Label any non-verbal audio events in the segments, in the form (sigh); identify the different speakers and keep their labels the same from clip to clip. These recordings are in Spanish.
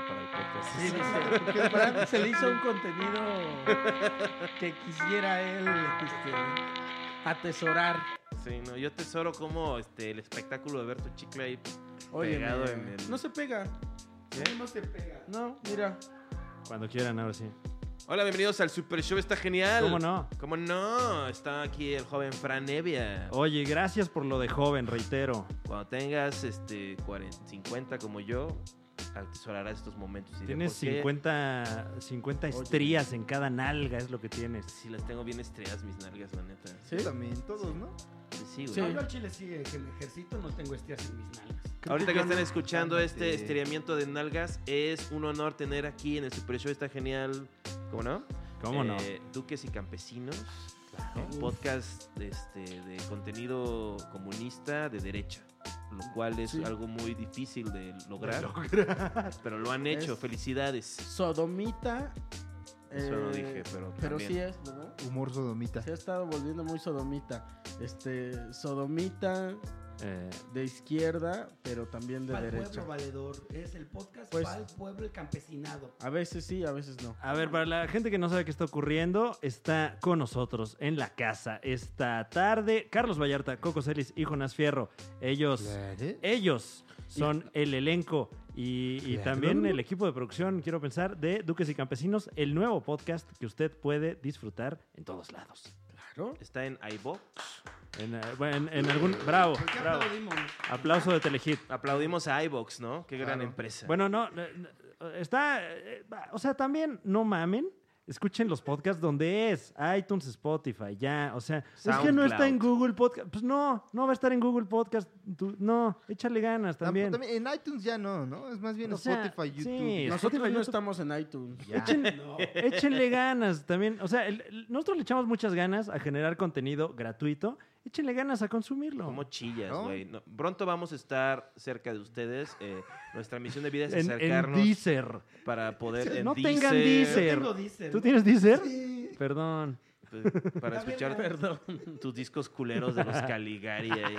Speaker 1: Entonces,
Speaker 2: Sí, dice, porque Brad se le hizo un contenido que quisiera él este, atesorar.
Speaker 1: sí, no, yo tesoro como este, el espectáculo de ver tu chicle ahí.
Speaker 2: Oye,
Speaker 1: Pegado
Speaker 2: me-
Speaker 1: en el-
Speaker 2: no se pega.
Speaker 1: ¿Eh?
Speaker 2: No se pega. No, mira.
Speaker 3: Cuando quieran, ahora sí.
Speaker 1: Hola, bienvenidos al Super Show, está genial.
Speaker 3: ¿Cómo no?
Speaker 1: ¿Cómo no? Está aquí el joven Fran Evia.
Speaker 3: Oye, gracias por lo de joven, reitero.
Speaker 1: Cuando tengas este, 40, 50 como yo, atesorarás estos momentos. y dirás,
Speaker 3: Tienes
Speaker 1: "¿Por qué
Speaker 3: 50, 50
Speaker 4: Oye.
Speaker 3: estrías en cada nalga, es lo que tienes.
Speaker 1: Sí, las tengo bien estrelladas mis nalgas, la neta.
Speaker 4: Sí, también, todos, ¿no?
Speaker 1: Sí, sí, güey.
Speaker 2: Sí.
Speaker 4: Ah, yo al chile sí, eh, que me ejercito, no tengo estias en mis nalgas.
Speaker 1: Ahorita que están escuchando este
Speaker 4: Cálmate.
Speaker 1: estireamiento de nalgas, es un honor tener aquí en el Super Show, está genial. ¿Cómo no?
Speaker 3: ¿Cómo no?
Speaker 1: Eh, Duques y Campesinos, un podcast este, de contenido comunista de derecha, lo cual es
Speaker 2: Sí.
Speaker 1: algo muy difícil de lograr, pero lo han hecho.
Speaker 2: Es-
Speaker 1: Felicidades.
Speaker 2: Sodomita.
Speaker 1: Eso no
Speaker 2: eh,
Speaker 1: dije, pero
Speaker 2: Pero
Speaker 1: también.
Speaker 2: sí es, ¿verdad?
Speaker 4: Humor sodomita.
Speaker 2: Se ha estado volviendo muy sodomita. Este, sodomita
Speaker 3: Eh,
Speaker 2: de izquierda, pero también de
Speaker 4: Pa'l
Speaker 2: derecha.
Speaker 4: pueblo valedor, es el podcast
Speaker 2: Pues-
Speaker 4: pa'l pueblo el campesinado.
Speaker 2: A veces sí, a veces no.
Speaker 3: A ver, para la gente que no sabe qué está ocurriendo, está con nosotros en la casa esta tarde Carlos Vallarta, Coco Celis y Jonás Fierro. Ellos, ellos son el elenco y, y
Speaker 4: Claro.
Speaker 3: también el equipo de producción, quiero pensar, de Duques y Campesinos, el nuevo podcast que usted puede disfrutar en todos lados.
Speaker 2: Claro.
Speaker 1: Está en iVoox.
Speaker 3: En, eh, bueno, en- en algún... Bravo,
Speaker 4: ¿Por qué
Speaker 3: bravo.
Speaker 4: aplaudimos?
Speaker 3: Aplauso de Telehit.
Speaker 1: Aplaudimos a iVoox, ¿no? Qué gran
Speaker 4: Claro.
Speaker 1: empresa.
Speaker 3: Bueno, no, eh, no, está, eh, va, o sea, también no mamen. Escuchen los podcasts donde es, iTunes, Spotify, ya, o sea, es que no está en
Speaker 1: SoundCloud.
Speaker 3: Google Podcast, pues no, no va a estar en Google Podcast, tú- no, échale ganas también.
Speaker 4: Tampoco- Ah, pues En iTunes ya no, ¿no? Es más bien
Speaker 3: O sea,
Speaker 4: Spotify, YouTube.
Speaker 3: sí.
Speaker 2: Nosotros
Speaker 3: Spotify,
Speaker 2: no
Speaker 3: YouTube.
Speaker 2: estamos en iTunes.
Speaker 3: Echen- Échenle ganas también, o sea, el- el- nosotros le echamos muchas ganas a generar contenido gratuito, échenle ganas a consumirlo.
Speaker 1: Como chillas,
Speaker 4: ¿No?
Speaker 1: güey. No, pronto vamos a estar cerca de ustedes. eh, nuestra misión de vida es
Speaker 3: En, en
Speaker 1: acercarnos
Speaker 3: Deezer.
Speaker 1: para poder. en
Speaker 3: No tengan
Speaker 4: Yo
Speaker 3: Deezer.
Speaker 4: tengo Deezer.
Speaker 3: ¿Tú tienes Deezer?
Speaker 4: Sí.
Speaker 3: Perdón.
Speaker 1: p- Pues, Para
Speaker 4: Está bien,
Speaker 1: escuchar
Speaker 2: Perdón.
Speaker 1: tus discos culeros de los Caligari.
Speaker 2: (laughs)
Speaker 1: ahí.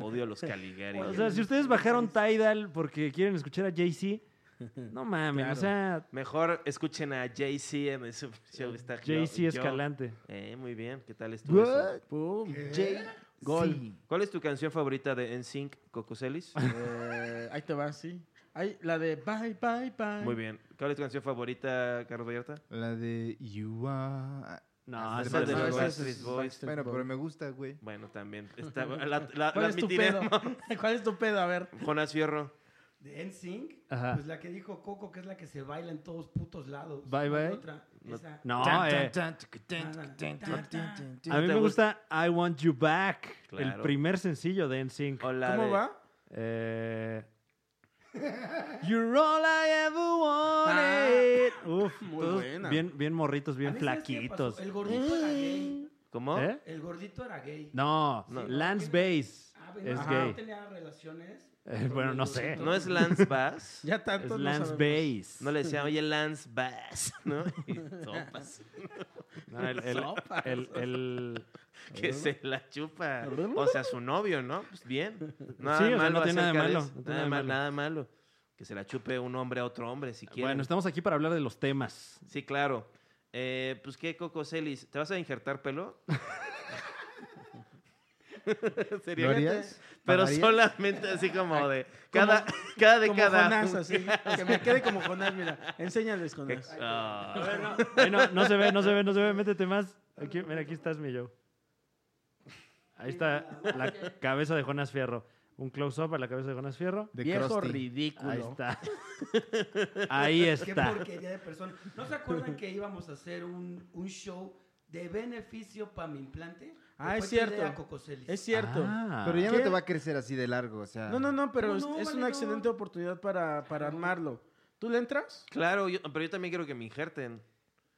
Speaker 1: Odio a los Caligari.
Speaker 3: O
Speaker 1: güey.
Speaker 3: sea, si ustedes bajaron Tidal porque quieren escuchar a Jay-Z, (laughs) no mames,
Speaker 2: Claro.
Speaker 3: o sea,
Speaker 1: Mejor escuchen a Jay-Z en el Super show. Está yo-
Speaker 3: Jay-Z
Speaker 1: yo-
Speaker 3: Escalante.
Speaker 1: Eh, muy bien, ¿qué tal estuvo eso?
Speaker 4: What?
Speaker 2: Pum.
Speaker 4: J.
Speaker 2: Gol.
Speaker 4: Sí.
Speaker 1: ¿Cuál es tu canción favorita de NSYNC, Cocoselis?
Speaker 2: Eh, ahí te va, sí. Ahí, la de bye, bye, bye.
Speaker 1: Muy bien. ¿Cuál es tu canción favorita, Carlos Vallarta?
Speaker 4: La de You Are.
Speaker 3: No,
Speaker 4: Ah,
Speaker 3: esa
Speaker 4: de
Speaker 3: es
Speaker 4: los
Speaker 3: de
Speaker 2: ese
Speaker 3: los
Speaker 1: Backstreet
Speaker 2: es- es
Speaker 1: Boys.
Speaker 2: Backstreet
Speaker 4: Bueno,
Speaker 2: Boys.
Speaker 4: pero me gusta, güey.
Speaker 1: Bueno, también.
Speaker 2: (laughs)
Speaker 1: Está, la la, la
Speaker 2: ¿Cuál es tu
Speaker 1: admitiré.
Speaker 2: pedo? (laughs) ¿Cuál es tu pedo? A ver.
Speaker 1: (laughs) Jonas Fierro.
Speaker 4: De NSYNC,
Speaker 3: Ajá.
Speaker 4: pues la que dijo Coco, que es la que se baila en todos putos lados.
Speaker 3: Bye,
Speaker 4: No hay
Speaker 3: bye.
Speaker 4: otra.
Speaker 1: No-
Speaker 4: Esa.
Speaker 3: No, eh, a
Speaker 1: ¿No
Speaker 3: mí
Speaker 1: te
Speaker 3: me gusta I Want You Back, el
Speaker 1: Claro.
Speaker 3: primer sencillo de NSYNC.
Speaker 1: O la
Speaker 2: ¿Cómo
Speaker 1: de-
Speaker 2: va?
Speaker 4: (laughs)
Speaker 3: Eh, You're all I ever wanted. Uf,
Speaker 2: Muy
Speaker 3: todos
Speaker 2: buena.
Speaker 3: bien, bien morritos,
Speaker 4: Ah. A
Speaker 3: bien
Speaker 4: mí, ¿sabes qué me pasó?
Speaker 3: flaquitos.
Speaker 4: El gordito era gay.
Speaker 1: ¿Cómo?
Speaker 3: ¿Eh?
Speaker 4: El gordito era gay.
Speaker 3: No,
Speaker 1: No.
Speaker 3: Lance Bass
Speaker 4: Ah, bueno,
Speaker 3: es
Speaker 4: ajá,
Speaker 3: gay.
Speaker 4: No tenía relaciones.
Speaker 3: Eh, bueno, no sé.
Speaker 1: ¿No es Lance Bass?
Speaker 2: Ya
Speaker 3: Es
Speaker 2: tanto no
Speaker 3: Lance
Speaker 2: sabemos.
Speaker 3: Bass.
Speaker 1: No le decía, oye, Lance Bass, (laughs) ¿no? Y
Speaker 3: (laughs)
Speaker 1: sopas.
Speaker 3: No, el, el-
Speaker 2: Sopas.
Speaker 3: el- el-
Speaker 1: Que se la chupa. O sea, su novio, ¿no? Pues bien. Nada
Speaker 3: Sí, o sea,
Speaker 1: malo
Speaker 3: no tiene nada de
Speaker 1: acerca de
Speaker 3: malo,
Speaker 1: eso.
Speaker 3: no tiene
Speaker 1: Nada,
Speaker 3: nada de
Speaker 1: mal-
Speaker 3: malo.
Speaker 1: nada malo. Que se la chupe un hombre a otro hombre, si quiere.
Speaker 3: Bueno, estamos aquí para hablar de los temas.
Speaker 1: Sí, claro. Eh, pues qué, Coco Celis, ¿te vas a injertar pelo? (laughs) Sería-
Speaker 4: ¿Lo harías?
Speaker 1: Pero
Speaker 4: ¿Pagarías?
Speaker 1: solamente así como de
Speaker 3: (laughs)
Speaker 1: cada, cada
Speaker 2: Como
Speaker 1: década.
Speaker 2: Jonás, así. Que me quede como Jonás, mira. Enséñales, Jonás.
Speaker 1: Ah.
Speaker 3: Ay, no, no se ve, no se ve, no se ve. Métete más. Aquí, mira, aquí estás, mi Joe. Ahí está la cabeza de Jonas Fierro. Un close-up a la cabeza de Jonas Fierro.
Speaker 4: De
Speaker 2: Viejo
Speaker 4: Krusty.
Speaker 2: ridículo.
Speaker 3: Ahí está. Ahí
Speaker 5: Qué
Speaker 3: está.
Speaker 5: porquería de persona. ¿No se acuerdan que íbamos a hacer un, un show de beneficio para mi implante?
Speaker 2: Ah,
Speaker 5: Que
Speaker 2: es
Speaker 5: fue tu idea,
Speaker 2: cierto.
Speaker 5: Coco Celis.
Speaker 2: Es cierto.
Speaker 3: Ah.
Speaker 4: Pero ya no
Speaker 2: ¿Qué?
Speaker 4: te va a crecer así de largo, o sea.
Speaker 2: No, no, no, pero
Speaker 5: No,
Speaker 2: es,
Speaker 5: no,
Speaker 2: es
Speaker 5: vale,
Speaker 2: una
Speaker 5: no.
Speaker 2: excelente oportunidad para, para armarlo. ¿Tú le entras?
Speaker 1: Claro, yo- pero yo también quiero que me injerten.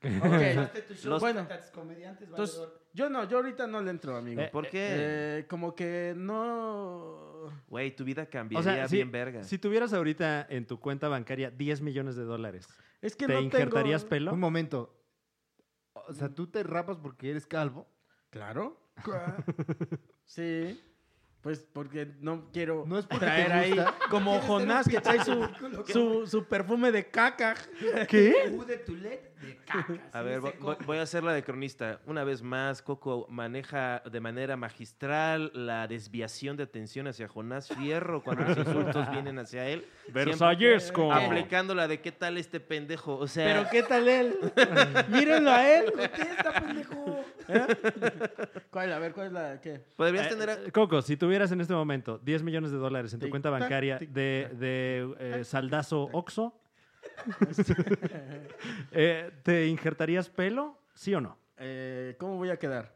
Speaker 2: Ok.
Speaker 5: Hazte tu show,
Speaker 1: Los-
Speaker 2: Bueno.
Speaker 5: cantantes, comediantes,
Speaker 2: Entonces,
Speaker 5: valedor.
Speaker 2: yo no, yo ahorita no le entro, amigo.
Speaker 3: Eh,
Speaker 1: ¿Por qué?
Speaker 2: Eh, como que no...
Speaker 1: Güey, tu vida
Speaker 3: O
Speaker 1: cambiaría
Speaker 3: sea, si,
Speaker 1: bien verga.
Speaker 3: si tuvieras ahorita en tu cuenta bancaria 10 millones de dólares,
Speaker 2: Es que
Speaker 3: ¿te
Speaker 2: no
Speaker 3: injertarías
Speaker 2: tengo...
Speaker 3: pelo?
Speaker 4: Un momento. O sea, tú te rapas porque eres calvo.
Speaker 2: Claro. (laughs) Sí.
Speaker 6: Pues porque no quiero
Speaker 4: No es porque
Speaker 6: traer
Speaker 4: te
Speaker 6: ahí
Speaker 4: gusta.
Speaker 6: como
Speaker 5: ¿Quieres ser
Speaker 6: Jonás
Speaker 5: un
Speaker 6: que trae su,
Speaker 5: espectáculo?
Speaker 6: su, su perfume de caca.
Speaker 3: ¿Qué?
Speaker 5: U de Tulet de caca.
Speaker 1: A ver, vo- vo-
Speaker 5: voy
Speaker 1: voy a hacer la de cronista. Una vez más, Coco maneja de manera magistral la desviación de atención hacia Jonás Fierro cuando los insultos vienen hacia él.
Speaker 3: Versallesco.
Speaker 1: Siempre Aplicando la de qué tal este pendejo. O sea,
Speaker 6: Pero qué tal (laughs) él. Mírenlo a él. ¿Eh?
Speaker 5: Contesta, pendejo.
Speaker 6: ¿Cuál? A ver, ¿cuál es la de qué?
Speaker 1: podrías
Speaker 3: Eh,
Speaker 1: tener. a-
Speaker 3: Coco, si tuvieras en este momento 10 millones de dólares en tu
Speaker 6: Tic,
Speaker 3: cuenta
Speaker 6: tac,
Speaker 3: bancaria
Speaker 6: tic,
Speaker 3: de, de, eh, saldazo
Speaker 6: (laughs)
Speaker 3: Oxxo, eh, ¿te injertarías pelo? ¿Sí o no?
Speaker 6: Eh, ¿Cómo voy a quedar?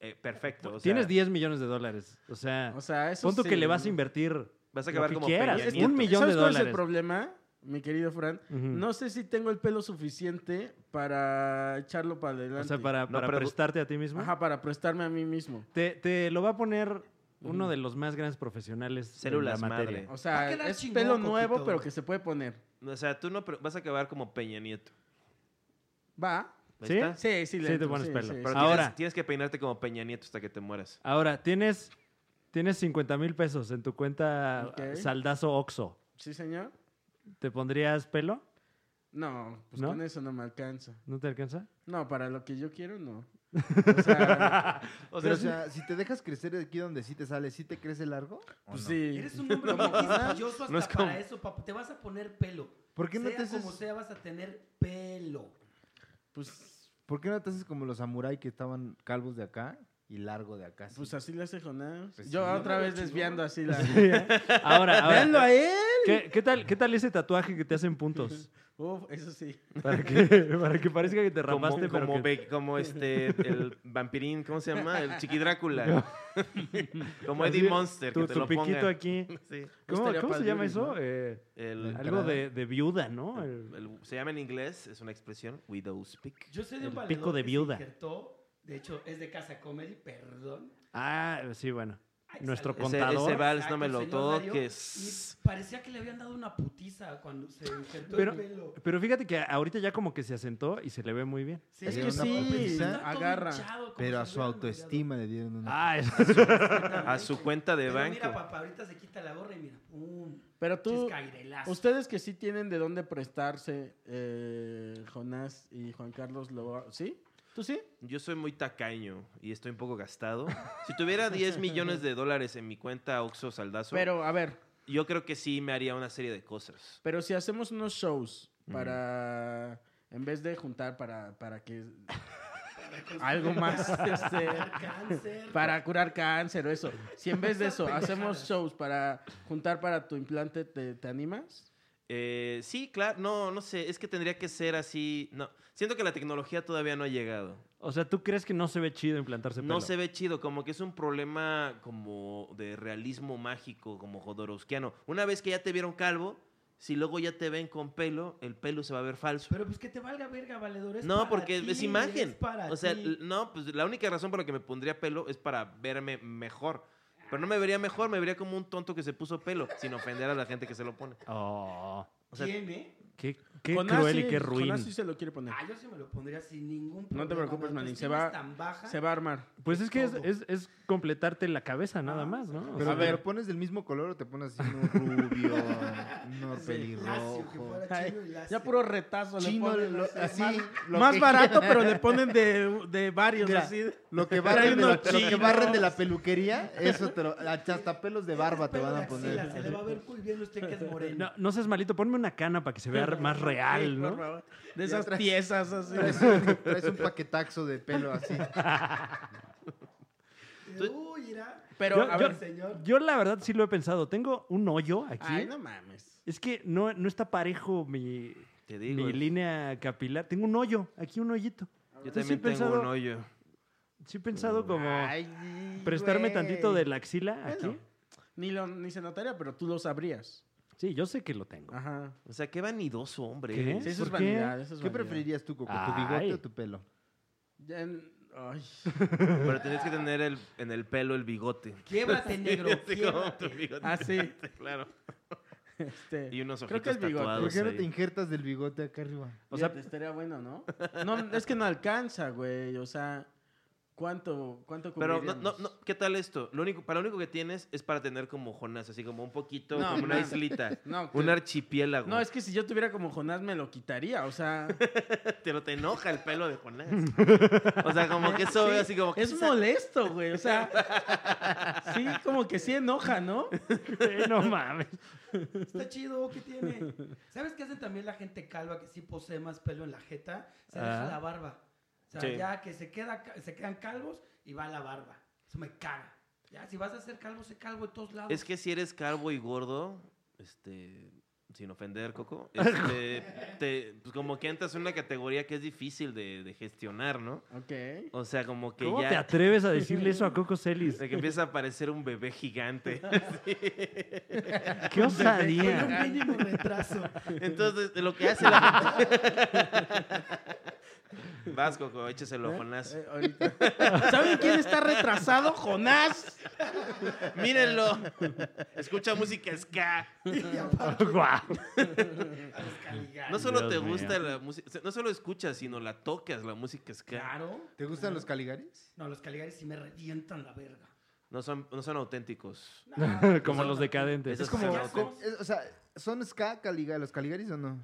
Speaker 1: eh, perfecto. o sea,
Speaker 3: Tienes 10 millones de dólares. O sea,
Speaker 6: O sea, eso
Speaker 3: pon tú que
Speaker 6: sí,
Speaker 3: le vas a
Speaker 6: ¿no?
Speaker 3: invertir.
Speaker 1: Vas a
Speaker 3: lo
Speaker 1: acabar
Speaker 3: que
Speaker 1: como
Speaker 3: quieras,
Speaker 1: Peña
Speaker 6: Es que,
Speaker 1: Nieto.
Speaker 3: un millón de
Speaker 6: ¿Sabes cuál es
Speaker 3: dólares.
Speaker 6: el problema, mi querido Fran?
Speaker 3: Ujú.
Speaker 6: No sé si tengo el pelo suficiente para echarlo para adelante.
Speaker 3: O sea, para,
Speaker 1: No,
Speaker 3: para
Speaker 1: pero-
Speaker 3: prestarte a ti mismo.
Speaker 6: Ajá, para prestarme a mí mismo.
Speaker 3: Te, te lo va a poner uno de los más grandes profesionales
Speaker 1: Células
Speaker 3: en la materia.
Speaker 1: madre.
Speaker 6: O
Speaker 5: Va
Speaker 6: sea,
Speaker 5: a quedar
Speaker 6: es
Speaker 5: chingón,
Speaker 6: pelo
Speaker 5: Coquito.
Speaker 6: nuevo, pero que se puede poner.
Speaker 1: O sea, tú no pero vas a acabar como Peña Nieto.
Speaker 6: ¿Va?
Speaker 1: Ahí
Speaker 3: ¿Sí?
Speaker 1: está.
Speaker 6: Sí, sí, le
Speaker 3: Sí, te
Speaker 6: entro,
Speaker 3: pones pelo.
Speaker 1: Pero
Speaker 3: Ahora-
Speaker 1: tienes, tienes que peinarte como Peña Nieto hasta que te mueras.
Speaker 3: Ahora, tienes, tienes 50 mil pesos en tu cuenta
Speaker 6: Ok.
Speaker 3: eh, saldazo Oxxo.
Speaker 6: ¿Sí, señor?
Speaker 3: ¿Te pondrías pelo?
Speaker 6: No, pues
Speaker 3: ¿No?
Speaker 6: con eso no me alcanza.
Speaker 3: ¿No te alcanza?
Speaker 6: No, para lo que yo quiero, no. O sea,
Speaker 4: (laughs)
Speaker 1: O sea,
Speaker 4: Pero, o sea, si te dejas crecer aquí donde sí te sale, ¿sí te crece largo? ¿O
Speaker 6: pues
Speaker 4: no?
Speaker 6: sí.
Speaker 5: Eres un
Speaker 6: (laughs)
Speaker 5: hombre muy quisquilloso hasta
Speaker 1: No es como-
Speaker 5: para eso, papá. Te vas a poner pelo.
Speaker 4: ¿Por qué no
Speaker 5: sea
Speaker 4: te haces-
Speaker 5: como sea, vas a tener pelo.
Speaker 6: Pues,
Speaker 4: ¿Por qué no te haces como los samuráis que estaban calvos de acá y largo de acá? así?
Speaker 6: pues así le hace Jonás.
Speaker 4: Pues
Speaker 6: yo
Speaker 4: sí.
Speaker 6: otra vez desviando así la...
Speaker 3: Ahora,
Speaker 6: (laughs) ¡Véanlo
Speaker 3: ahora.
Speaker 6: a él!
Speaker 3: ¿qué, qué tal, ¿Qué tal ese tatuaje que te hacen puntos?
Speaker 6: Uf, eso sí.
Speaker 3: Para que, (laughs) para que parezca que te
Speaker 1: como,
Speaker 3: rapaste, pero
Speaker 1: como
Speaker 3: que-
Speaker 1: Be- como este, el vampirín, ¿cómo se llama? El chiquidrácula. (laughs) como
Speaker 3: así,
Speaker 1: Eddie Monster,
Speaker 3: Tu,
Speaker 1: que te
Speaker 3: tu
Speaker 1: lo
Speaker 3: piquito
Speaker 1: pongan.
Speaker 3: aquí.
Speaker 1: (laughs) Sí.
Speaker 3: ¿Cómo,
Speaker 6: Estaría
Speaker 3: cómo se
Speaker 6: padre,
Speaker 3: llama
Speaker 6: ¿no?
Speaker 3: eso? Eh,
Speaker 1: El-
Speaker 3: algo de, de viuda, ¿no?
Speaker 1: el-
Speaker 3: El-
Speaker 1: el- se llama en inglés, es una expresión, widow speak.
Speaker 5: Yo sé de un
Speaker 3: El
Speaker 5: valedor
Speaker 3: pico de
Speaker 5: que se
Speaker 3: viuda.
Speaker 5: injertó, de hecho, es de Casa Comedy, perdón.
Speaker 3: Ah, sí, bueno.
Speaker 5: Ay,
Speaker 3: Nuestro
Speaker 5: sale-
Speaker 1: Ese,
Speaker 3: contador.
Speaker 1: ese vals no
Speaker 5: Exacto,
Speaker 1: me lo
Speaker 5: señor Darío.
Speaker 1: toques.
Speaker 5: Y parecía que le habían dado una putiza cuando se injertó
Speaker 3: Pero-
Speaker 5: el pelo.
Speaker 3: Pero fíjate que ahorita ya como que se asentó y se le ve muy bien.
Speaker 5: Sí,
Speaker 4: es que
Speaker 5: una
Speaker 4: sí,
Speaker 5: putiza. Está todo
Speaker 6: agarra.
Speaker 5: hinchado, como
Speaker 4: Pero
Speaker 5: si
Speaker 4: a
Speaker 5: le
Speaker 4: su
Speaker 5: hubieran
Speaker 4: autoestima le dieron una...
Speaker 3: Ah, es-
Speaker 1: (laughs)
Speaker 5: golpeado.
Speaker 1: A su cuenta de
Speaker 5: Pero Mira,
Speaker 1: banco.
Speaker 5: papá, ahorita se quita la gorra y mira, pum,
Speaker 6: Pero tú,
Speaker 5: chiscairelazo.
Speaker 6: ustedes que sí tienen de dónde prestarse, eh, Jonás y Juan Carlos, lo... ¿sí? ¿Tú sí?
Speaker 1: Yo soy muy tacaño y estoy un poco gastado. Si tuviera
Speaker 5: (laughs)
Speaker 1: 10 millones de dólares en mi cuenta Oxxo Saldazo,
Speaker 6: Pero, a ver,
Speaker 1: yo creo que sí me haría una serie de cosas.
Speaker 6: pero si hacemos unos shows para... En vez de juntar para, para
Speaker 5: (laughs)
Speaker 6: que... Algo más, este...
Speaker 5: Cáncer.
Speaker 6: Para curar cáncer o eso. Si en vez de
Speaker 4: (laughs)
Speaker 6: eso hacemos shows para juntar para tu implante, ¿te, te animas?
Speaker 1: Eh, sí, claro, no, no sé, es que tendría que ser así, no, siento que la tecnología todavía no ha llegado.
Speaker 3: o sea, ¿tú crees que no se ve chido implantarse pelo?
Speaker 1: No se ve chido, como que es un problema como de realismo mágico, como jodorowskiano. Una vez que ya te vieron calvo, si luego ya te ven con pelo, el pelo se va a ver falso.
Speaker 5: Pero pues que te valga verga, valedor. es
Speaker 1: no,
Speaker 5: para
Speaker 1: porque
Speaker 5: ti,
Speaker 1: es imagen.
Speaker 5: es para
Speaker 1: o sea,
Speaker 5: ti.
Speaker 1: l- no, pues la única razón por la que me pondría pelo es para verme mejor. Pero no me vería mejor, me vería como un tonto que se puso pelo, sin ofender a la gente que se lo pone.
Speaker 3: Oh,
Speaker 1: o sea-
Speaker 5: ¿Quién, eh?
Speaker 3: qué, qué
Speaker 6: Jonás
Speaker 3: cruel y
Speaker 6: sí-
Speaker 3: qué ruin.
Speaker 6: Jonás sí se lo quiere poner.
Speaker 5: Ah, yo sí me lo pondría sin ningún
Speaker 6: No
Speaker 5: problema.
Speaker 6: te preocupes,
Speaker 5: La
Speaker 6: manín, se
Speaker 5: autoestima
Speaker 6: va-
Speaker 5: es tan baja.
Speaker 6: Se va a armar.
Speaker 3: Pues es que es,
Speaker 5: Todo.
Speaker 3: es- es completarte la cabeza
Speaker 6: Ah,
Speaker 3: nada más, ¿no? O
Speaker 4: Pero
Speaker 6: A
Speaker 3: sea,
Speaker 4: a
Speaker 6: ver.
Speaker 4: lo pones del mismo color o te pones así uno rubio,
Speaker 5: (laughs) Sí, lacio,
Speaker 4: uno
Speaker 5: que
Speaker 4: pelirrojo.
Speaker 5: fuera
Speaker 6: Ay,
Speaker 5: chino y lacio.
Speaker 6: Ya puro retazo le
Speaker 4: Chino,
Speaker 6: ponen,
Speaker 4: lo-
Speaker 6: así,
Speaker 4: así.
Speaker 6: Más,
Speaker 4: lo
Speaker 6: más
Speaker 4: que-
Speaker 6: barato, pero le ponen de, de varios,
Speaker 4: Mira,
Speaker 6: así.
Speaker 4: Lo que,
Speaker 6: Trae
Speaker 4: barren de la,
Speaker 6: unos
Speaker 4: lo que
Speaker 6: chinos.
Speaker 4: barren de la peluquería, eso te lo, hasta pelos de
Speaker 5: Este
Speaker 4: barba te
Speaker 5: pelo
Speaker 4: van
Speaker 5: de
Speaker 4: a
Speaker 5: axila, Se le
Speaker 4: poner.
Speaker 5: va a ver muy bien usted que es moreno.
Speaker 3: no, no seas malito, ponme una cana para que se vea re- más
Speaker 6: (laughs) Sí,
Speaker 3: real,
Speaker 6: por
Speaker 3: ¿no?
Speaker 6: favor. De
Speaker 4: Ya
Speaker 6: esas
Speaker 4: traes-
Speaker 6: piezas, así.
Speaker 4: Traes un, traes un paquetaxo de
Speaker 5: (laughs)
Speaker 4: pelo así.
Speaker 5: Uy, mira.
Speaker 6: Pero,
Speaker 3: Yo-
Speaker 6: a
Speaker 3: yo-
Speaker 6: ver,
Speaker 5: señor.
Speaker 3: Yo la verdad sí lo he pensado. Tengo un hoyo aquí.
Speaker 6: Ay, no mames.
Speaker 3: Es que no, no está parejo mi,
Speaker 1: Te digo.
Speaker 3: mi línea capilar. Tengo un hoyo, aquí un hoyito.
Speaker 1: Yo
Speaker 3: sí he
Speaker 1: también tengo
Speaker 3: pensado-
Speaker 1: un hoyo.
Speaker 3: Sí he pensado como
Speaker 6: Mm. Ay,
Speaker 3: prestarme
Speaker 6: güey.
Speaker 3: tantito de la axila aquí.
Speaker 6: Bueno. Ni, lo, ni se notaría, pero tú lo sabrías.
Speaker 3: Sí, yo sé que lo tengo.
Speaker 6: Ajá.
Speaker 1: O sea, qué vanidoso, hombre.
Speaker 3: ¿Qué?
Speaker 1: eres.
Speaker 6: Sí, eso es
Speaker 3: ¿Por qué?
Speaker 6: vanidad, eso es
Speaker 4: ¿Qué
Speaker 6: vanidad.
Speaker 4: preferirías tú, Coco? ¿Tu
Speaker 3: Ay.
Speaker 4: bigote o tu pelo?
Speaker 6: Ya en- ay.
Speaker 1: Pero tenés que tener el- en el pelo el bigote.
Speaker 5: Quiebrate,
Speaker 1: (laughs)
Speaker 5: negro.
Speaker 1: Así como
Speaker 5: quiebrate.
Speaker 1: tu bigote, (laughs)
Speaker 6: Ah, sí.
Speaker 1: Claro.
Speaker 6: (laughs) Este,
Speaker 1: Y unos
Speaker 6: creo que
Speaker 1: ojitos
Speaker 6: el bigote.
Speaker 1: tatuados.
Speaker 4: ¿Por qué no
Speaker 1: ahí.
Speaker 4: te injertas del bigote acá arriba?
Speaker 6: (laughs) O sea, estaría bueno, ¿no? No, es que no alcanza, güey. O sea, ¿Cuánto, cuánto
Speaker 1: Pero no, no,
Speaker 6: cubriríamos?
Speaker 1: no, ¿qué tal esto? Lo único, para lo único que tienes es para tener como Jonás, así como un poquito,
Speaker 6: No,
Speaker 1: como una
Speaker 6: man. (laughs)
Speaker 1: islita,
Speaker 6: No,
Speaker 1: un
Speaker 6: te-
Speaker 1: archipiélago.
Speaker 6: No, es que si yo tuviera como Jonás me lo quitaría,
Speaker 1: (laughs)
Speaker 6: o sea,
Speaker 1: Pero (laughs) te enoja el pelo de
Speaker 6: (laughs)
Speaker 1: Jonás. O sea, como que eso
Speaker 6: Sí,
Speaker 1: así como que
Speaker 6: es molesto, güey,
Speaker 1: (laughs)
Speaker 6: o sea, sí, como que sí enoja, ¿no?
Speaker 3: (laughs) Güey, no mames.
Speaker 5: Está chido, ¿qué tiene? ¿Sabes qué hacen también la gente calva que sí posee más pelo en la jeta? Se deja
Speaker 3: Ah.
Speaker 5: la barba. O sea,
Speaker 1: Sí.
Speaker 5: ya que se, queda, ca- se quedan calvos y va la barba. Eso me caga. Ya, si vas a ser calvo, sé calvo de todos lados.
Speaker 1: Es que si eres calvo y gordo, este, sin ofender,
Speaker 6: (laughs)
Speaker 1: Coco, este, te- pues como que entras en una categoría que es difícil de, de gestionar, ¿no?
Speaker 6: Ok.
Speaker 1: O sea, como que
Speaker 3: ¿Cómo te
Speaker 1: ya
Speaker 3: atreves a decirle eso a Coco Celis?
Speaker 1: de que empieza a aparecer un bebé
Speaker 6: (laughs)
Speaker 1: gigante.
Speaker 3: ¡Qué
Speaker 5: Con
Speaker 3: osadía!
Speaker 5: un mínimo retraso. (laughs)
Speaker 1: Entonces, lo que hace la (laughs) Vas, Coco, échaselo, Jonás.
Speaker 6: Eh, ahorita. ¿Saben quién está retrasado? Jonás.
Speaker 1: Mírenlo. (laughs) Escucha música ska.
Speaker 3: (laughs) Guau.
Speaker 1: No solo
Speaker 3: Dios
Speaker 1: te
Speaker 3: mío.
Speaker 1: gusta la música, no solo escuchas, sino la tocas, la música ska.
Speaker 5: Claro.
Speaker 4: ¿Te gustan los caligaris?
Speaker 5: No, los caligares sí me revientan la verga.
Speaker 1: No son, no son auténticos.
Speaker 3: (laughs) Como los decadentes.
Speaker 1: Esos son
Speaker 5: como-
Speaker 1: auténticos.
Speaker 4: Es- O sea, ¿son ska caliga los caligaris o no?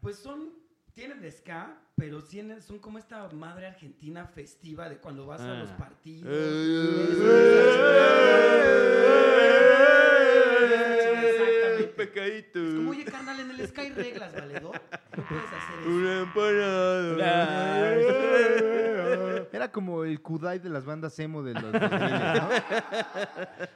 Speaker 5: Pues son, tienen de ska, pero tienen, son como esta madre argentina festiva de cuando vas a los
Speaker 3: Ah.
Speaker 5: partidos.
Speaker 4: eh,
Speaker 1: Eh,
Speaker 5: Exactamente.
Speaker 1: Pecadito.
Speaker 5: Es como, oye, carnal, en el ska hay reglas, valedor. No puedes hacer eso.
Speaker 1: Una
Speaker 3: (laughs)
Speaker 1: empanada.
Speaker 4: Era como el Kudai de las bandas emo de los 2000, ¿no?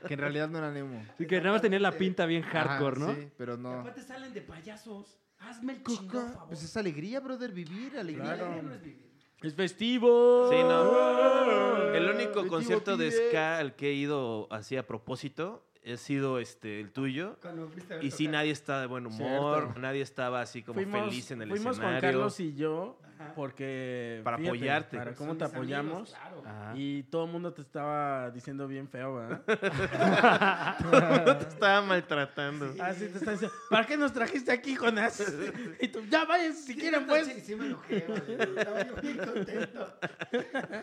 Speaker 4: Que en realidad no eran emo.
Speaker 3: Así que nada más tenía la pinta bien hardcore,
Speaker 4: Ajá,
Speaker 3: ¿no?
Speaker 4: Sí, pero
Speaker 5: Y
Speaker 4: no.
Speaker 5: Aparte salen de payasos. Hazme el chingado
Speaker 4: Coca,
Speaker 5: favor.
Speaker 4: Pues es alegría, brother, vivir, alegría.
Speaker 5: Alegría no es vivir.
Speaker 6: Es festivo.
Speaker 1: Sí,
Speaker 6: Ah,
Speaker 1: no. El único
Speaker 4: El
Speaker 1: concierto de
Speaker 4: tío pide.
Speaker 1: ska al que he ido así a propósito ha sido este el tuyo.
Speaker 5: Cuando fuiste a ver
Speaker 1: Y sí,
Speaker 5: tocar.
Speaker 1: nadie está de buen humor,
Speaker 4: Cierto.
Speaker 1: nadie estaba así como feliz en el
Speaker 6: fuimos
Speaker 1: escenario.
Speaker 6: con Carlos y yo
Speaker 5: Ajá.
Speaker 6: porque
Speaker 1: Para apoyarte.
Speaker 6: Para
Speaker 5: Son
Speaker 6: cómo te
Speaker 5: mis amigos,
Speaker 6: apoyamos. ah,
Speaker 5: claro.
Speaker 3: Ajá.
Speaker 6: Y todo el mundo te estaba diciendo bien feo, ¿verdad?
Speaker 1: (laughs) Te estaba maltratando.
Speaker 6: Así Ah, te están diciendo, ¿para qué nos trajiste aquí, Jonás? Y tú, ya váyanse si
Speaker 5: Sí,
Speaker 6: quieren,
Speaker 5: neta,
Speaker 6: pues.
Speaker 5: Sí, sí me enojé, valedor. Estaba yo bien contento.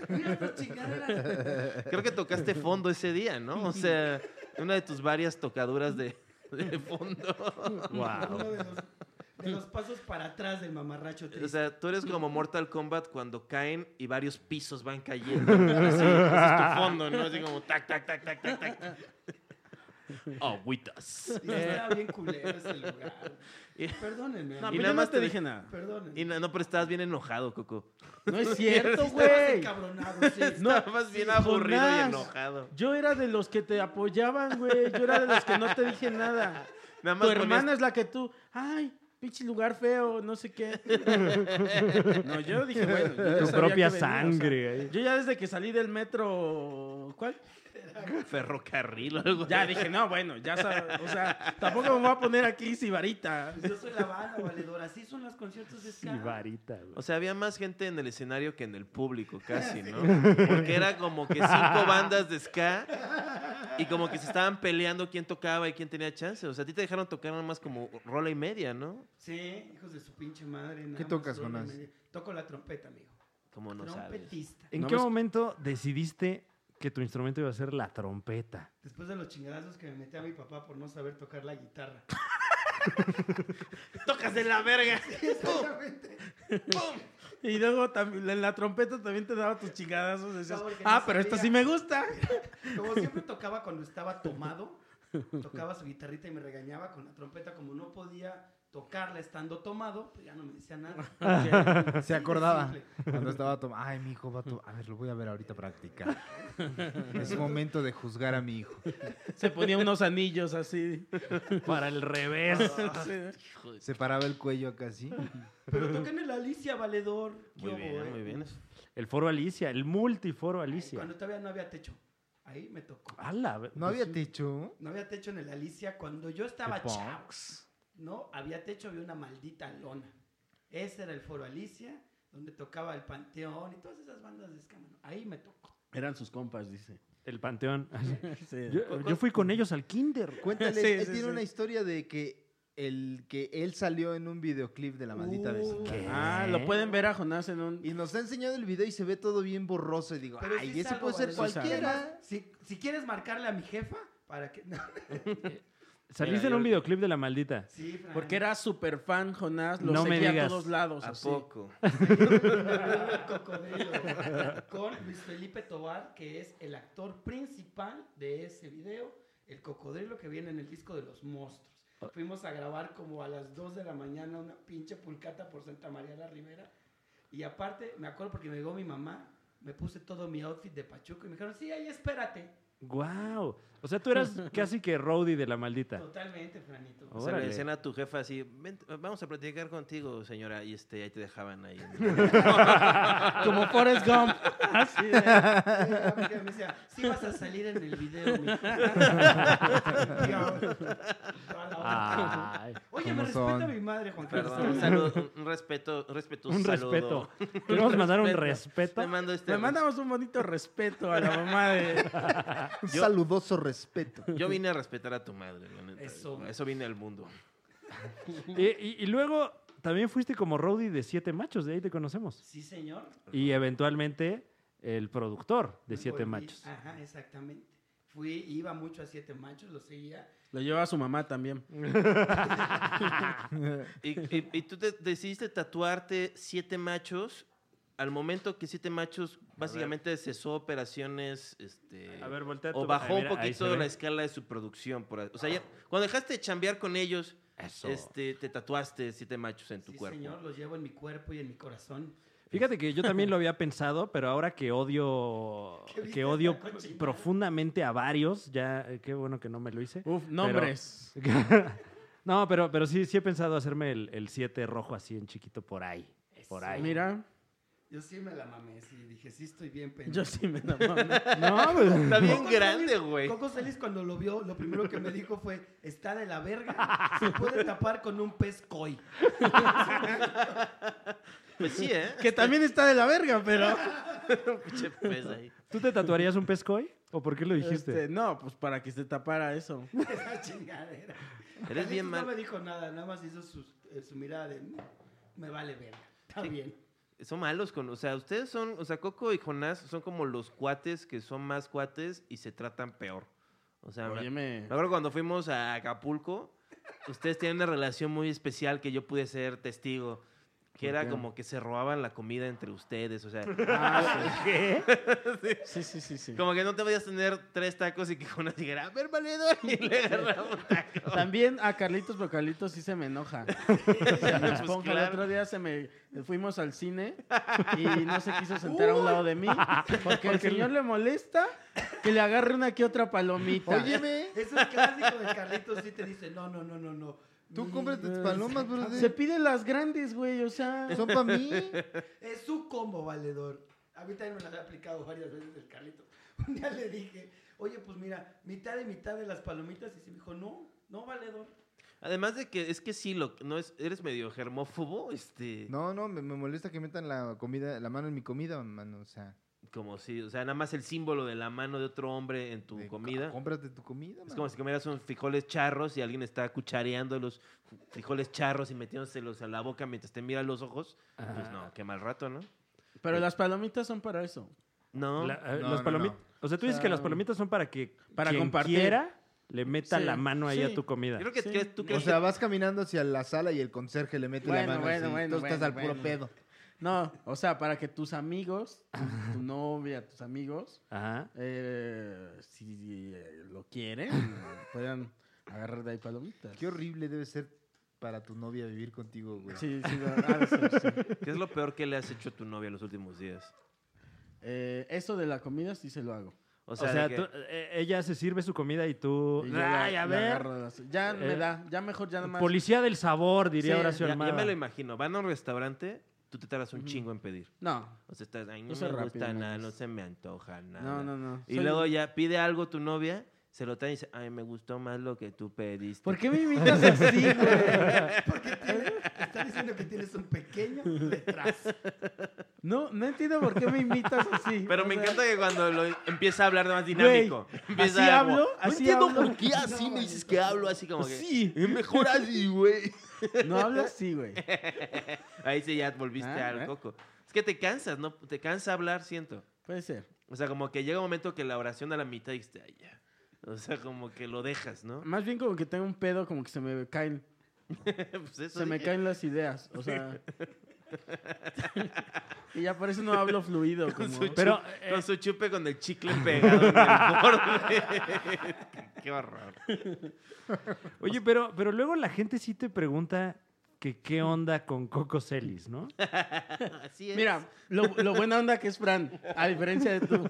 Speaker 5: Mira estas chingaderas.
Speaker 1: Creo que tocaste fondo ese día, ¿no? O sea, una de tus varias tocaduras de, de fondo.
Speaker 5: Uno
Speaker 3: Wow.
Speaker 5: de los, de los pasos para atrás del mamarracho triste.
Speaker 1: O sea, tú eres como Mortal Kombat cuando caen y varios pisos van cayendo. Así, (laughs) ese es tu fondo, ¿no? Así como tac, tac, tac, tac, tac, tac. Agüitas.
Speaker 5: Y estaba bien culero ese lugar.
Speaker 1: Y-
Speaker 5: Perdónenme.
Speaker 6: No,
Speaker 1: Y
Speaker 6: y
Speaker 1: nada
Speaker 5: amigos,
Speaker 6: nada
Speaker 1: más
Speaker 6: más te
Speaker 1: te-
Speaker 5: (laughs)
Speaker 6: dije nada.
Speaker 5: Perdónenme.
Speaker 1: Y no, no, pero estabas bien enojado, Coco.
Speaker 6: No es cierto,
Speaker 5: Estabas
Speaker 6: güey.
Speaker 5: encabronado, sí.
Speaker 6: No,
Speaker 1: (laughs) Estabas bien aburrido y
Speaker 6: Jonás.
Speaker 1: enojado.
Speaker 6: Yo era de los que te apoyaban, güey. Yo era de los que no te dije nada.
Speaker 1: Nada más
Speaker 6: Tu
Speaker 1: ponías-
Speaker 6: hermana es la que tú, ay, pinche lugar feo, no sé qué. no, yo dije, bueno. yo ya
Speaker 3: Tu
Speaker 6: sabía
Speaker 3: propia
Speaker 6: que venía, o sea,
Speaker 3: sangre. ahí.
Speaker 6: yo ya desde que salí del metro, ¿cuál?
Speaker 1: ferrocarril o algo.
Speaker 6: Ya dije, no, bueno, ya sabes, o sea, tampoco me voy a poner aquí sibarita.
Speaker 5: Pues yo soy la banda, valedor. Así son los conciertos de ska.
Speaker 3: Y varita, güey.
Speaker 1: O sea, había más gente en el escenario que en el público, casi, ¿no? Porque era como que cinco (laughs) bandas de ska y como que se estaban peleando quién tocaba y quién tenía chance. O sea, a ti te dejaron tocar nada más como rola y media, ¿no?
Speaker 5: Sí, hijos de su pinche madre. nada
Speaker 4: ¿Qué
Speaker 5: más
Speaker 4: tocas,
Speaker 5: duermen
Speaker 4: Jonás?
Speaker 5: medio- Toco la trompeta, amigo.
Speaker 1: Como no sabes.
Speaker 5: Trompetista.
Speaker 3: ¿En
Speaker 6: No
Speaker 3: qué
Speaker 6: me escu-
Speaker 3: momento decidiste que tu instrumento iba a ser la
Speaker 6: (laughs)
Speaker 3: trompeta?
Speaker 5: Después de los chingadazos que me metí a mi papá por no saber tocar la guitarra.
Speaker 1: ¡Tocas de la verga!
Speaker 5: Exactamente.
Speaker 6: Y luego también, en la trompeta también te daba tus chingadazos. Decías,
Speaker 5: No, porque no
Speaker 6: ah, pero
Speaker 5: sabía".
Speaker 6: esto sí me gusta.
Speaker 5: Como siempre tocaba cuando estaba tomado, tocaba su guitarrita y me regañaba con la trompeta. Como no podía tocarla estando tomado, pues ya no me decía nada.
Speaker 4: Se acordaba
Speaker 5: simple.
Speaker 4: cuando estaba tomando. Ay, mi hijo va a to- A ver, lo voy a ver ahorita practicar. Es momento de juzgar a mi hijo.
Speaker 6: Se ponía unos anillos así.
Speaker 3: Para el revés.
Speaker 6: Sí.
Speaker 4: Se paraba el cuello acá así.
Speaker 5: Pero tocan el Alicia Valedor.
Speaker 1: Muy
Speaker 5: Yo,
Speaker 1: bien,
Speaker 5: eh.
Speaker 1: muy bien.
Speaker 3: El foro Alicia, el multiforo Alicia.
Speaker 5: Cuando todavía no había techo. Ahí me tocó.
Speaker 3: Ala, ve- pues,
Speaker 4: ¿No había techo?
Speaker 5: No había techo en el Alicia cuando yo estaba
Speaker 4: ¿De
Speaker 5: chavo.
Speaker 4: punks?
Speaker 5: No, había techo, había una maldita lona. Ese era el foro Alicia, donde tocaba el Panteón y todas esas bandas de escámano. Ahí me tocó.
Speaker 6: Eran sus compas, dice.
Speaker 3: El panteón. (laughs)
Speaker 6: Sí.
Speaker 3: Yo, yo fui con ellos al kinder.
Speaker 4: Cuéntale,
Speaker 6: Sí,
Speaker 4: él
Speaker 6: sí,
Speaker 4: tiene
Speaker 6: sí.
Speaker 4: una historia de que el que él salió en un videoclip de la
Speaker 5: Uh,
Speaker 4: maldita vecindad.
Speaker 3: ¿Qué?
Speaker 6: Ah, lo
Speaker 5: ¿Eh?
Speaker 6: pueden ver a Jonás en un.
Speaker 4: Y nos ha enseñado el video y se ve todo bien borroso. Y digo,
Speaker 5: Pero
Speaker 4: ay,
Speaker 5: sí
Speaker 4: ese
Speaker 5: salgo,
Speaker 4: puede ser
Speaker 5: Valenzuela.
Speaker 4: cualquiera.
Speaker 5: Si, si quieres marcarle a mi jefa, para que. (laughs) No,
Speaker 3: Saliste en un videoclip de la maldita.
Speaker 5: sí, Fran.
Speaker 6: Porque era súper fan, Jonás. Lo
Speaker 3: No me
Speaker 6: seguía a
Speaker 3: digas.
Speaker 6: todos lados.
Speaker 1: ¿A
Speaker 6: así.
Speaker 1: poco?
Speaker 5: Cocodrilo. Con Luis Felipe Tobar, que es el actor principal de ese video, el cocodrilo que viene en el disco de los monstruos. Fuimos a grabar como a las 2 de la mañana una pinche pulcata por Santa María la Ribera. Y aparte, me acuerdo porque me llegó mi mamá, me puse todo mi outfit de Pachuco y me dijeron, sí, ahí espérate.
Speaker 3: ¡Guau! O sea, tú eras
Speaker 6: (laughs)
Speaker 3: casi que Rowdy de la maldita.
Speaker 5: Totalmente, Franito.
Speaker 1: O sea, le
Speaker 3: Órale.
Speaker 1: decían a tu jefa así, "Ven, vamos a platicar contigo, señora, y este, ahí te dejaban
Speaker 3: (laughs)
Speaker 1: ahí.
Speaker 2: Como Forrest Gump.
Speaker 5: Así de- me decía, sí vas a salir en el video, mijo". Y yo, a la hora.
Speaker 6: (laughs)
Speaker 3: Ay,
Speaker 5: Oye,
Speaker 4: ¿Cómo
Speaker 5: me
Speaker 4: son?
Speaker 5: respeta mi madre, Juan Carlos.
Speaker 1: Perdón, un saludo, un- un respeto, un respetuoso
Speaker 3: un
Speaker 1: saludo.
Speaker 6: (laughs)
Speaker 3: respeto. Queremos mandar un
Speaker 1: Te
Speaker 3: respeto.
Speaker 1: mando este.
Speaker 6: Le mandamos un bonito respeto a la mamá de.
Speaker 4: Un
Speaker 1: Yo-
Speaker 4: saludoso (laughs) respeto.
Speaker 1: Yo vine a respetar a tu madre, la neta.
Speaker 5: Eso.
Speaker 1: Eso vine al mundo.
Speaker 3: Y, y- y luego también fuiste como Rowdy de Siete Machos, de ahí te conocemos.
Speaker 5: Sí, señor.
Speaker 3: Y eventualmente el productor de Siete
Speaker 5: Volví-
Speaker 3: Machos.
Speaker 1: ah,
Speaker 5: Ajá, exactamente. Fui, iba mucho a Siete Machos, lo seguía.
Speaker 6: Lo lleva a su mamá también.
Speaker 1: Y, y- y tú te- decidiste tatuarte siete machos. Al momento que siete machos básicamente cesó operaciones, este,
Speaker 3: A ver, voltea
Speaker 1: o
Speaker 3: tu-
Speaker 1: bajó
Speaker 3: Ah, mira,
Speaker 1: un
Speaker 3: ahí se
Speaker 1: poquito
Speaker 3: ve.
Speaker 1: la escala de su producción, por ahí. o sea, ya- cuando dejaste de chambear con ellos,
Speaker 3: Eso.
Speaker 1: este, te tatuaste siete machos en tu
Speaker 5: Sí,
Speaker 1: cuerpo.
Speaker 5: señor, los llevo en mi cuerpo y en mi corazón.
Speaker 3: Fíjate que yo también
Speaker 1: (laughs)
Speaker 3: lo había pensado, pero ahora que odio,
Speaker 5: ¿Qué viste
Speaker 3: que odio
Speaker 5: esta cochinada?
Speaker 3: profundamente a varios, ya eh, qué bueno que no me lo hice.
Speaker 1: Uh.
Speaker 6: Uf, nombres.
Speaker 3: (laughs) no, pero, pero sí, sí he pensado hacerme el 7 rojo así en chiquito por ahí. Por
Speaker 5: Eso.
Speaker 3: ahí.
Speaker 6: Mira,
Speaker 5: Yo sí me la mamé, sí, dije, sí estoy bien
Speaker 6: yo
Speaker 5: pendiente.
Speaker 6: sí me la mamé.
Speaker 3: No, pues,
Speaker 1: (laughs) Está bien
Speaker 5: Coco
Speaker 1: grande,
Speaker 5: Celis-
Speaker 1: güey.
Speaker 5: Coco Celis cuando lo vio, lo primero que me dijo fue, está de la verga, se puede tapar con un pez koi. (laughs)
Speaker 1: Pues sí, ¿eh? (laughs)
Speaker 6: Que también está de la verga, pero.
Speaker 1: Pinche pez ahí.
Speaker 3: ¿Tú te tatuarías un pescoy? ¿O por qué lo dijiste?
Speaker 6: Este, no, pues para que se tapara eso.
Speaker 5: Esa chingadera.
Speaker 1: Eres bien
Speaker 5: Carlitos
Speaker 1: mal.
Speaker 5: No me dijo nada, nada más hizo su, eh, su mirada de, "Mm, me vale verga, está bien.
Speaker 1: Son malos con, o sea, ustedes son, o sea, Coco y Jonás son como los cuates que son más cuates y se tratan peor. O sea, me-
Speaker 6: Óyeme.
Speaker 1: Me
Speaker 6: (laughs)
Speaker 1: acuerdo cuando fuimos a Acapulco, ustedes tienen una relación muy especial que yo pude ser testigo. Que era como que se robaban la comida entre ustedes, o sea,
Speaker 6: Ah.
Speaker 3: ¿Qué?
Speaker 6: Sí, sí, sí, sí.
Speaker 1: como que no te vayas a tener tres tacos y que una dijera, a ver, valedor, y le agarraba un taco.
Speaker 6: También a Carlitos, pero Carlitos sí se me enoja.
Speaker 4: (laughs)
Speaker 6: Se me
Speaker 1: Pues
Speaker 6: esponja. El
Speaker 1: claro.
Speaker 6: otro día se me fuimos al cine y no se quiso sentar a un lado de mí
Speaker 3: (laughs)
Speaker 6: porque el señor le molesta que le agarre una que otra palomita.
Speaker 4: Óyeme,
Speaker 5: Eso es clásico de Carlitos, sí te dice, no, no, no, no, no.
Speaker 4: tú
Speaker 5: Mi-
Speaker 4: cómprate tus palomas,
Speaker 6: se
Speaker 4: brother.
Speaker 6: piden las grandes, güey, o sea.
Speaker 4: Son para mí.
Speaker 5: Es su combo valedor. A mí también me las ha aplicado varias veces el Carlito. (laughs) Un día le dije, oye, pues mira, mitad y mitad de las palomitas. Y se me dijo, no, no valedor. (laughs)
Speaker 1: Además de que es que sí, lo, no es, eres medio germófobo, este,
Speaker 4: (laughs) No, no, me, me molesta que metan la comida, la mano en mi comida, mano. O sea,
Speaker 1: como si, o sea, nada más el símbolo de la mano de otro hombre en tu
Speaker 4: de-
Speaker 1: comida.
Speaker 4: Cómprate tu comida,
Speaker 1: Es
Speaker 4: mano.
Speaker 1: como si comieras unos frijoles charros y alguien está cuchareando los frijoles charros y metiéndoselos a la boca mientras te mira a los ojos. Pues no, qué mal rato, ¿no?
Speaker 6: Pero las palomitas son para eso.
Speaker 1: No.
Speaker 3: La- eh,
Speaker 4: No,
Speaker 3: las
Speaker 4: no,
Speaker 3: palomi-
Speaker 4: no.
Speaker 3: O sea, tú dices
Speaker 6: O sea,
Speaker 3: que las palomitas son para que
Speaker 6: para
Speaker 3: quien
Speaker 6: compartir.
Speaker 3: quiera le meta
Speaker 6: Sí,
Speaker 3: la mano ahí
Speaker 6: sí.
Speaker 3: a tu comida.
Speaker 1: Yo creo que
Speaker 6: Sí.
Speaker 1: crees- tú
Speaker 4: O
Speaker 1: crees
Speaker 4: sea, vas caminando hacia la sala y el conserje le mete
Speaker 6: Bueno,
Speaker 4: la mano.
Speaker 6: bueno,
Speaker 4: así.
Speaker 6: bueno,
Speaker 4: Tú estás
Speaker 6: bueno,
Speaker 4: al
Speaker 6: bueno.
Speaker 4: puro pedo.
Speaker 6: No, o sea, para que tus amigos, tu, tu novia, tus amigos,
Speaker 3: Ajá.
Speaker 6: eh, si eh, lo quieren, puedan agarrar de ahí palomitas.
Speaker 4: Qué horrible debe ser para tu novia vivir contigo, güey.
Speaker 6: Sí, sí, lo- ha de ser, sí.
Speaker 1: que ¿qué es lo peor que le has hecho a tu novia en los últimos días.
Speaker 6: Eh, eso de la comida sí se lo hago.
Speaker 1: O
Speaker 3: O
Speaker 1: sea,
Speaker 3: sea,
Speaker 1: de
Speaker 3: tú-
Speaker 1: que-
Speaker 3: eh, ella se sirve su comida y tú...
Speaker 6: Y yo la-
Speaker 3: Ay, a
Speaker 6: la
Speaker 3: ver.
Speaker 6: agarro de las- Ya me
Speaker 3: Eh,
Speaker 6: da, ya mejor, ya nada más.
Speaker 3: Policía del sabor, diría
Speaker 6: Sí,
Speaker 3: Horacio
Speaker 1: ya, ya
Speaker 3: Almada.
Speaker 1: me lo imagino. Van a un restaurante, tú te tardas un chingo en pedir.
Speaker 6: No,
Speaker 1: O sea, estás, ay, no,
Speaker 6: Yo
Speaker 1: me
Speaker 6: soy rápido,
Speaker 1: gusta
Speaker 6: nada
Speaker 1: nada,
Speaker 6: más.
Speaker 1: no se me antoja nada.
Speaker 6: no, no, no.
Speaker 1: Y
Speaker 6: Soy-
Speaker 1: luego ya pide algo tu novia, se lo trae y dice, ay, me gustó más lo que tú pediste.
Speaker 6: ¿Por qué me imitas así, güey?
Speaker 5: Porque tiene, está diciendo que tienes un pequeño detrás.
Speaker 6: No, no entiendo por qué me imitas así.
Speaker 1: (laughs) Pero me
Speaker 6: O sea,
Speaker 1: encanta que cuando lo empieza a hablar de más dinámico. empieza
Speaker 6: así
Speaker 1: como,
Speaker 6: hablo, así
Speaker 1: no entiendo
Speaker 6: hablo".
Speaker 1: por qué así me dices que hablo así como que.
Speaker 6: Sí.
Speaker 1: "Es Mejor así, güey.
Speaker 6: No hablas
Speaker 1: (laughs)
Speaker 6: así, güey.
Speaker 1: Ahí sí ya volviste
Speaker 6: Ah,
Speaker 1: al
Speaker 6: ¿eh?
Speaker 1: coco. Es que te cansas, ¿no? Te cansa hablar, siento.
Speaker 6: Puede ser.
Speaker 1: O sea, como que llega un momento que la oración a la mitad y dices, ay, ya. O sea, como que lo dejas, ¿no? (laughs)
Speaker 6: Más bien como que tengo un pedo, como que se me caen,
Speaker 1: Pues eso
Speaker 6: se me
Speaker 1: dije.
Speaker 6: caen las ideas. O sea. y ya por eso no hablo fluido.
Speaker 1: (laughs) Con
Speaker 6: Como... eh,
Speaker 1: su,
Speaker 3: Pero,
Speaker 1: pero, con su chupe con el
Speaker 6: (laughs)
Speaker 1: chicle pegado en el borde. Qué horror.
Speaker 3: Oye, pero, pero luego la gente sí te pregunta que qué onda con Coco Celis, ¿no?
Speaker 1: Así es.
Speaker 6: Mira, lo, lo buena onda que es Fran, a diferencia de tú.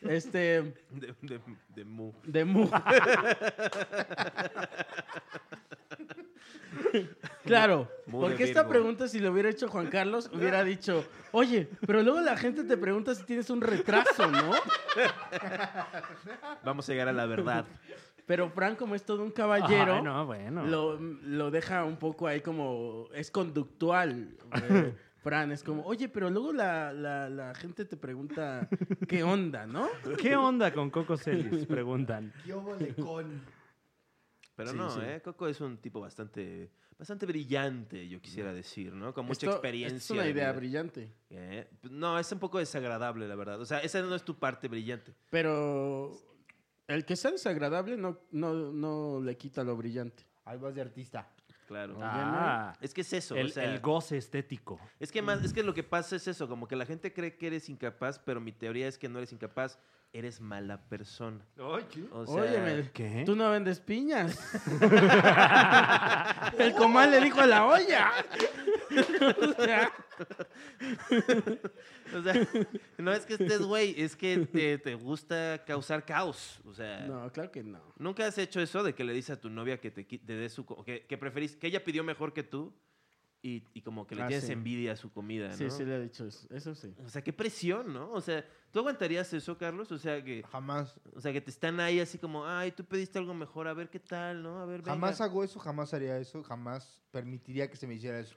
Speaker 6: Este,
Speaker 1: De, de, de mu. (laughs)
Speaker 6: de Mu. claro,
Speaker 1: Mu de
Speaker 6: porque esta
Speaker 1: Virgo.
Speaker 6: pregunta si lo hubiera hecho Juan Carlos, hubiera dicho, oye, pero luego la gente te pregunta si tienes un retraso, ¿no?
Speaker 1: Vamos a llegar a la verdad.
Speaker 6: Pero Fran, como es todo un caballero,
Speaker 3: Ay, no, bueno.
Speaker 6: lo, lo deja un poco ahí como, es conductual. (laughs) eh, Fran, es como, oye, pero luego la, la- la gente te pregunta, ¿qué onda, no?
Speaker 3: ¿Qué onda con Coco Celis? Preguntan.
Speaker 5: Yo vole con.
Speaker 1: Pero
Speaker 6: Sí,
Speaker 1: no,
Speaker 6: sí.
Speaker 1: ¿eh? Coco es un tipo bastante, bastante brillante, yo quisiera decir, ¿no? Con mucha
Speaker 6: Mm. Esto-
Speaker 1: experiencia.
Speaker 6: Es una
Speaker 1: de
Speaker 6: idea
Speaker 1: vida.
Speaker 6: brillante.
Speaker 1: Eh, No, es un poco desagradable, la verdad. O sea, esa no es tu parte brillante.
Speaker 6: Pero el que sea desagradable no, no, no le quita lo brillante.
Speaker 4: Ahí vas de artista.
Speaker 1: Claro.
Speaker 3: Ah,
Speaker 1: Es que es eso. o
Speaker 3: el,
Speaker 1: sea,
Speaker 3: el goce estético.
Speaker 1: es que más, es que lo que pasa es eso, como que la gente cree que eres incapaz, pero mi teoría es que no eres incapaz, eres mala persona. O sea,
Speaker 6: Óyeme,
Speaker 3: ¿Qué?
Speaker 6: tú no vendes piñas. (laughs) el comal le dijo a la olla. (laughs)
Speaker 1: (laughs)
Speaker 6: O sea,
Speaker 1: o sea, (laughs) no es que estés güey, es que te, te gusta causar caos. O sea,
Speaker 6: (laughs) no, claro que no.
Speaker 1: ¿Nunca has hecho eso de que le dices a tu novia que te, qui- te dé su... co- Que, que preferís... Que ella pidió mejor que tú y, y como que le
Speaker 6: Ah,
Speaker 1: tienes
Speaker 6: sí.
Speaker 1: envidia a su comida, ¿no?
Speaker 6: Sí, sí, le ha dicho eso. Eso sí.
Speaker 1: O sea, qué presión, ¿no? O sea, ¿tú aguantarías eso, Carlos? O sea, que,
Speaker 4: Jamás,
Speaker 1: o sea, que te están ahí así como, ay, tú pediste algo mejor, a ver qué tal, ¿no? A ver, venga.
Speaker 4: jamás hago eso, jamás haría eso, jamás permitiría que se me hiciera eso.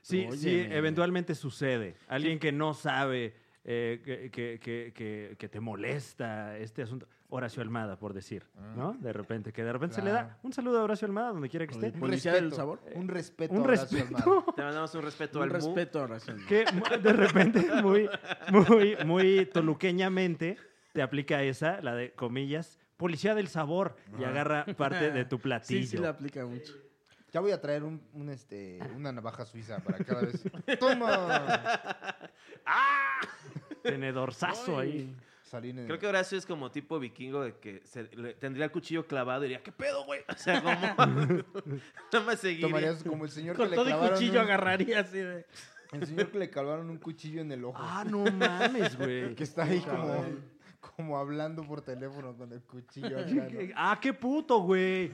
Speaker 3: Sí, sí,
Speaker 6: Óyeme.
Speaker 3: eventualmente sucede. Alguien que no sabe, eh, que, que- que- que- que te molesta este asunto. Horacio Almada, por decir, ¿no? De repente, que de repente se le da
Speaker 4: Claro.
Speaker 3: un saludo a Horacio Almada, donde quiera que
Speaker 4: Un
Speaker 3: esté.
Speaker 6: policía del
Speaker 4: respeto, eh,
Speaker 6: sabor?
Speaker 4: Un respeto.
Speaker 3: Un
Speaker 4: a Horacio
Speaker 3: respeto
Speaker 4: Almada.
Speaker 1: Te mandamos un respeto
Speaker 6: Un
Speaker 1: al mu.
Speaker 6: respeto a Horacio
Speaker 3: (laughs)
Speaker 6: Almada.
Speaker 3: que mu- de repente, muy, muy, muy toluqueñamente, te aplica esa, la de comillas, policía del sabor, y agarra parte de tu platillo.
Speaker 6: Sí, sí, le aplica mucho.
Speaker 4: Ya voy a traer un, un, este, una navaja suiza para
Speaker 3: (laughs)
Speaker 4: cada vez. ¡Toma!
Speaker 3: Tenedorzazo ahí.
Speaker 6: Ay.
Speaker 4: Salir en
Speaker 1: Creo que Horacio es como tipo vikingo de que se, le- tendría el cuchillo clavado y diría, ¿qué pedo, güey? O sea, como... (laughs) Nada más seguiría.
Speaker 4: Tomarías como el señor que
Speaker 6: Con
Speaker 4: le
Speaker 6: todo y
Speaker 4: clavaron
Speaker 6: cuchillo
Speaker 4: un-
Speaker 6: agarraría así de...
Speaker 4: el señor que le clavaron un cuchillo en el ojo.
Speaker 3: Ah, no mames, güey.
Speaker 4: que está ahí como, como hablando por teléfono con el cuchillo. acá, ¿no?
Speaker 3: (laughs) Ah, qué puto, güey.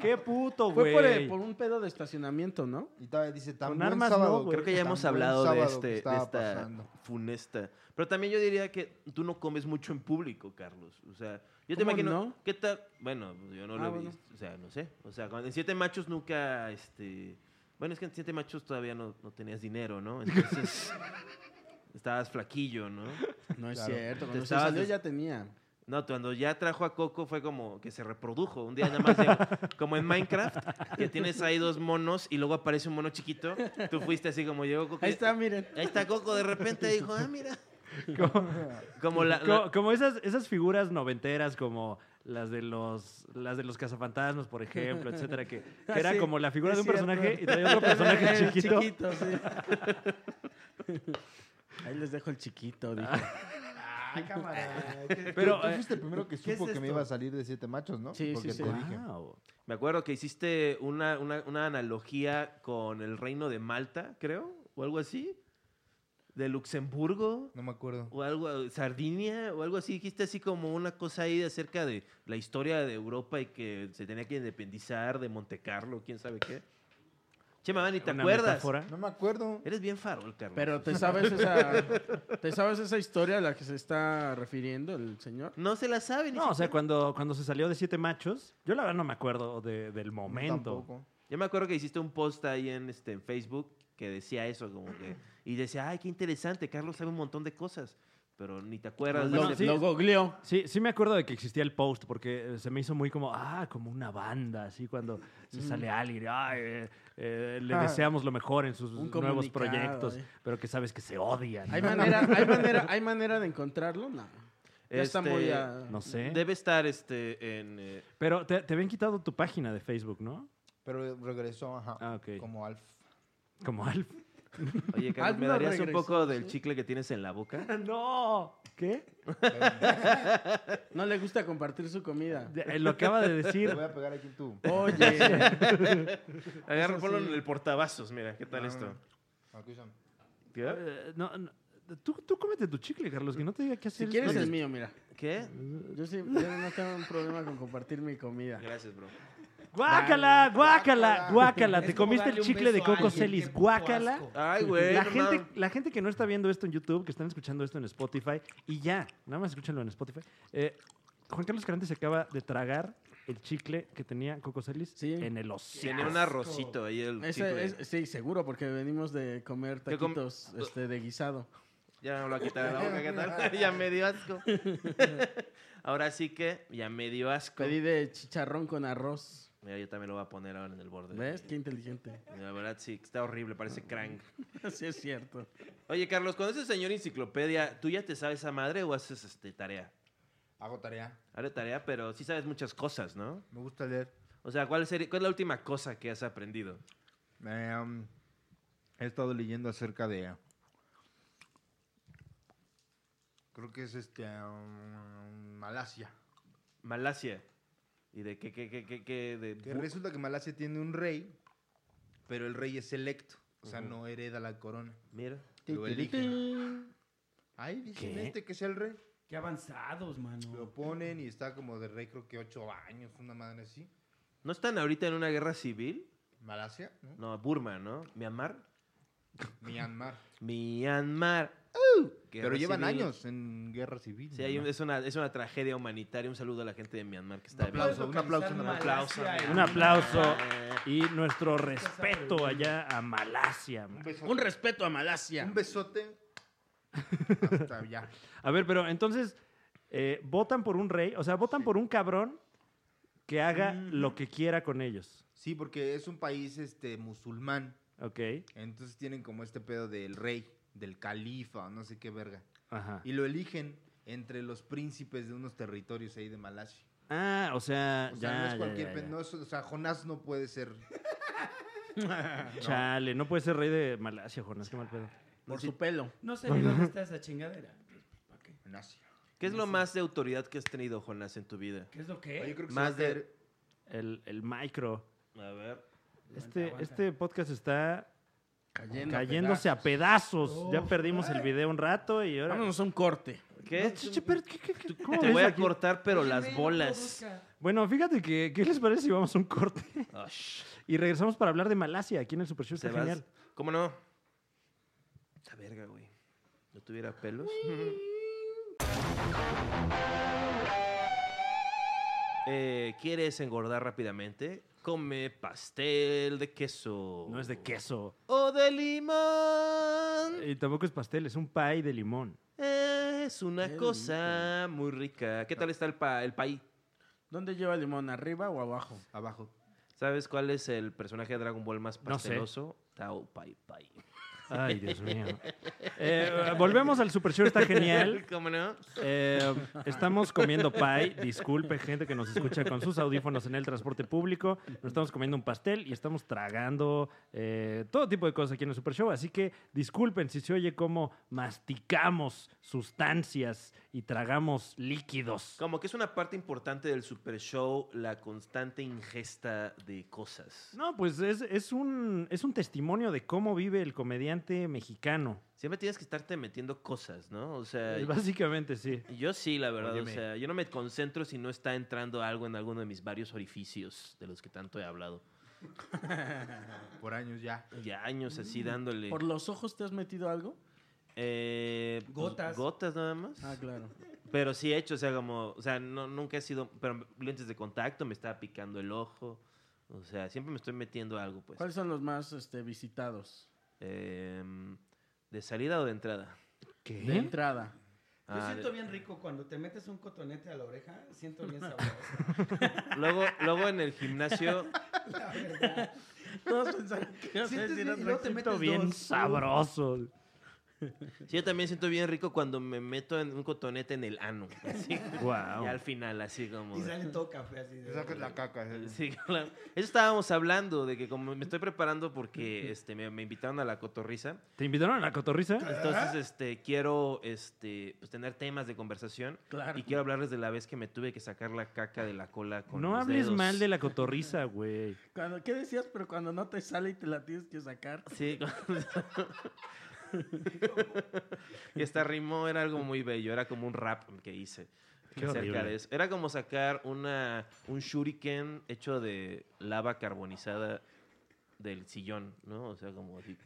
Speaker 3: Qué puto,
Speaker 6: (laughs) Fue por, el-
Speaker 3: güey.
Speaker 6: por un pedo de estacionamiento, ¿no?
Speaker 4: Y todavía dice, tan
Speaker 3: Con
Speaker 4: buen
Speaker 3: armas no,
Speaker 4: sábado.
Speaker 3: güey.
Speaker 1: Creo que ya
Speaker 4: tan
Speaker 1: hemos
Speaker 4: buen
Speaker 1: hablado de,
Speaker 4: sábado que
Speaker 1: este, de
Speaker 4: estaba
Speaker 1: esta
Speaker 4: pasando".
Speaker 1: funesta. Pero también yo diría que tú no comes mucho en público, Carlos. O sea, yo te
Speaker 6: ¿Cómo
Speaker 1: imagino.
Speaker 6: no?
Speaker 1: ¿Qué tal? Bueno, pues yo no lo
Speaker 6: Ah,
Speaker 1: he
Speaker 6: bueno.
Speaker 1: visto. O sea, no sé. O sea, cuando- en Siete Machos nunca. este Bueno, es que en Siete Machos todavía no, no tenías dinero, ¿no?
Speaker 6: (laughs)
Speaker 1: Entonces. estabas flaquillo, ¿no?
Speaker 6: No es
Speaker 4: Claro.
Speaker 6: cierto. Cuando se
Speaker 1: estabas
Speaker 6: salió
Speaker 1: des-
Speaker 6: ya tenía.
Speaker 1: No, cuando ya trajo a Coco fue como que se reprodujo. Un día nada más, llegó- como en Minecraft, que tienes ahí dos monos y luego aparece un mono chiquito. Tú fuiste así como llegó Coco.
Speaker 6: Ahí está, miren.
Speaker 1: Ahí está Coco, de repente dijo, ah, mira.
Speaker 3: (laughs) Como,
Speaker 1: Como la...
Speaker 3: co-
Speaker 1: la-
Speaker 3: como esas, esas figuras noventeras, como las de los las de los cazafantasmas, por ejemplo, etcétera,
Speaker 6: (laughs)
Speaker 3: que, que
Speaker 6: Ah,
Speaker 3: era
Speaker 6: sí,
Speaker 3: como la figura
Speaker 6: es
Speaker 3: de un personaje
Speaker 6: cierto.
Speaker 3: y
Speaker 6: (laughs)
Speaker 3: traía otro personaje
Speaker 6: El
Speaker 3: chiquito.
Speaker 6: chiquito, sí. (laughs) Ahí les dejo el chiquito, dije.
Speaker 5: Ah,
Speaker 3: (laughs)
Speaker 5: cámara. ¿Qué-
Speaker 3: Pero,
Speaker 4: Tú
Speaker 3: eh,
Speaker 4: fuiste el primero que
Speaker 5: ¿qué es
Speaker 4: supo que me
Speaker 5: esto?
Speaker 4: iba a salir de Siete Machos, ¿no?
Speaker 6: Sí, sí,
Speaker 4: Porque
Speaker 6: sí.
Speaker 4: te dije.
Speaker 3: Wow.
Speaker 1: Me acuerdo que hiciste una, una- una analogía con el reino de Malta, creo, o algo así. De Luxemburgo,
Speaker 4: No me acuerdo.
Speaker 1: o algo, Sardinia, o algo así. Dijiste así como una cosa ahí de acerca de la historia de Europa y que se tenía que independizar de Montecarlo, quién sabe qué. Chema, Van, ¿y te
Speaker 3: Una
Speaker 1: acuerdas?
Speaker 3: metáfora.
Speaker 4: No me acuerdo.
Speaker 1: Eres bien farol, Carlos.
Speaker 6: Pero te sabes esa te sabes esa historia a la que se está refiriendo el señor.
Speaker 1: No se la sabe ni
Speaker 3: No, o sea,
Speaker 1: siquiera.
Speaker 3: cuando, cuando se salió de Siete Machos, yo la verdad no me acuerdo de- del momento.
Speaker 4: Tampoco.
Speaker 1: Yo me acuerdo que hiciste un post ahí en, este, en Facebook que decía eso, como que. Y decía, ay, qué interesante, Carlos sabe un montón de cosas. Pero ni te acuerdas.
Speaker 6: lo,
Speaker 3: Bueno, sí.
Speaker 6: lo googleó.
Speaker 3: Sí, sí me acuerdo de que existía el post, porque eh, se me hizo muy como, ah, como una banda, así cuando se sale alguien, ay, eh, eh, le
Speaker 4: Ah.
Speaker 3: deseamos lo mejor en sus
Speaker 6: Un
Speaker 3: nuevos
Speaker 6: comunicado,
Speaker 3: proyectos,
Speaker 6: eh.
Speaker 3: pero que sabes que se odian.
Speaker 6: ¿Hay manera, hay manera, hay manera de encontrarlo? No. Ya está
Speaker 1: Este,
Speaker 6: muy a-
Speaker 3: No sé.
Speaker 1: Debe estar este, en. eh,
Speaker 3: Pero te, te habían quitado tu página de Facebook, ¿no?
Speaker 4: Pero regresó, ajá.
Speaker 3: Ah, ok.
Speaker 4: Como Alf.
Speaker 3: Como Alf.
Speaker 1: Oye,
Speaker 6: (laughs)
Speaker 1: Carlos, ¿me
Speaker 6: Hazlo
Speaker 1: darías un
Speaker 6: regresar,
Speaker 1: poco del
Speaker 6: sí.
Speaker 1: chicle que tienes en la boca?
Speaker 3: ¡No! ¿Qué?
Speaker 4: Eh,
Speaker 6: No le gusta compartir
Speaker 3: (laughs)
Speaker 6: su comida.
Speaker 3: Eh, Lo acaba de decir.
Speaker 4: (laughs) Te voy a pegar aquí en tu.
Speaker 6: Oye,
Speaker 1: Agarra,
Speaker 6: (laughs) Eso
Speaker 1: ponlo
Speaker 6: sí.
Speaker 1: en el portavasos, mira, ¿qué tal
Speaker 4: No,
Speaker 1: esto?
Speaker 4: no.
Speaker 3: Oh.
Speaker 4: Aquí son.
Speaker 1: ¿Qué?
Speaker 3: Eh, no, no. Tú, tú cómete tu chicle, Carlos, que no te diga qué hacer.
Speaker 6: si quieres
Speaker 3: No,
Speaker 6: el mío, mira.
Speaker 1: ¿Qué?
Speaker 6: Yo sí, yo no tengo un problema con compartir mi comida.
Speaker 1: Gracias, bro.
Speaker 3: Guácala, guácala,
Speaker 4: Guácala.
Speaker 3: guácala.
Speaker 5: Es
Speaker 3: Te
Speaker 5: como
Speaker 3: comiste el
Speaker 5: darle un
Speaker 3: chicle de
Speaker 5: beso a
Speaker 3: Coco
Speaker 5: alguien,
Speaker 3: Celis.
Speaker 5: qué puto
Speaker 3: Guácala.
Speaker 5: asco.
Speaker 1: Ay, güey.
Speaker 3: la,
Speaker 1: no
Speaker 3: gente,
Speaker 1: mames.
Speaker 3: la gente que no está viendo esto en YouTube, que están escuchando esto en Spotify, y ya, nada más escúchenlo en Spotify. eh, Juan Carlos Carante se acaba de tragar el chicle que tenía Coco Celis
Speaker 6: Sí.
Speaker 3: en el hocico.
Speaker 1: Tiene un arrocito ahí el
Speaker 6: Ese
Speaker 1: chicle.
Speaker 6: es- sí, seguro, porque venimos de comer
Speaker 1: ¿Qué com-
Speaker 6: taquitos este, de guisado.
Speaker 1: Ya me lo ha quitado de la boca, ¿qué
Speaker 6: (laughs)
Speaker 1: tal? (laughs) ya me dio asco. ahora sí que ya me dio asco.
Speaker 6: Pedí de chicharrón con arroz.
Speaker 1: Mira, yo también lo voy a poner ahora en el borde.
Speaker 6: ¿Ves? Qué inteligente. (laughs)
Speaker 1: La verdad sí, está horrible, parece crank.
Speaker 6: Así es cierto.
Speaker 1: Oye, Carlos, con ese señor enciclopedia, ¿tú ya te sabes a madre o haces este, tarea?
Speaker 4: Hago tarea.
Speaker 1: Haré tarea, pero sí sabes muchas cosas, ¿no?
Speaker 4: Me gusta leer.
Speaker 1: O sea, ¿cuál, sería- cuál es la última cosa que has aprendido?
Speaker 4: Eh, um, he estado leyendo acerca de. Creo que es este. um, Malasia.
Speaker 1: Malasia. ¿Y de qué, qué, qué, qué, qué? De
Speaker 4: Que
Speaker 1: bu-
Speaker 4: resulta que Malasia tiene un rey, pero el rey es electo. O sea, no hereda la corona.
Speaker 1: Mira.
Speaker 4: Lo eligen. Ahí dicen
Speaker 3: ¿Qué?
Speaker 4: este que es el rey.
Speaker 5: Qué avanzados, mano.
Speaker 4: Lo ponen y está como de rey, creo que ocho años, una madre así.
Speaker 1: ¿No están ahorita en una guerra civil?
Speaker 4: Malasia, ¿no?
Speaker 1: No, Burma, ¿no? ¿Myanmar?
Speaker 4: Myanmar.
Speaker 1: Myanmar. Guerra
Speaker 4: Pero llevan
Speaker 1: civil.
Speaker 4: años en guerra civil.
Speaker 1: Sí, hay un-
Speaker 4: ¿no?
Speaker 1: es, una, es una tragedia humanitaria. Un saludo a la gente de Eh, Myanmar que está
Speaker 4: Un aplauso, un aplauso, un
Speaker 5: Localizar
Speaker 1: aplauso.
Speaker 5: Malasia en-
Speaker 3: Un aplauso y nuestro respeto allá a Malasia. man.
Speaker 4: Un besote.
Speaker 6: Un respeto a Malasia.
Speaker 4: Un besote. Hasta allá.
Speaker 3: A ver, pero entonces, eh, votan por un rey, o sea, votan por un cabrón que haga lo que quiera con ellos.
Speaker 4: Sí, porque es un país este musulmán.
Speaker 3: Ok,
Speaker 4: Entonces tienen como este pedo del rey, del califa, o no sé qué verga.
Speaker 3: ajá.
Speaker 4: Y lo eligen entre los príncipes de unos territorios ahí de Malasia.
Speaker 3: Ah, o sea,
Speaker 4: O
Speaker 3: ya,
Speaker 4: sea, no es
Speaker 3: ya,
Speaker 4: cualquier.
Speaker 3: ya,
Speaker 4: pe-
Speaker 3: ya.
Speaker 4: no es- o sea, Jonás no puede ser.
Speaker 3: Chale, no puede ser rey de Malasia, Jonas, qué mal pedo.
Speaker 6: Por su pelo.
Speaker 5: No sé ni dónde está esa chingadera. Pues, ¿Para qué?
Speaker 4: Nazi.
Speaker 1: ¿Qué es lo más de autoridad que has tenido, Jonas, en tu vida?
Speaker 5: ¿Qué es lo que
Speaker 4: Oye,
Speaker 5: es?
Speaker 4: creo que se
Speaker 1: Más
Speaker 4: va a
Speaker 1: de-
Speaker 4: caer-
Speaker 3: El, el micro.
Speaker 1: A ver.
Speaker 3: Este,
Speaker 5: aguanta.
Speaker 3: este podcast está
Speaker 6: Cayendo a
Speaker 3: cayéndose a pedazos. Ya
Speaker 5: Uf.
Speaker 3: perdimos el video un rato y ahora...
Speaker 6: Vámonos a un corte.
Speaker 1: ¿Qué?
Speaker 3: No, chiche, pero ¿qué- qué- qué- cómo
Speaker 1: Te
Speaker 3: ves
Speaker 1: voy a
Speaker 3: aquí?
Speaker 1: cortar, pero
Speaker 5: Oye,
Speaker 1: las
Speaker 5: güey, no
Speaker 1: bolas.
Speaker 5: produzca.
Speaker 3: Bueno, fíjate que, ¿qué les parece si vamos a un corte?
Speaker 1: Ah, sh-
Speaker 3: Y regresamos para hablar de Malasia aquí en el Super Show. Está
Speaker 1: se vas.
Speaker 3: genial.
Speaker 1: ¿Cómo no? La verga, güey. ¿No tuviera
Speaker 3: (laughs)
Speaker 1: pelos? Eh, ¿Quieres engordar rápidamente? Come pastel de queso.
Speaker 3: No es de queso.
Speaker 1: O de limón.
Speaker 3: Y tampoco es pastel, es un pie de limón. Eh,
Speaker 1: Es una
Speaker 6: Qué
Speaker 1: cosa muy rica. ¿Qué tal está el, pa- el país?
Speaker 6: ¿Dónde lleva el limón? ¿Arriba o abajo?
Speaker 4: Abajo.
Speaker 1: ¿Sabes cuál es el personaje de Dragon Ball más
Speaker 3: No sé.
Speaker 1: pasteloso? Tao Pai Pai.
Speaker 3: Ay,
Speaker 1: (laughs)
Speaker 3: Dios mío. Eh, volvemos al Super Show, está genial.
Speaker 1: ¿Cómo no?
Speaker 3: Eh, estamos comiendo pie. Disculpe, gente que nos escucha con sus audífonos en el transporte público. Nos estamos comiendo un pastel y estamos tragando eh, todo tipo de cosas aquí en el Super Show. Así que disculpen si se oye cómo masticamos sustancias y tragamos líquidos.
Speaker 1: Como que es una parte importante del super show la constante ingesta de cosas.
Speaker 3: No, pues es, es un, es un testimonio de cómo vive el comediante mexicano.
Speaker 1: Siempre tienes que estarte metiendo cosas, ¿no? O sea,
Speaker 3: Básicamente, sí.
Speaker 1: yo sí, la verdad.
Speaker 4: Óyeme.
Speaker 1: O sea, yo no me concentro si no está entrando algo en alguno de mis varios orificios de los que tanto he hablado.
Speaker 4: Por años ya.
Speaker 1: Ya años así dándole.
Speaker 6: ¿Por los ojos te has metido algo?
Speaker 1: Eh, pues,
Speaker 5: Gotas.
Speaker 1: Gotas nada más.
Speaker 6: Ah, claro.
Speaker 1: Pero sí he hecho, o sea, como, o sea, no, nunca he sido, pero lentes de contacto, me estaba picando el ojo, o sea, siempre me estoy metiendo algo, pues.
Speaker 6: ¿Cuáles son los más este, visitados?
Speaker 1: Em, ¿De salida o de entrada?
Speaker 3: ¿Eh?
Speaker 6: De entrada.
Speaker 5: Yo
Speaker 1: Ah,
Speaker 5: siento
Speaker 1: de-
Speaker 5: bien rico cuando te metes un cotonete a la oreja, siento bien sabroso.
Speaker 1: Luego, luego en el
Speaker 5: (laughs)
Speaker 1: gimnasio,
Speaker 5: la verdad.
Speaker 6: Todos pensaron que ibas a
Speaker 5: Sientes
Speaker 6: decir
Speaker 5: bien y
Speaker 6: otra
Speaker 5: luego te
Speaker 6: cosa.
Speaker 5: metes
Speaker 3: bien
Speaker 5: dos.
Speaker 3: sabroso.
Speaker 1: sí, yo también siento bien rico cuando me meto en un cotonete en el ano, así.
Speaker 3: Wow.
Speaker 1: Y al final, así como...
Speaker 5: Y sale todo café así.
Speaker 4: Te
Speaker 5: de-
Speaker 4: sacas la caca.
Speaker 1: (laughs)
Speaker 4: ¿eh?
Speaker 1: Sí, claro. Eso estábamos hablando, de que como me estoy preparando porque este, me, me invitaron a la cotorriza,
Speaker 3: ¿Te invitaron a la cotorriza?
Speaker 1: entonces este, quiero este, pues, tener temas de conversación.
Speaker 6: Claro.
Speaker 1: Y quiero hablarles de la vez que me tuve que sacar la caca de la cola con
Speaker 3: No
Speaker 1: los
Speaker 3: hables
Speaker 1: dedos.
Speaker 3: mal de la cotorriza, güey.
Speaker 6: Cuando- ¿Qué decías? Pero cuando no te sale y te la tienes que sacar.
Speaker 1: Sí. (laughs) y esta rimó era algo muy bello, era como un rap que hice.
Speaker 3: Qué
Speaker 1: acerca
Speaker 3: horrible.
Speaker 1: de eso. Era como sacar una, un shuriken hecho de lava carbonizada del sillón, ¿no? O sea, como así.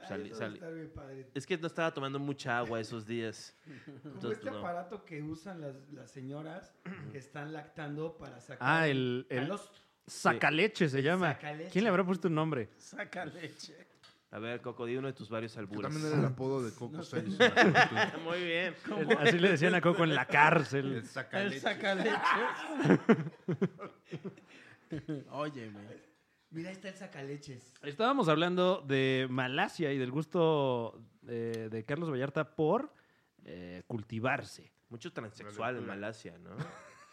Speaker 5: Ay,
Speaker 1: sale-
Speaker 5: eso
Speaker 1: sale.
Speaker 5: Está bien padre.
Speaker 1: Es que no estaba tomando mucha agua esos días.
Speaker 5: Como
Speaker 1: (laughs) Entonces,
Speaker 5: este
Speaker 1: no.
Speaker 5: aparato que usan las, las señoras que están lactando para sacar
Speaker 3: Ah, el,
Speaker 5: al
Speaker 3: el
Speaker 5: ostro.
Speaker 3: sacaleche se llama.
Speaker 5: Sacaleche.
Speaker 3: ¿Quién le habrá puesto un nombre?
Speaker 6: Saca leche.
Speaker 1: A ver, Coco, di uno de tus varios albures.
Speaker 4: También era el apodo de Coco Celis en la juventud.
Speaker 1: (laughs) Muy bien.
Speaker 3: El- así le decían a Coco en la
Speaker 4: (laughs) El
Speaker 3: cárcel.
Speaker 6: El
Speaker 4: sacaleche.
Speaker 6: saca
Speaker 4: (laughs)
Speaker 6: leche. Óyeme.
Speaker 5: Mira, ahí está el sacaleches.
Speaker 3: Estábamos hablando de Malasia y del gusto eh, de Carlos Vallarta por eh, cultivarse.
Speaker 1: Mucho transexual en
Speaker 4: lectura.
Speaker 1: Malasia, ¿no?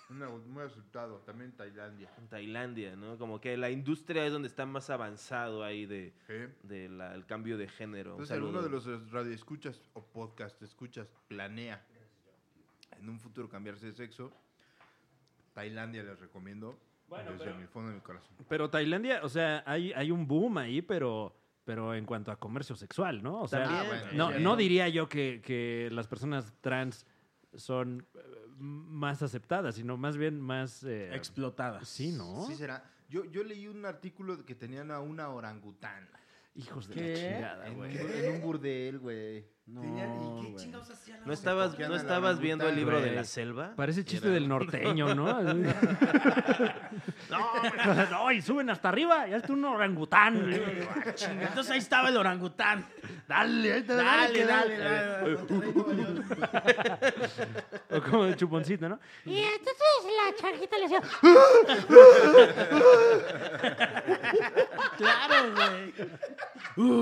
Speaker 4: Una- Muy aceptado. También en Tailandia.
Speaker 1: En Tailandia, ¿no? Como que la industria es donde está más avanzado ahí de,
Speaker 4: ¿eh?
Speaker 1: de la- el cambio de género. Un
Speaker 4: Entonces, alguno
Speaker 1: saludo.
Speaker 4: de los eh, radioescuchas o podcast escuchas planea en un futuro cambiarse de sexo, Tailandia les recomiendo. desde mi fondo de mi corazón.
Speaker 3: Pero Tailandia, o sea, hay, hay un boom ahí, pero, pero en cuanto a comercio sexual, ¿no? O sea,
Speaker 4: Ah,
Speaker 1: También,
Speaker 3: no,
Speaker 4: también.
Speaker 3: no diría yo que, que las personas trans son eh, más aceptadas, sino más bien más...
Speaker 4: Este,
Speaker 3: eh,
Speaker 6: Explotadas.
Speaker 4: pues,
Speaker 3: sí, ¿no?
Speaker 4: Sí será. Yo, yo leí un artículo de que tenían a una orangutana
Speaker 3: Hijos de
Speaker 6: ¿Qué?
Speaker 3: la chingada,
Speaker 4: en, un,
Speaker 3: Ah, güey.
Speaker 4: en un burdel, güey.
Speaker 6: No,
Speaker 5: Tenían- ¿Y qué
Speaker 6: güey.
Speaker 5: chingados hacía la
Speaker 1: ¿No
Speaker 5: otra?
Speaker 1: estabas,
Speaker 4: copian
Speaker 1: ¿no
Speaker 4: a la
Speaker 1: estabas viendo el libro de
Speaker 3: güey.
Speaker 1: la selva?
Speaker 3: Parece chiste
Speaker 1: Era-
Speaker 3: del norteño, ¿no? Así. (laughs) no, no, y suben hasta arriba, ya está un orangután. (laughs) Ah,
Speaker 6: Chinga, Entonces ahí estaba el orangután.
Speaker 3: dale, ahí te-
Speaker 6: Dale,
Speaker 3: que
Speaker 6: dale, dale.
Speaker 5: Monterrey, Nuevo León.
Speaker 3: O como el chuponcito, ¿no?
Speaker 7: Y entonces la charquita le decía,
Speaker 6: Claro, güey.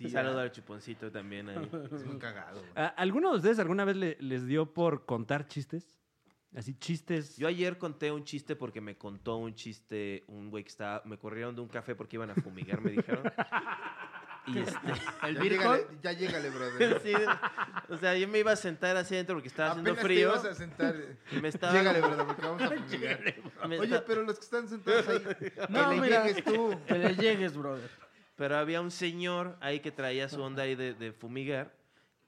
Speaker 1: Un saludo al chuponcito también ahí.
Speaker 4: Es muy cagado, güey.
Speaker 3: ¿A- Ah, ¿Alguno de ustedes alguna vez le- les dio por contar chistes? Así chistes.
Speaker 1: Yo ayer conté un chiste porque me contó un chiste, un güey que estaba, me corrieron de un café porque iban a fumigar, me dijeron.
Speaker 3: (laughs)
Speaker 1: Y este,
Speaker 4: ya, llégale, ya
Speaker 3: (laughs)
Speaker 4: llégale, brother.
Speaker 1: sí, o sea, yo me iba a sentar así adentro porque estaba haciendo
Speaker 4: Apenas
Speaker 1: frío.
Speaker 4: te ibas a sentar. eh.
Speaker 1: Y
Speaker 4: (laughs)
Speaker 1: me estaba
Speaker 4: Llégale, brother, porque vamos a fumigar.
Speaker 1: me
Speaker 4: Oye,
Speaker 1: esta-
Speaker 4: pero los que están sentados ahí,
Speaker 6: No,
Speaker 4: no, que le
Speaker 6: mira.
Speaker 4: llegues tú.
Speaker 6: Que le llegues, brother.
Speaker 1: Pero había un señor ahí que traía su onda ahí de, de fumigar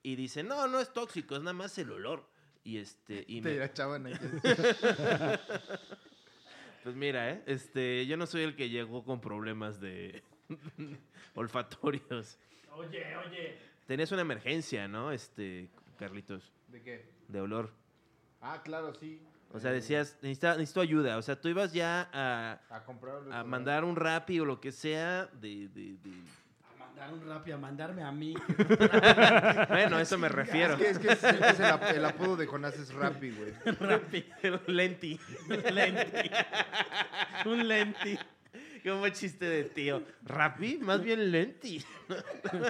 Speaker 1: y dice, no, no es tóxico, es nada más el olor. Y este, y
Speaker 4: Te
Speaker 1: me-
Speaker 4: dirá, chaval, ahí.
Speaker 1: pues mira, ¿eh? este, yo no soy el que llegó con problemas de (laughs) olfatorios. Oye, oye. Tenías una emergencia, ¿no? Este, Carlitos,
Speaker 4: ¿De qué?
Speaker 1: de olor.
Speaker 4: Ah, claro, sí.
Speaker 1: O sea, decías, necesita- necesito ayuda. O sea, tú ibas ya a,
Speaker 4: A comprar.
Speaker 1: a mandar un rapi o lo que sea de- de- de...
Speaker 5: A mandar un rap y a mandarme a mí.
Speaker 1: Bueno, a eso
Speaker 4: (laughs)
Speaker 1: me refiero.
Speaker 4: Es que, es que es, es el, ap- el apodo de Jonás es Rappi, güey.
Speaker 1: (laughs) Lenti.
Speaker 6: Lenti. Un lenti.
Speaker 1: Como chiste de tío. ¿Rapi? Más bien lenti. (laughs)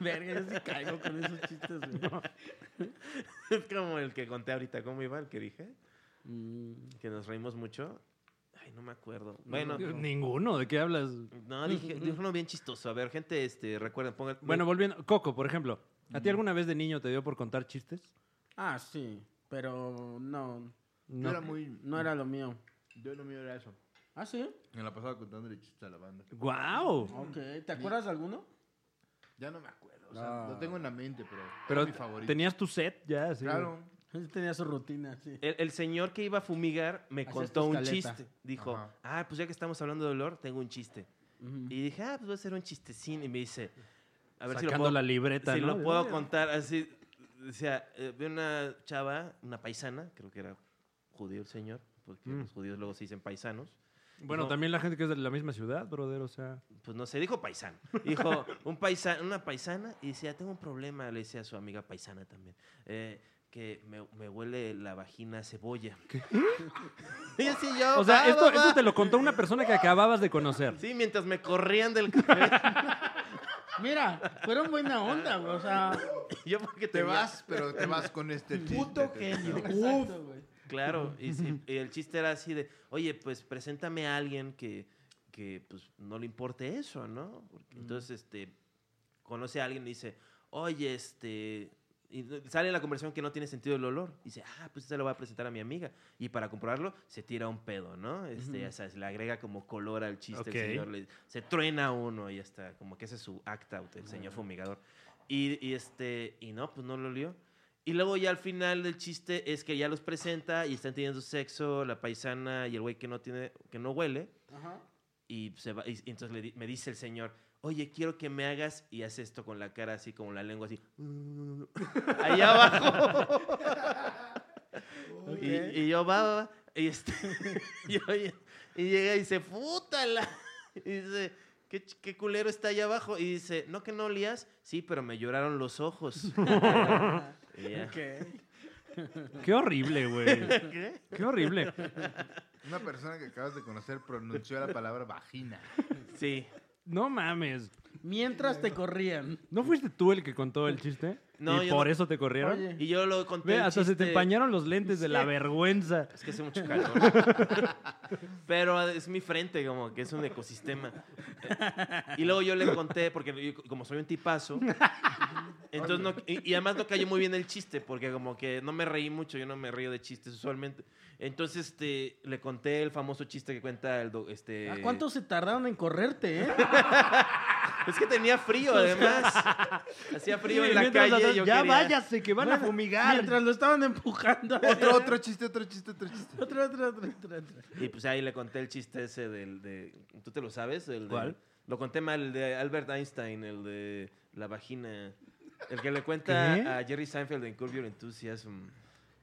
Speaker 6: Verga, yo sí caigo con esos chistes, güey.
Speaker 1: Es como el que conté ahorita. ¿Cómo iba el que dije?
Speaker 6: Mm.
Speaker 1: Que nos reímos mucho. Ay, no me acuerdo. Bueno,
Speaker 3: Ninguno, ¿de qué hablas?
Speaker 1: no, dije, dije uno bien chistoso. A ver, gente, este, recuerden, pongan.
Speaker 3: Bueno, volviendo. Coco, por ejemplo. ¿A ti alguna vez de niño te dio por contar chistes?
Speaker 6: Ah, sí. Pero no,
Speaker 4: Yo era
Speaker 3: No.
Speaker 4: muy.
Speaker 6: no era lo mío.
Speaker 4: Yo no mío era eso.
Speaker 6: Ah, sí.
Speaker 4: Me la pasaba contándole chistes a la banda.
Speaker 3: ¡Guau!
Speaker 6: Ok. ¿Te acuerdas de alguno?
Speaker 4: Ya no me acuerdo. O sea,
Speaker 6: No.
Speaker 4: lo tengo en la mente, pero. era
Speaker 3: Pero
Speaker 4: mi favorito.
Speaker 3: tenías tu set ya, así.
Speaker 4: Claro.
Speaker 6: Él tenía su rutina, sí.
Speaker 4: Eh,
Speaker 1: El, el señor que iba a fumigar me
Speaker 6: Hacías
Speaker 1: contó
Speaker 6: tu
Speaker 1: un
Speaker 6: escaleta.
Speaker 1: chiste. Dijo,
Speaker 4: Ajá.
Speaker 1: ah, pues ya que estamos hablando de dolor, tengo un chiste.
Speaker 6: Ujú.
Speaker 1: Y dije, ah, pues voy a hacer un chistecín. Y me dice, a ver si lo
Speaker 3: Sacando
Speaker 1: puedo,
Speaker 3: la libreta,
Speaker 1: si
Speaker 3: ¿no?
Speaker 1: lo puedo contar así. O sea, eh, vi una chava, una paisana, creo que era judío el señor, porque
Speaker 3: Mm.
Speaker 1: los judíos luego se dicen paisanos.
Speaker 3: Bueno,
Speaker 1: No.
Speaker 3: también la gente que es de la misma ciudad, brother, o sea...
Speaker 1: pues no sé, dijo paisano. Dijo un paisa- una paisana y decía, tengo un problema, le decía a su amiga paisana también, eh, que me, me huele la vagina a cebolla. (laughs) y así yo,
Speaker 3: O sea,
Speaker 1: "Va,
Speaker 3: esto,
Speaker 1: va, va".
Speaker 3: esto te lo contó una persona que acababas de conocer.
Speaker 1: Sí, mientras me corrían del (laughs) café,
Speaker 6: Mira, fueron buena onda, güey. O sea,
Speaker 1: yo porque
Speaker 4: Te
Speaker 1: tenía-
Speaker 4: vas, pero te vas
Speaker 5: (laughs)
Speaker 4: con este chiste.
Speaker 5: Puto
Speaker 4: te-
Speaker 5: genio.
Speaker 6: exacto, güey.
Speaker 1: Claro, y, sí, y el chiste era así de, oye, pues preséntame a alguien que, que pues no le importe eso, ¿no? Porque entonces, este, conoce a alguien y dice, oye, este, y no- sale en la conversación que no tiene sentido el olor. Y dice, ah, pues se lo voy a presentar a mi amiga. Y para comprobarlo, se tira un pedo, ¿no? Este, ya sabes, le agrega como color al chiste
Speaker 3: Ok.
Speaker 1: el señor. le- se truena uno y ya está, como que ese es su act out, el señor fumigador. Y, y este, y no, pues no lo olió. Y luego ya al final del chiste es que ya los presenta y están teniendo sexo la paisana y el güey que no tiene, que no huele.
Speaker 5: Ajá.
Speaker 1: Y, se va- y- y entonces le di- me dice el señor, oye, quiero que me hagas, y hace esto con la cara así, como la lengua así, (laughs) allá abajo. y, y yo, va, va, va". Y, este, (laughs) y, oye, y llega y dice, pútala. Y dice, ¿Qué, ch- qué culero está allá abajo. Y dice, ¿no que no olías? Sí, pero me lloraron los
Speaker 3: (laughs)
Speaker 1: ojos. Y ya.
Speaker 3: Qué horrible, güey.
Speaker 1: ¿Qué?
Speaker 3: Qué horrible.
Speaker 4: Una persona que acabas de conocer pronunció la palabra vagina.
Speaker 1: Sí.
Speaker 3: No mames.
Speaker 6: Mientras te corrían.
Speaker 3: ¿No fuiste tú el que contó el chiste?
Speaker 1: No,
Speaker 3: y
Speaker 1: yo
Speaker 3: por
Speaker 1: no.
Speaker 3: eso te corrieron.
Speaker 6: Oye.
Speaker 1: Y yo lo conté.
Speaker 3: Ve,
Speaker 1: el
Speaker 3: hasta se te
Speaker 1: chiste-
Speaker 3: empañaron los lentes de la vergüenza.
Speaker 1: Es que hace mucho calor. (laughs) Pero es mi frente, como que es un ecosistema. Y luego yo le conté, porque yo, como soy un tipazo, entonces no- y, y además no cayó muy bien el chiste, porque como que no me reí mucho, yo no me río de chistes usualmente. Entonces este, le conté el famoso chiste que cuenta el... do- este,
Speaker 6: ¿A Ah, cuánto se tardaron en correrte, (laughs) eh?
Speaker 1: Es que tenía frío,
Speaker 3: (laughs)
Speaker 1: además. Hacía frío en la
Speaker 3: Mientras
Speaker 1: calle.
Speaker 3: atrás,
Speaker 1: yo
Speaker 3: ya
Speaker 1: quería-
Speaker 3: váyase, que van a fumigar.
Speaker 6: Mientras lo estaban empujando. (laughs)
Speaker 4: Otro, otro chiste, otro chiste, otro chiste.
Speaker 6: Otro, otro, otro, otro, otro.
Speaker 1: Y pues ahí le conté el chiste ese del de. ¿Tú te lo sabes? El de-
Speaker 3: ¿Cuál?
Speaker 1: lo conté mal, el de Albert Einstein, el de la vagina. El que le cuenta
Speaker 3: ¿Qué?
Speaker 1: a Jerry Seinfeld en Curb Your Enthusiasm.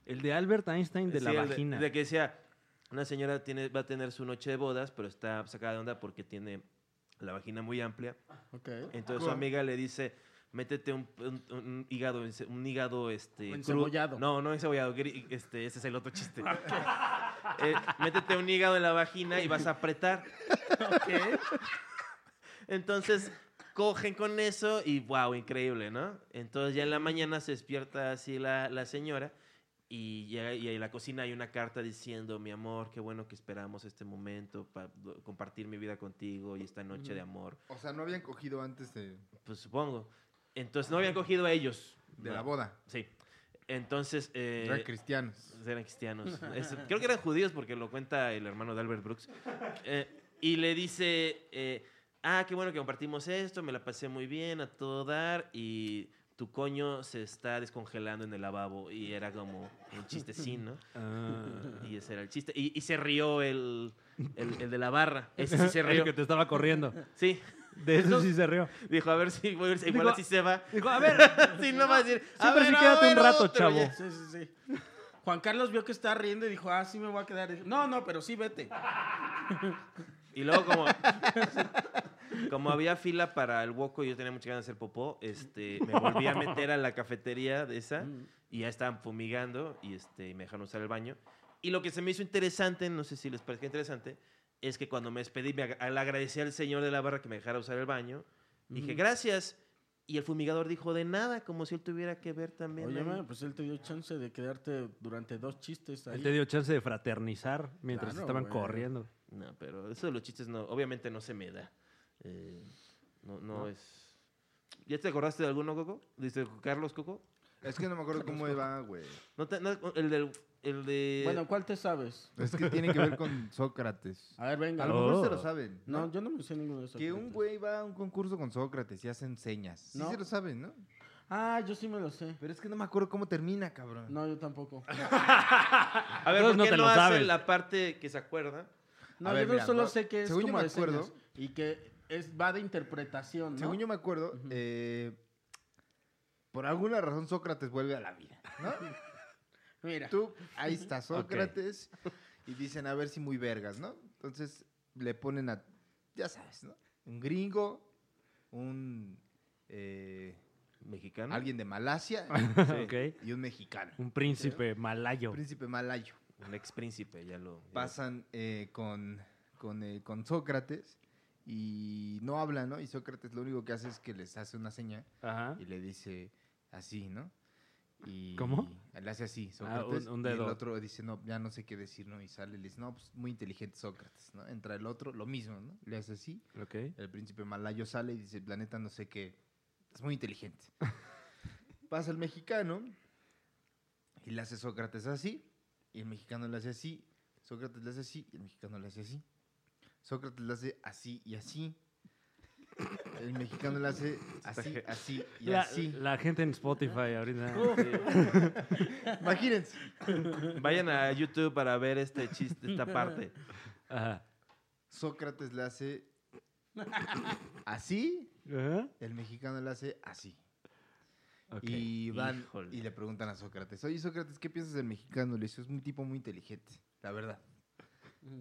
Speaker 3: El de Albert Einstein de la
Speaker 1: Sí, el
Speaker 3: vagina.
Speaker 1: De, que decía: Una señora tiene, va a tener su noche de bodas, pero está sacada de onda porque tiene la vagina muy amplia.
Speaker 6: Ok.
Speaker 1: Entonces su amiga le dice. Métete un, un- un hígado, ence- un hígado este, crudo".
Speaker 6: Encebollado.
Speaker 1: No, no encebollado, gri- este, ese es el otro chiste. Eh, métete un hígado en la vagina y vas a apretar. Entonces cogen con eso y wow, increíble, ¿no? Entonces ya en la mañana se despierta así la, la señora y, llega, y en la cocina hay una carta diciendo, mi amor, qué bueno que esperamos este momento para compartir mi vida contigo y esta noche de amor.
Speaker 4: O sea, no habían cogido antes de,
Speaker 1: Pues supongo. Entonces no habían cogido a ellos.
Speaker 4: de
Speaker 1: No.
Speaker 4: la boda.
Speaker 1: Sí. Entonces... eh,
Speaker 4: Eran cristianos.
Speaker 1: eran cristianos. Es- creo que eran judíos porque lo cuenta el hermano de Albert Brooks. Eh, y le dice, eh, ah, qué bueno que compartimos esto, me la pasé muy bien a todo dar y tu coño se está descongelando en el lavabo. Y era como un chistecín, ¿no?
Speaker 3: Ah.
Speaker 1: Y ese era el chiste. Y, y se rió el, el, el de la barra. Ese sí se
Speaker 3: El
Speaker 1: rió.
Speaker 3: que te estaba corriendo.
Speaker 1: Sí.
Speaker 3: De eso sí se rió.
Speaker 1: Dijo, a ver si, voy a ver si- igual
Speaker 3: Digo,
Speaker 1: así se va.
Speaker 3: Dijo, a ver,
Speaker 1: (laughs) Sí, no va a decir.
Speaker 3: Sí, pero
Speaker 1: "A
Speaker 3: sí
Speaker 1: ver, a
Speaker 3: quédate un
Speaker 1: ver,
Speaker 3: rato,
Speaker 1: otro".
Speaker 3: chavo.
Speaker 6: Sí, sí, sí. Juan Carlos vio que estaba riendo y dijo, ah, sí me voy a quedar. Dijo, no, no, pero sí vete.
Speaker 1: Y luego como, (laughs) como había fila para el hueco y yo tenía muchas ganas de hacer popó, este, me volví a meter a la cafetería de esa
Speaker 6: Mm.
Speaker 1: y ya estaban fumigando y, este, y me dejaron usar el baño. Y lo que se me hizo interesante, no sé si les parece interesante, es que cuando me despedí, me ag- le agradecí al señor de la barra que me dejara usar el baño. Dije, gracias. Y el fumigador dijo, de nada, como si él tuviera que ver también.
Speaker 6: Oye,
Speaker 1: ahí.
Speaker 6: ma, pues él te dio chance de quedarte durante dos chistes ahí.
Speaker 3: Él te dio chance de fraternizar mientras
Speaker 6: Claro,
Speaker 3: estaban
Speaker 6: güey.
Speaker 3: corriendo.
Speaker 1: No, pero eso de los chistes no, obviamente no se me da. Eh, no, no, es. ¿Ya te acordaste de alguno, Coco? ¿Dice Carlos Coco?
Speaker 4: Es que no me acuerdo cómo iba, güey.
Speaker 1: No te- no, el del. El de.
Speaker 6: Bueno, ¿cuál te sabes?
Speaker 4: Es que tiene que ver con Sócrates.
Speaker 6: A ver, venga.
Speaker 4: A lo
Speaker 3: Oh.
Speaker 4: mejor se lo saben.
Speaker 6: No, yo no me sé ninguno de esos.
Speaker 4: Que un güey va a un concurso con Sócrates y hace enseñas. Sí
Speaker 6: No.
Speaker 4: se lo saben, ¿no?
Speaker 6: Ah, yo sí me lo sé.
Speaker 4: Pero es que no me acuerdo cómo termina, cabrón.
Speaker 6: No, yo tampoco.
Speaker 1: A ver, Ah,
Speaker 3: Entonces
Speaker 1: ¿por
Speaker 3: no
Speaker 1: qué
Speaker 3: te
Speaker 1: no,
Speaker 3: lo
Speaker 1: hace
Speaker 3: sabes.
Speaker 1: la parte que se acuerda?
Speaker 6: No,
Speaker 4: A
Speaker 6: yo
Speaker 4: ver,
Speaker 6: no
Speaker 4: mira,
Speaker 6: solo
Speaker 4: no,
Speaker 6: sé que es
Speaker 4: según yo
Speaker 6: como
Speaker 4: me
Speaker 6: de
Speaker 4: acuerdo-
Speaker 6: señas y que es, va de interpretación, ¿no?
Speaker 4: Según yo me acuerdo, eh, por alguna razón Sócrates vuelve a la vida. (laughs) ¿no?
Speaker 6: Mira,
Speaker 4: Tú, ahí está Sócrates, y dicen a ver si muy vergas, ¿no? Entonces le ponen a, ya sabes, ¿no? Un gringo, un... eh,
Speaker 1: Mexicano.
Speaker 4: alguien de
Speaker 3: (laughs)
Speaker 4: Malasia
Speaker 3: Ok.
Speaker 4: y un mexicano.
Speaker 3: Un príncipe malayo.
Speaker 4: Príncipe malayo.
Speaker 1: Un ex príncipe, ya lo. ya-
Speaker 4: pasan eh, con, con, eh, con Sócrates y no hablan, ¿no? Y Sócrates lo único que hace es que les hace una seña
Speaker 3: Ajá.
Speaker 4: y le dice así, ¿no? Y
Speaker 3: ¿Cómo?
Speaker 4: Le hace así,
Speaker 3: Ah, un-
Speaker 4: Sócrates.
Speaker 3: un
Speaker 4: Y
Speaker 3: dedo.
Speaker 4: el otro dice, no, ya no sé qué decir, ¿no? Y sale y le dice, no, pues muy inteligente Sócrates, ¿no? Entra el otro, lo mismo, ¿no? Le hace así.
Speaker 3: Ok.
Speaker 4: El príncipe malayo sale y dice, la neta no sé qué. Es
Speaker 3: (laughs)
Speaker 4: muy inteligente. Pasa el mexicano y le hace Sócrates así. Y el mexicano le hace así. Sócrates le hace así y el mexicano le hace así. Sócrates le hace así y así. El mexicano le
Speaker 3: (laughs)
Speaker 4: hace así, así y
Speaker 3: La,
Speaker 4: así.
Speaker 3: la gente en Spotify (laughs) ahorita.
Speaker 4: Imagínense.
Speaker 1: Vayan a YouTube para ver este chiste, esta (laughs) parte.
Speaker 3: Ajá.
Speaker 4: Sócrates le hace así.
Speaker 3: Ajá.
Speaker 4: El mexicano le hace así.
Speaker 3: Ok.
Speaker 4: Y van
Speaker 1: Híjole.
Speaker 4: y le preguntan a Sócrates, oye Sócrates, ¿qué piensas del mexicano? Le dice, es un tipo muy inteligente, la verdad.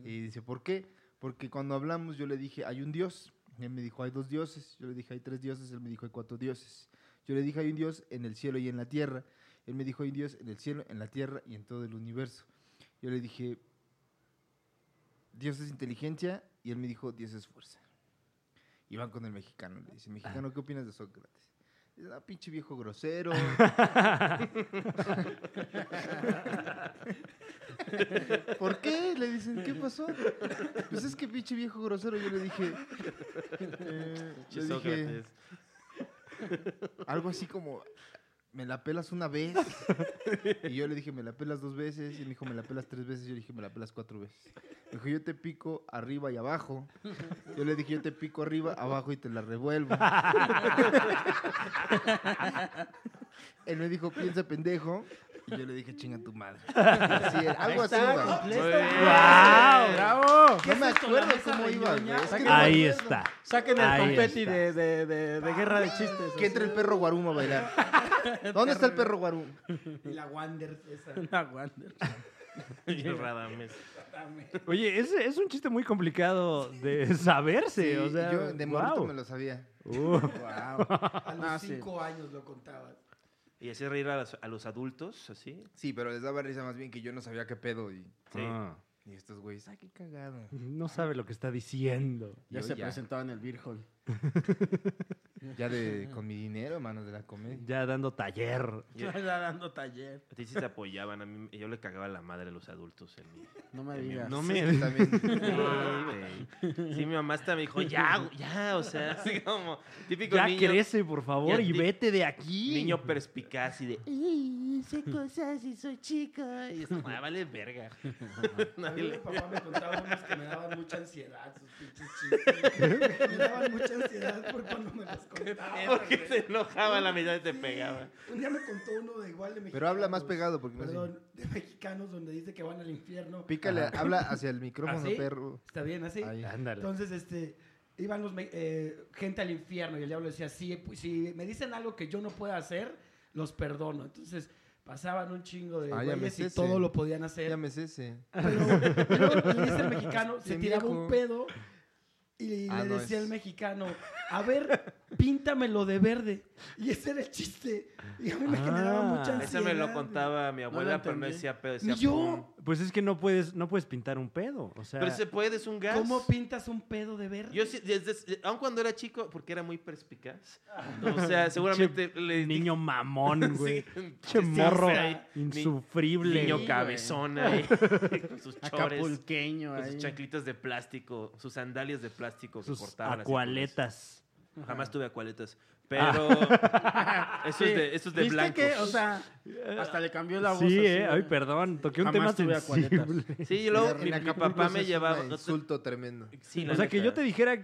Speaker 4: Y dice, ¿por qué? Porque cuando hablamos yo le dije, hay un dios. Él me dijo, hay dos dioses. Yo le dije, hay tres dioses. Él me dijo, hay cuatro dioses. Yo le dije, hay un dios en el cielo y en la tierra. Él me dijo, hay un dios en el cielo, en la tierra y en todo el universo. Yo le dije, Dios es inteligencia. Y él me dijo, Dios es fuerza. Y van con el mexicano. Le dice, mexicano, ¿qué opinas de Sócrates? Dice, ah, pinche viejo grosero. ¿Por qué? Le dicen, ¿qué pasó? Pues es que pinche viejo grosero. Yo le dije, eh,
Speaker 1: Che,
Speaker 4: le dije
Speaker 1: Sócrates.
Speaker 4: algo así como, me la pelas una vez. Y yo le dije, me la pelas dos veces. Y me dijo, me la pelas tres veces. Yo le dije, me la pelas cuatro veces. Me dijo, yo te pico arriba y abajo. Yo le dije, yo te pico arriba, abajo y te la revuelvo. Él me dijo, piensa pendejo. Y yo le dije, chinga tu madre. Así era, algo así, güey.
Speaker 1: Muy
Speaker 5: Completo.
Speaker 1: bien.
Speaker 3: ¡Guau!
Speaker 6: ¡Bravo!
Speaker 4: No me
Speaker 5: esto, la
Speaker 4: acuerdo
Speaker 5: mesa
Speaker 4: cómo iba,
Speaker 5: reñoña?
Speaker 4: güey. Es que no me
Speaker 3: Ahí
Speaker 4: acuerdo.
Speaker 3: está.
Speaker 6: Saquen el
Speaker 3: Ahí
Speaker 6: confeti
Speaker 3: está.
Speaker 6: de, de- de- de guerra de chistes.
Speaker 4: Que entre el perro guarumo a bailar. ¿Dónde está el perro guarumo?
Speaker 5: Y la Wander esa.
Speaker 6: Una Wander.
Speaker 1: (laughs) Y el Radames.
Speaker 3: Oye, es, es un chiste muy complicado de saberse.
Speaker 4: Sí,
Speaker 3: o sea,
Speaker 4: yo de morrito
Speaker 3: guau.
Speaker 4: me lo sabía.
Speaker 3: Uh,
Speaker 6: (laughs)
Speaker 5: A
Speaker 6: Ah,
Speaker 5: los
Speaker 6: sí.
Speaker 5: cinco años lo contabas.
Speaker 1: Y hacer reír a los, a los adultos, así.
Speaker 4: Sí, pero les daba risa más bien que yo no sabía qué pedo. Y,
Speaker 1: Sí.
Speaker 3: ah,
Speaker 4: y estos güeyes, ay, qué cagado.
Speaker 3: no sabe lo que está diciendo.
Speaker 6: Ya
Speaker 4: Yo
Speaker 6: se presentaba en el Beer Hall.
Speaker 4: Ya de, con mi dinero, manos de la comedia.
Speaker 3: Ya dando taller.
Speaker 1: Yo-
Speaker 6: Ya dando taller.
Speaker 1: a ti sí te apoyaban, a mí yo le cagaba la madre a los adultos en mí.
Speaker 6: No me digas.
Speaker 3: No
Speaker 4: Sí,
Speaker 3: me.
Speaker 4: yo también.
Speaker 1: (laughs) Sí, güey. Sí, mi mamá hasta me dijo, ya, güey, ya, o sea, así como típico
Speaker 3: Ya
Speaker 1: niño,
Speaker 3: crece, por favor,
Speaker 1: Ya
Speaker 3: y
Speaker 1: di-
Speaker 3: vete de aquí.
Speaker 1: niño perspicaz y de, "Ay, sé cosas y soy chica. Y es como, "Ah, vale verga.
Speaker 5: A mí
Speaker 1: Nadie
Speaker 5: mi
Speaker 1: le-
Speaker 5: papá me contaba unos que me daban mucha ansiedad, sus pinches chistes. Me daban mucha ansiedad por cuando me los contaba.
Speaker 1: (laughs) Porque
Speaker 5: güey.
Speaker 1: se enojaba la mitad y te
Speaker 5: Sí.
Speaker 1: pegaba.
Speaker 5: Un día me contó uno de igual de mexicanos.
Speaker 4: Pero habla más pegado porque no sé.
Speaker 5: Perdón, de mexicanos donde dice que van al infierno.
Speaker 4: Pícale, habla hacia el micrófono,
Speaker 5: ¿Ah, sí?
Speaker 4: perro.
Speaker 5: Está bien, así.
Speaker 4: Ahí.
Speaker 3: Ándale.
Speaker 5: Entonces, este, iban los me- eh, gente al infierno y el diablo decía, sí, pues, si me dicen algo que yo no pueda hacer, los perdono. Entonces, pasaban un chingo de
Speaker 4: Ah, ya me
Speaker 5: güeyes
Speaker 4: sé
Speaker 5: y
Speaker 4: ese.
Speaker 5: todo lo podían hacer.
Speaker 4: Ya me cese.
Speaker 5: Pero luego le dice el
Speaker 4: (laughs)
Speaker 5: mexicano, se
Speaker 4: Bien
Speaker 5: tiraba
Speaker 4: viejo.
Speaker 5: un pedo y le,
Speaker 4: Ah, no,
Speaker 5: decía
Speaker 4: es-
Speaker 5: al mexicano, a ver, píntamelo de verde. Y ese era el chiste. Y a mí me
Speaker 3: Ah,
Speaker 5: generaba mucha ansiedad.
Speaker 1: Ese me lo contaba mi abuela, pero no
Speaker 6: entendí.
Speaker 1: decía pedo.
Speaker 5: Ni
Speaker 1: Decía pum.
Speaker 5: yo,
Speaker 3: Pues es que no puedes, no puedes pintar un pedo. O sea,
Speaker 1: Pero se puede, es un gas.
Speaker 5: ¿cómo pintas un pedo de verde?
Speaker 1: Yo sí, desde, aun cuando era chico, porque era muy perspicaz. O sea, seguramente le dije, (laughs)
Speaker 3: niño (laughs) mamón, güey. Che
Speaker 1: sí,
Speaker 3: morro
Speaker 1: o sea, ni-
Speaker 3: insufrible.
Speaker 1: niño
Speaker 6: güey.
Speaker 1: cabezón
Speaker 3: (laughs)
Speaker 1: ahí, con sus chores,
Speaker 6: Acapulqueño
Speaker 1: con
Speaker 6: ahí.
Speaker 1: sus chanclitas de plástico, sus sandalias de plástico que
Speaker 3: sus
Speaker 1: cortaban así
Speaker 3: acualetas.
Speaker 1: con eso. Jamás tuve acualetas, pero
Speaker 3: Ah.
Speaker 1: (laughs) eso es de, eso es de
Speaker 6: Ah, ¿Viste
Speaker 1: blancos.
Speaker 6: que, o sea, hasta le cambió la voz.
Speaker 3: Sí,
Speaker 6: así,
Speaker 3: eh. Ay,
Speaker 6: güey.
Speaker 3: perdón. Toqué un tema
Speaker 6: Jamás tuve acualetas. (laughs)
Speaker 3: sensible.
Speaker 1: Sí, y luego
Speaker 4: En
Speaker 1: mi, mi
Speaker 4: Acapulco
Speaker 1: papá
Speaker 4: eso
Speaker 1: me
Speaker 4: es
Speaker 1: llevaba...
Speaker 4: Un insulto tremendo.
Speaker 1: Sí, la
Speaker 3: O sea, que
Speaker 1: neta.
Speaker 3: yo te dijera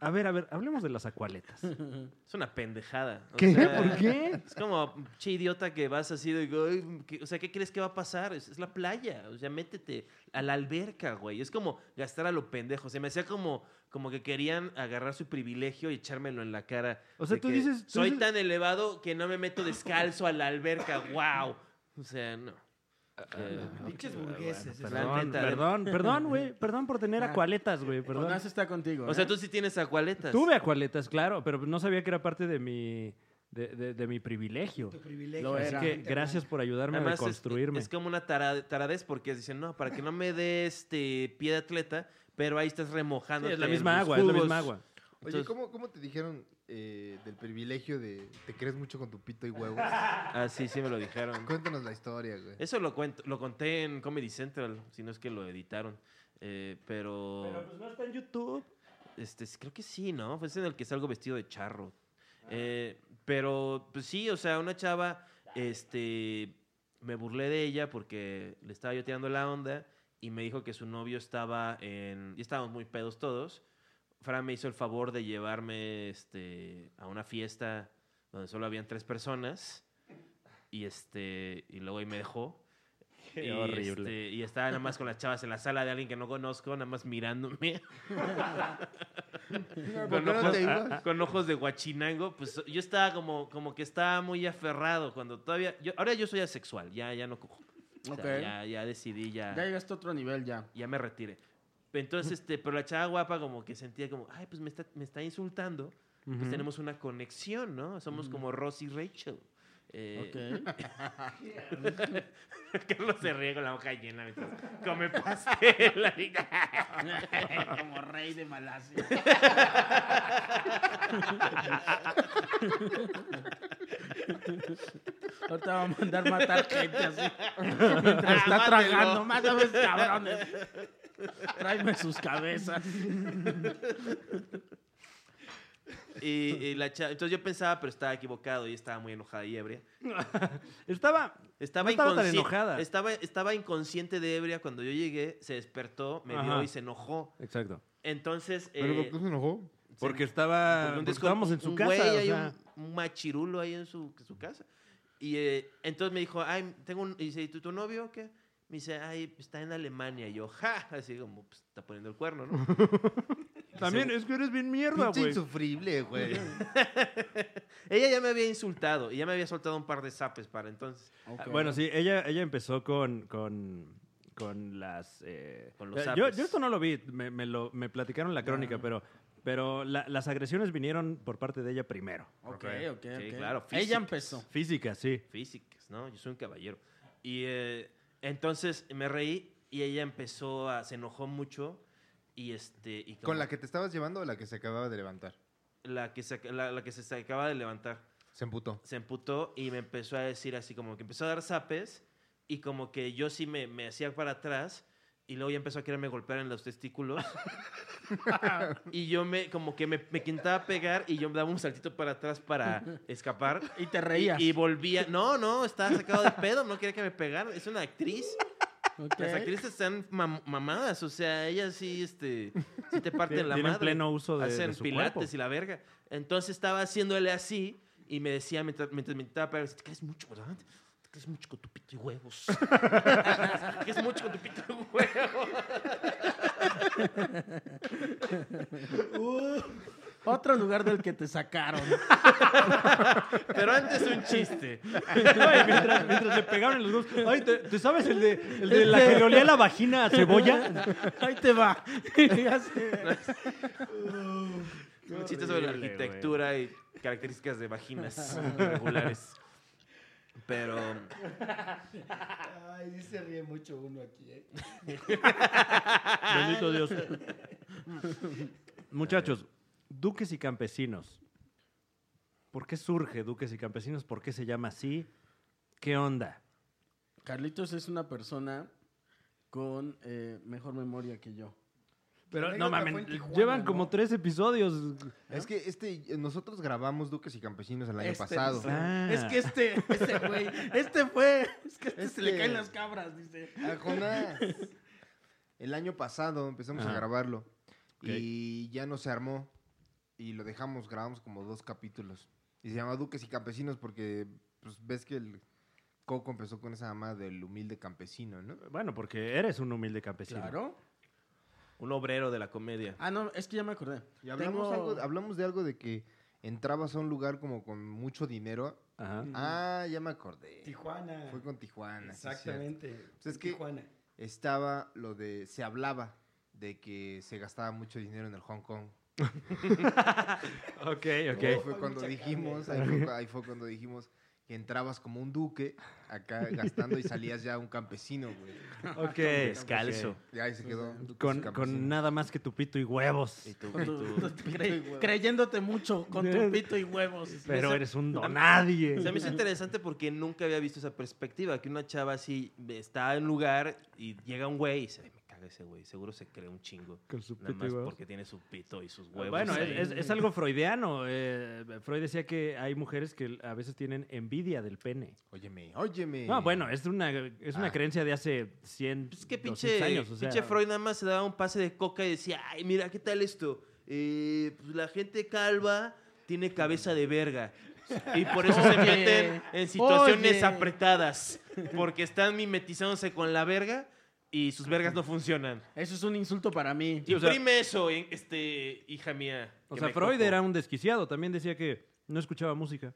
Speaker 3: A ver, a ver, hablemos de las acualetas.
Speaker 1: Es una pendejada. o
Speaker 4: ¿Qué?
Speaker 1: sea,
Speaker 4: ¿Por qué?
Speaker 1: Es como, che idiota que vas así de, "Ay, ¿qué- o sea, ¿qué crees que va a pasar? Es, es la playa, o sea, métete a la alberca, güey. Es como gastar a lo pendejo. Se me hacía como, como que querían agarrar su privilegio y echármelo en la cara.
Speaker 3: O sea,
Speaker 1: de
Speaker 3: tú
Speaker 1: que
Speaker 3: dices- tú
Speaker 1: Soy
Speaker 3: dices-
Speaker 1: tan elevado que no me meto descalzo a la alberca, wow. O sea, no. Eh,
Speaker 5: Pinches burgueses.
Speaker 1: La
Speaker 3: Perdón,
Speaker 1: neta, Ah,
Speaker 3: perdón, perdón, güey. Perdón por tener acualetas, güey. Perdón.
Speaker 6: Jonás está contigo.
Speaker 1: o sea,
Speaker 6: ¿eh?
Speaker 1: tú sí tienes acualetas.
Speaker 3: Tuve acualetas, claro, pero no sabía que era parte de mi, de, de- de mi privilegio.
Speaker 5: Tu privilegio.
Speaker 6: Lo
Speaker 3: Así
Speaker 6: era.
Speaker 3: que gracias por ayudarme a
Speaker 1: Además, es-
Speaker 3: construirme.
Speaker 1: Es, como una tarade- taradez porque dicen, no, para que no me dé este pie de atleta, pero ahí estás remojando.
Speaker 3: es la misma agua, es la misma agua.
Speaker 4: Oye,
Speaker 1: Entonces-
Speaker 4: ¿cómo, cómo te dijeron eh, del privilegio de te crees mucho con tu pito y huevos?
Speaker 1: Ah, sí, sí me lo dijeron.
Speaker 4: Cuéntanos la historia, güey.
Speaker 1: Eso lo cuento, lo conté en Comedy Central, si no es que lo editaron. Eh, pero,
Speaker 3: pues, no está en YouTube.
Speaker 1: este, creo que sí, ¿no? Fue ese en el que salgo vestido de charro. Eh, pero, pues sí, o sea, una chava, este, me burlé de ella porque le estaba yo tirando la onda y me dijo que su novio estaba en, y estábamos muy pedos todos. Fran me hizo el favor de llevarme, este, a una fiesta donde solo habían tres personas y este, y luego ahí me dejó.
Speaker 3: Qué
Speaker 1: y,
Speaker 3: horrible.
Speaker 1: este, y estaba nada más con las chavas en la sala de alguien que no conozco, nada más mirándome
Speaker 4: ¿Por
Speaker 1: con,
Speaker 4: qué no
Speaker 1: ojos,
Speaker 4: te ibas?
Speaker 1: con ojos de guachinango, pues yo estaba como, como que estaba muy aferrado cuando todavía. Yo, ahora yo soy asexual, ya, ya no cojo. O sea,
Speaker 6: Ok.
Speaker 1: ya, ya decidí, ya,
Speaker 6: Ya
Speaker 1: ya,
Speaker 6: llegaste a otro nivel ya.
Speaker 1: me retiré. Entonces, este, pero la chava guapa como que sentía como, ay, pues me está, me está insultando. Pues
Speaker 3: Ujú. (laughs)
Speaker 1: tenemos una conexión, ¿no? Somos como Ross y Rachel. Eh,
Speaker 6: Ok.
Speaker 1: (laughs) Carlos se ríe con la boca llena mientras come pastel. (laughs) Así.
Speaker 6: Como rey de Malasia. (laughs) Ahorita va a mandar matar gente así. Mientras está
Speaker 1: mátenlo.
Speaker 6: tragando. Mátame,
Speaker 1: (laughs)
Speaker 6: cabrones. Tráeme sus cabezas.
Speaker 1: y, y la chava, entonces yo pensaba, pero estaba equivocado y estaba muy enojada y ebria.
Speaker 3: Estaba.
Speaker 1: Estaba,
Speaker 3: No estaba tan
Speaker 1: inconsci-
Speaker 3: enojada.
Speaker 1: Estaba, estaba inconsciente de ebria cuando yo llegué, se despertó, me vio
Speaker 3: Ajá.
Speaker 1: y se enojó.
Speaker 3: Exacto.
Speaker 1: Entonces, eh,
Speaker 4: ¿Pero por qué se enojó?
Speaker 1: se-
Speaker 3: Porque estaba.
Speaker 1: porque un
Speaker 3: porque
Speaker 1: descon-
Speaker 3: estábamos en su
Speaker 1: un
Speaker 3: casa.
Speaker 1: güey,
Speaker 3: o
Speaker 1: hay
Speaker 3: sea,
Speaker 1: un, un machirulo ahí en su, su casa. Y eh, entonces me dijo, ay, tengo un... Y dice, ¿y tu, tu novio qué? Me dice, ay, está en Alemania. Y yo, ja, así como, pues, está poniendo el cuerno, ¿no? (laughs)
Speaker 3: También es que eres bien mierda,
Speaker 4: Pinche
Speaker 3: güey.
Speaker 4: insufrible, güey.
Speaker 1: Ella ya me había insultado y ya me había soltado un par de zapes para entonces.
Speaker 3: Ah, Bueno, sí, ella, ella empezó con, con, con las... eh,
Speaker 1: Con los
Speaker 3: eh, yo,
Speaker 1: zapes.
Speaker 3: yo esto no lo vi, me, me lo, me platicaron la crónica, pero, pero la- las agresiones vinieron por parte de ella primero.
Speaker 6: Ok, ok,
Speaker 1: Sí,
Speaker 6: ok.
Speaker 1: claro,
Speaker 6: Ella
Speaker 1: físicas.
Speaker 6: empezó.
Speaker 3: Física, sí.
Speaker 1: físicas, ¿no? Yo soy un caballero. Y eh, entonces me reí y ella empezó a, se enojó mucho y este... Y como-
Speaker 4: ¿Con la que te estabas llevando o la que se acababa de levantar?
Speaker 1: La que, se, ac- la, la que se acaba de levantar.
Speaker 4: Se emputó.
Speaker 1: Se emputó y me empezó a decir así como que empezó a dar zapes y como que yo sí me, me hacía para atrás y luego ya empezó a quererme golpear en los
Speaker 4: (laughs)
Speaker 1: testículos. y yo me como que me, me intentaba pegar y yo me daba un saltito para atrás para escapar.
Speaker 6: Y te reías.
Speaker 1: Y, y volvía. No, no, estaba sacado de pedo, no quería que me pegara. Es una actriz.
Speaker 6: Ok.
Speaker 1: Las actrices están mam- mamadas, o sea, ellas sí, este, sí te parten la
Speaker 3: Tienen
Speaker 1: madre.
Speaker 3: pleno uso de, de
Speaker 1: Hacen
Speaker 3: su
Speaker 1: pilates
Speaker 3: cuerpo.
Speaker 1: y la verga. Entonces estaba haciéndole así y me decía mientras, mientras me intentaba pegar, te crees mucho, ¿verdad? Te crees mucho con tu pito y huevos. (laughs) Te crees mucho con tu pito y huevos.
Speaker 6: Otro lugar del que te sacaron.
Speaker 1: Pero antes un chiste.
Speaker 3: (laughs) Ay, mientras, (laughs) mientras le pegaron en los dos. Ay, ¿te, te sabes el de, el de la que le olía la vagina a (laughs) cebolla?
Speaker 6: Ahí te va. Y hace-
Speaker 1: Un chiste sobre la
Speaker 3: horrible,
Speaker 1: arquitectura y características de vaginas regulares. Pero
Speaker 5: (laughs) Ay, sí se ríe mucho uno aquí, ¿eh?
Speaker 3: Bendito Dios. (laughs) Muchachos, duques y campesinos. ¿Por qué surge Duques y Campesinos? ¿Por qué se llama así? ¿Qué onda?
Speaker 6: Carlitos es una persona con eh, mejor memoria que yo.
Speaker 3: Pero
Speaker 4: La
Speaker 3: no
Speaker 4: anécdota
Speaker 3: mames,
Speaker 4: fue en Tijuana,
Speaker 3: llevan
Speaker 4: ¿no?
Speaker 3: como tres episodios.
Speaker 4: Es que este, eh, nosotros grabamos Duques y Campesinos el año
Speaker 6: Este,
Speaker 4: pasado.
Speaker 6: dice.
Speaker 3: Ah.
Speaker 6: Es que este, este güey, este fue. Es que a este, se le
Speaker 4: Este.
Speaker 6: caen las cabras, dice.
Speaker 4: Ah, Jonás. (laughs) El año pasado empezamos
Speaker 3: Ajá.
Speaker 4: a grabarlo
Speaker 3: Ok.
Speaker 4: y ya no se armó. y lo dejamos, grabamos como dos capítulos. Y se llama Duques y Campesinos porque pues, ves que el Coco empezó con esa ama del humilde campesino, ¿no?
Speaker 3: Bueno, porque eres un humilde campesino.
Speaker 6: Claro.
Speaker 1: Un obrero de la comedia.
Speaker 6: Ah, no, es que ya me acordé.
Speaker 4: Y hablamos,
Speaker 6: Tengo-
Speaker 4: algo, hablamos de algo de que entrabas a un lugar como con mucho dinero.
Speaker 3: Ajá.
Speaker 4: Ah, ya me acordé.
Speaker 5: Tijuana.
Speaker 4: Fue con Tijuana. sí, es cierto.
Speaker 5: Exactamente.
Speaker 4: Pues es que-
Speaker 5: Tijuana.
Speaker 4: Estaba lo de, se hablaba de que se gastaba mucho dinero en el Hong Kong.
Speaker 3: Ok,
Speaker 4: Ahí
Speaker 3: ok.
Speaker 4: fue
Speaker 5: Hay
Speaker 4: cuando
Speaker 5: mucha
Speaker 4: dijimos, ahí fue, cu- ahí fue cuando dijimos que entrabas como un duque acá gastando y salías ya un campesino, güey.
Speaker 3: Ok.
Speaker 1: Descalzo.
Speaker 4: Y ahí se quedó.
Speaker 3: ok.
Speaker 4: Oh, Duques y
Speaker 3: Con, con
Speaker 4: Campesinos.
Speaker 3: nada más que tu pito y huevos.
Speaker 1: Y tú,
Speaker 6: Con tu-
Speaker 1: (laughs)
Speaker 6: (laughs)
Speaker 1: tú-
Speaker 6: tu- cre- creyéndote mucho
Speaker 3: (laughs)
Speaker 6: con tu pito y huevos.
Speaker 3: Pero
Speaker 6: Esa-
Speaker 3: eres un donadie.
Speaker 1: O sea, me hizo interesante porque nunca había visto esa perspectiva, que una chava así está en un lugar y llega un güey y dice, "Ay, me caga ese güey, seguro se cree un chingo.
Speaker 3: Con su
Speaker 1: Nada
Speaker 3: pito y
Speaker 1: más
Speaker 3: huevos.
Speaker 1: porque tiene su pito y sus huevos.
Speaker 3: Ah, Bueno,
Speaker 1: ahí.
Speaker 3: es, es- es algo freudiano. eh, Freud decía que hay mujeres que a veces tienen envidia del pene.
Speaker 4: Óyeme, óyeme.
Speaker 3: No, bueno, es una, es una
Speaker 4: Ah.
Speaker 3: creencia de hace 100,
Speaker 1: Pues que
Speaker 3: 200
Speaker 1: pinche,
Speaker 3: años. o sea.
Speaker 1: pinche Freud nada más se daba un pase de coca y decía, ay, mira, ¿qué tal esto? Eh, pues la gente calva tiene cabeza de verga. Y por eso se
Speaker 6: Oye,
Speaker 1: meten en situaciones
Speaker 6: oye.
Speaker 1: apretadas. Porque están mimetizándose con la verga y sus vergas no funcionan.
Speaker 6: Eso es un insulto para mí.
Speaker 3: Sí, o sea-
Speaker 1: Imprime eso, eh, este, hija mía.
Speaker 3: O
Speaker 1: que
Speaker 3: sea,
Speaker 1: me
Speaker 3: Freud
Speaker 1: cojo.
Speaker 3: era un desquiciado. También decía que no escuchaba música.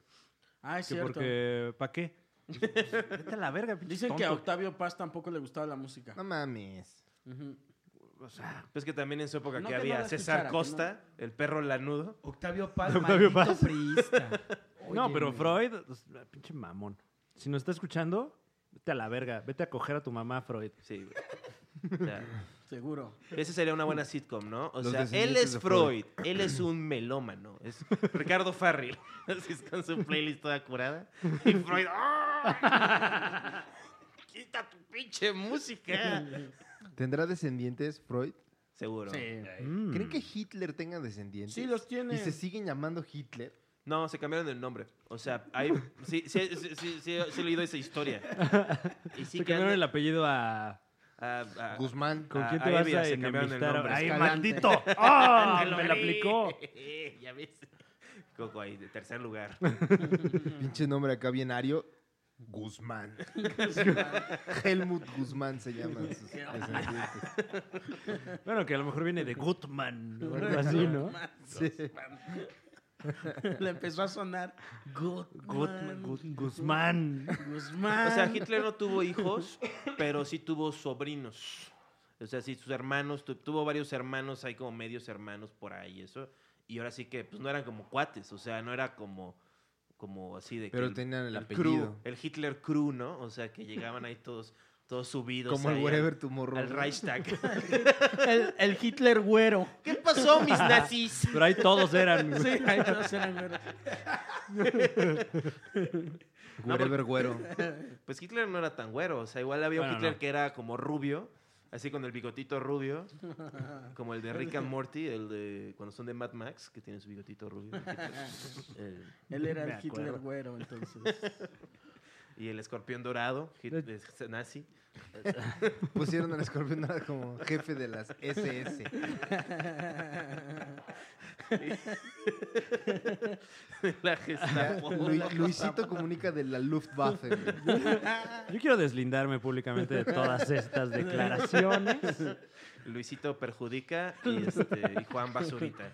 Speaker 6: Ah, es
Speaker 3: Que
Speaker 6: cierto.
Speaker 3: porque, ¿pa' qué? Vete a la verga, pinche
Speaker 6: Dicen que a
Speaker 3: tonto.
Speaker 6: Octavio Paz tampoco le gustaba la música.
Speaker 4: No mames.
Speaker 6: Ujú.
Speaker 1: Pues que también en su época
Speaker 6: No,
Speaker 1: que
Speaker 6: que no
Speaker 1: había
Speaker 6: la escuchara,
Speaker 1: César
Speaker 6: que
Speaker 1: Costa, el perro lanudo.
Speaker 5: Octavio Paz,
Speaker 3: Octavio
Speaker 5: Octavio
Speaker 3: Paz.
Speaker 5: Paz. priista.
Speaker 3: No, pero
Speaker 5: Óyeme.
Speaker 3: Freud, pues, pinche mamón. Si nos está escuchando, vete a la verga. Vete a coger a tu mamá, Freud.
Speaker 1: Sí, güey. O sea,
Speaker 6: Seguro.
Speaker 1: Esa sería una buena sitcom, ¿no? O
Speaker 4: Los
Speaker 1: sea, él
Speaker 4: descendientes
Speaker 1: es
Speaker 4: de
Speaker 1: Freud,
Speaker 4: Freud.
Speaker 1: él es un melómano, es Ricardo Farril, (laughs) así es con su playlist toda curada. Y Freud, ¡ah! ¡Quita tu pinche música!
Speaker 4: ¿Tendrá descendientes Freud?
Speaker 1: Seguro.
Speaker 6: Sí.
Speaker 3: Mm.
Speaker 4: ¿Creen que Hitler tenga descendientes?
Speaker 6: Sí, los tiene.
Speaker 4: ¿Y se siguen llamando Hitler?
Speaker 1: No, se cambiaron el nombre. O sea, hay, sí, sí, sí, sí, sí, sí he leído esa historia. Y sí
Speaker 3: Se
Speaker 1: que
Speaker 3: cambiaron el
Speaker 1: anda-
Speaker 3: apellido a...
Speaker 1: a- a-
Speaker 4: Guzmán.
Speaker 3: ¿Con
Speaker 1: Ah,
Speaker 3: quién te
Speaker 1: ahí
Speaker 3: vas
Speaker 1: mira,
Speaker 3: a
Speaker 1: se cambiaron el
Speaker 3: enemistar?
Speaker 1: nombre.
Speaker 3: ahora? ¡Ay,
Speaker 4: Escalante.
Speaker 3: maldito! ¡Ah!
Speaker 1: Te lo
Speaker 3: me la
Speaker 1: abrí.
Speaker 3: aplicó.
Speaker 1: (laughs) ya ves. Coco ahí, de tercer lugar.
Speaker 4: Pinche nombre acá bien ario. Guzmán. (laughs) Helmut Guzmán se llama. sus descendientes.
Speaker 3: Bueno, que a lo mejor viene de Gutman o algo así, ¿no?
Speaker 6: (laughs) Le empezó a sonar Gutman.
Speaker 3: Gutman, Gut- Guzmán.
Speaker 6: Guzmán.
Speaker 1: O sea, Hitler no tuvo hijos, pero sí tuvo sobrinos. O sea, sí, sus hermanos, tu- tuvo varios hermanos, hay como medios hermanos por ahí, eso. Y ahora sí que, pues no eran como cuates, o sea, no era como, como así de que.
Speaker 4: Pero
Speaker 1: el-
Speaker 4: tenían el,
Speaker 1: el crew,
Speaker 4: apellido.
Speaker 1: el Hitler crew, ¿no? O sea, que llegaban ahí todos, todos subidos.
Speaker 4: Como
Speaker 1: ahí
Speaker 4: el
Speaker 1: al-
Speaker 4: Wherever Tomorrow.
Speaker 1: Al
Speaker 4: ¿no?
Speaker 1: Reichstag.
Speaker 4: (laughs)
Speaker 6: el, el Hitler güero.
Speaker 1: ¿Qué pasó, mis nazis?
Speaker 3: Pero ahí todos eran. güey.
Speaker 6: Sí, ahí todos eran güeros.
Speaker 4: Wherever
Speaker 1: (laughs)
Speaker 4: Güero.
Speaker 1: Pues Hitler no era tan güero, o sea, igual había un
Speaker 3: Bueno,
Speaker 1: Hitler
Speaker 3: no.
Speaker 1: que era como rubio, así con el bigotito rubio,
Speaker 6: (laughs)
Speaker 1: como el de Rick and Morty, el de cuando son de Mad Max, que tiene su bigotito rubio.
Speaker 6: (laughs)
Speaker 1: Eh,
Speaker 6: (laughs) Él era
Speaker 3: Me
Speaker 6: el Hitler
Speaker 3: acuerdo.
Speaker 6: güero, entonces.
Speaker 1: y el escorpión dorado, Hit- es nazi. (laughs)
Speaker 4: Pusieron al escorpión dorado como jefe de las
Speaker 1: (laughs)
Speaker 4: SS.
Speaker 1: La
Speaker 4: Ya,
Speaker 6: (laughs)
Speaker 1: Gestapo.
Speaker 4: Lu- Luisito comunica de la Luftwaffe.
Speaker 1: (laughs)
Speaker 4: güey.
Speaker 3: Yo quiero deslindarme públicamente de todas estas declaraciones.
Speaker 1: Luisito perjudica y, este, y Juan
Speaker 6: (laughs)
Speaker 1: Basurita.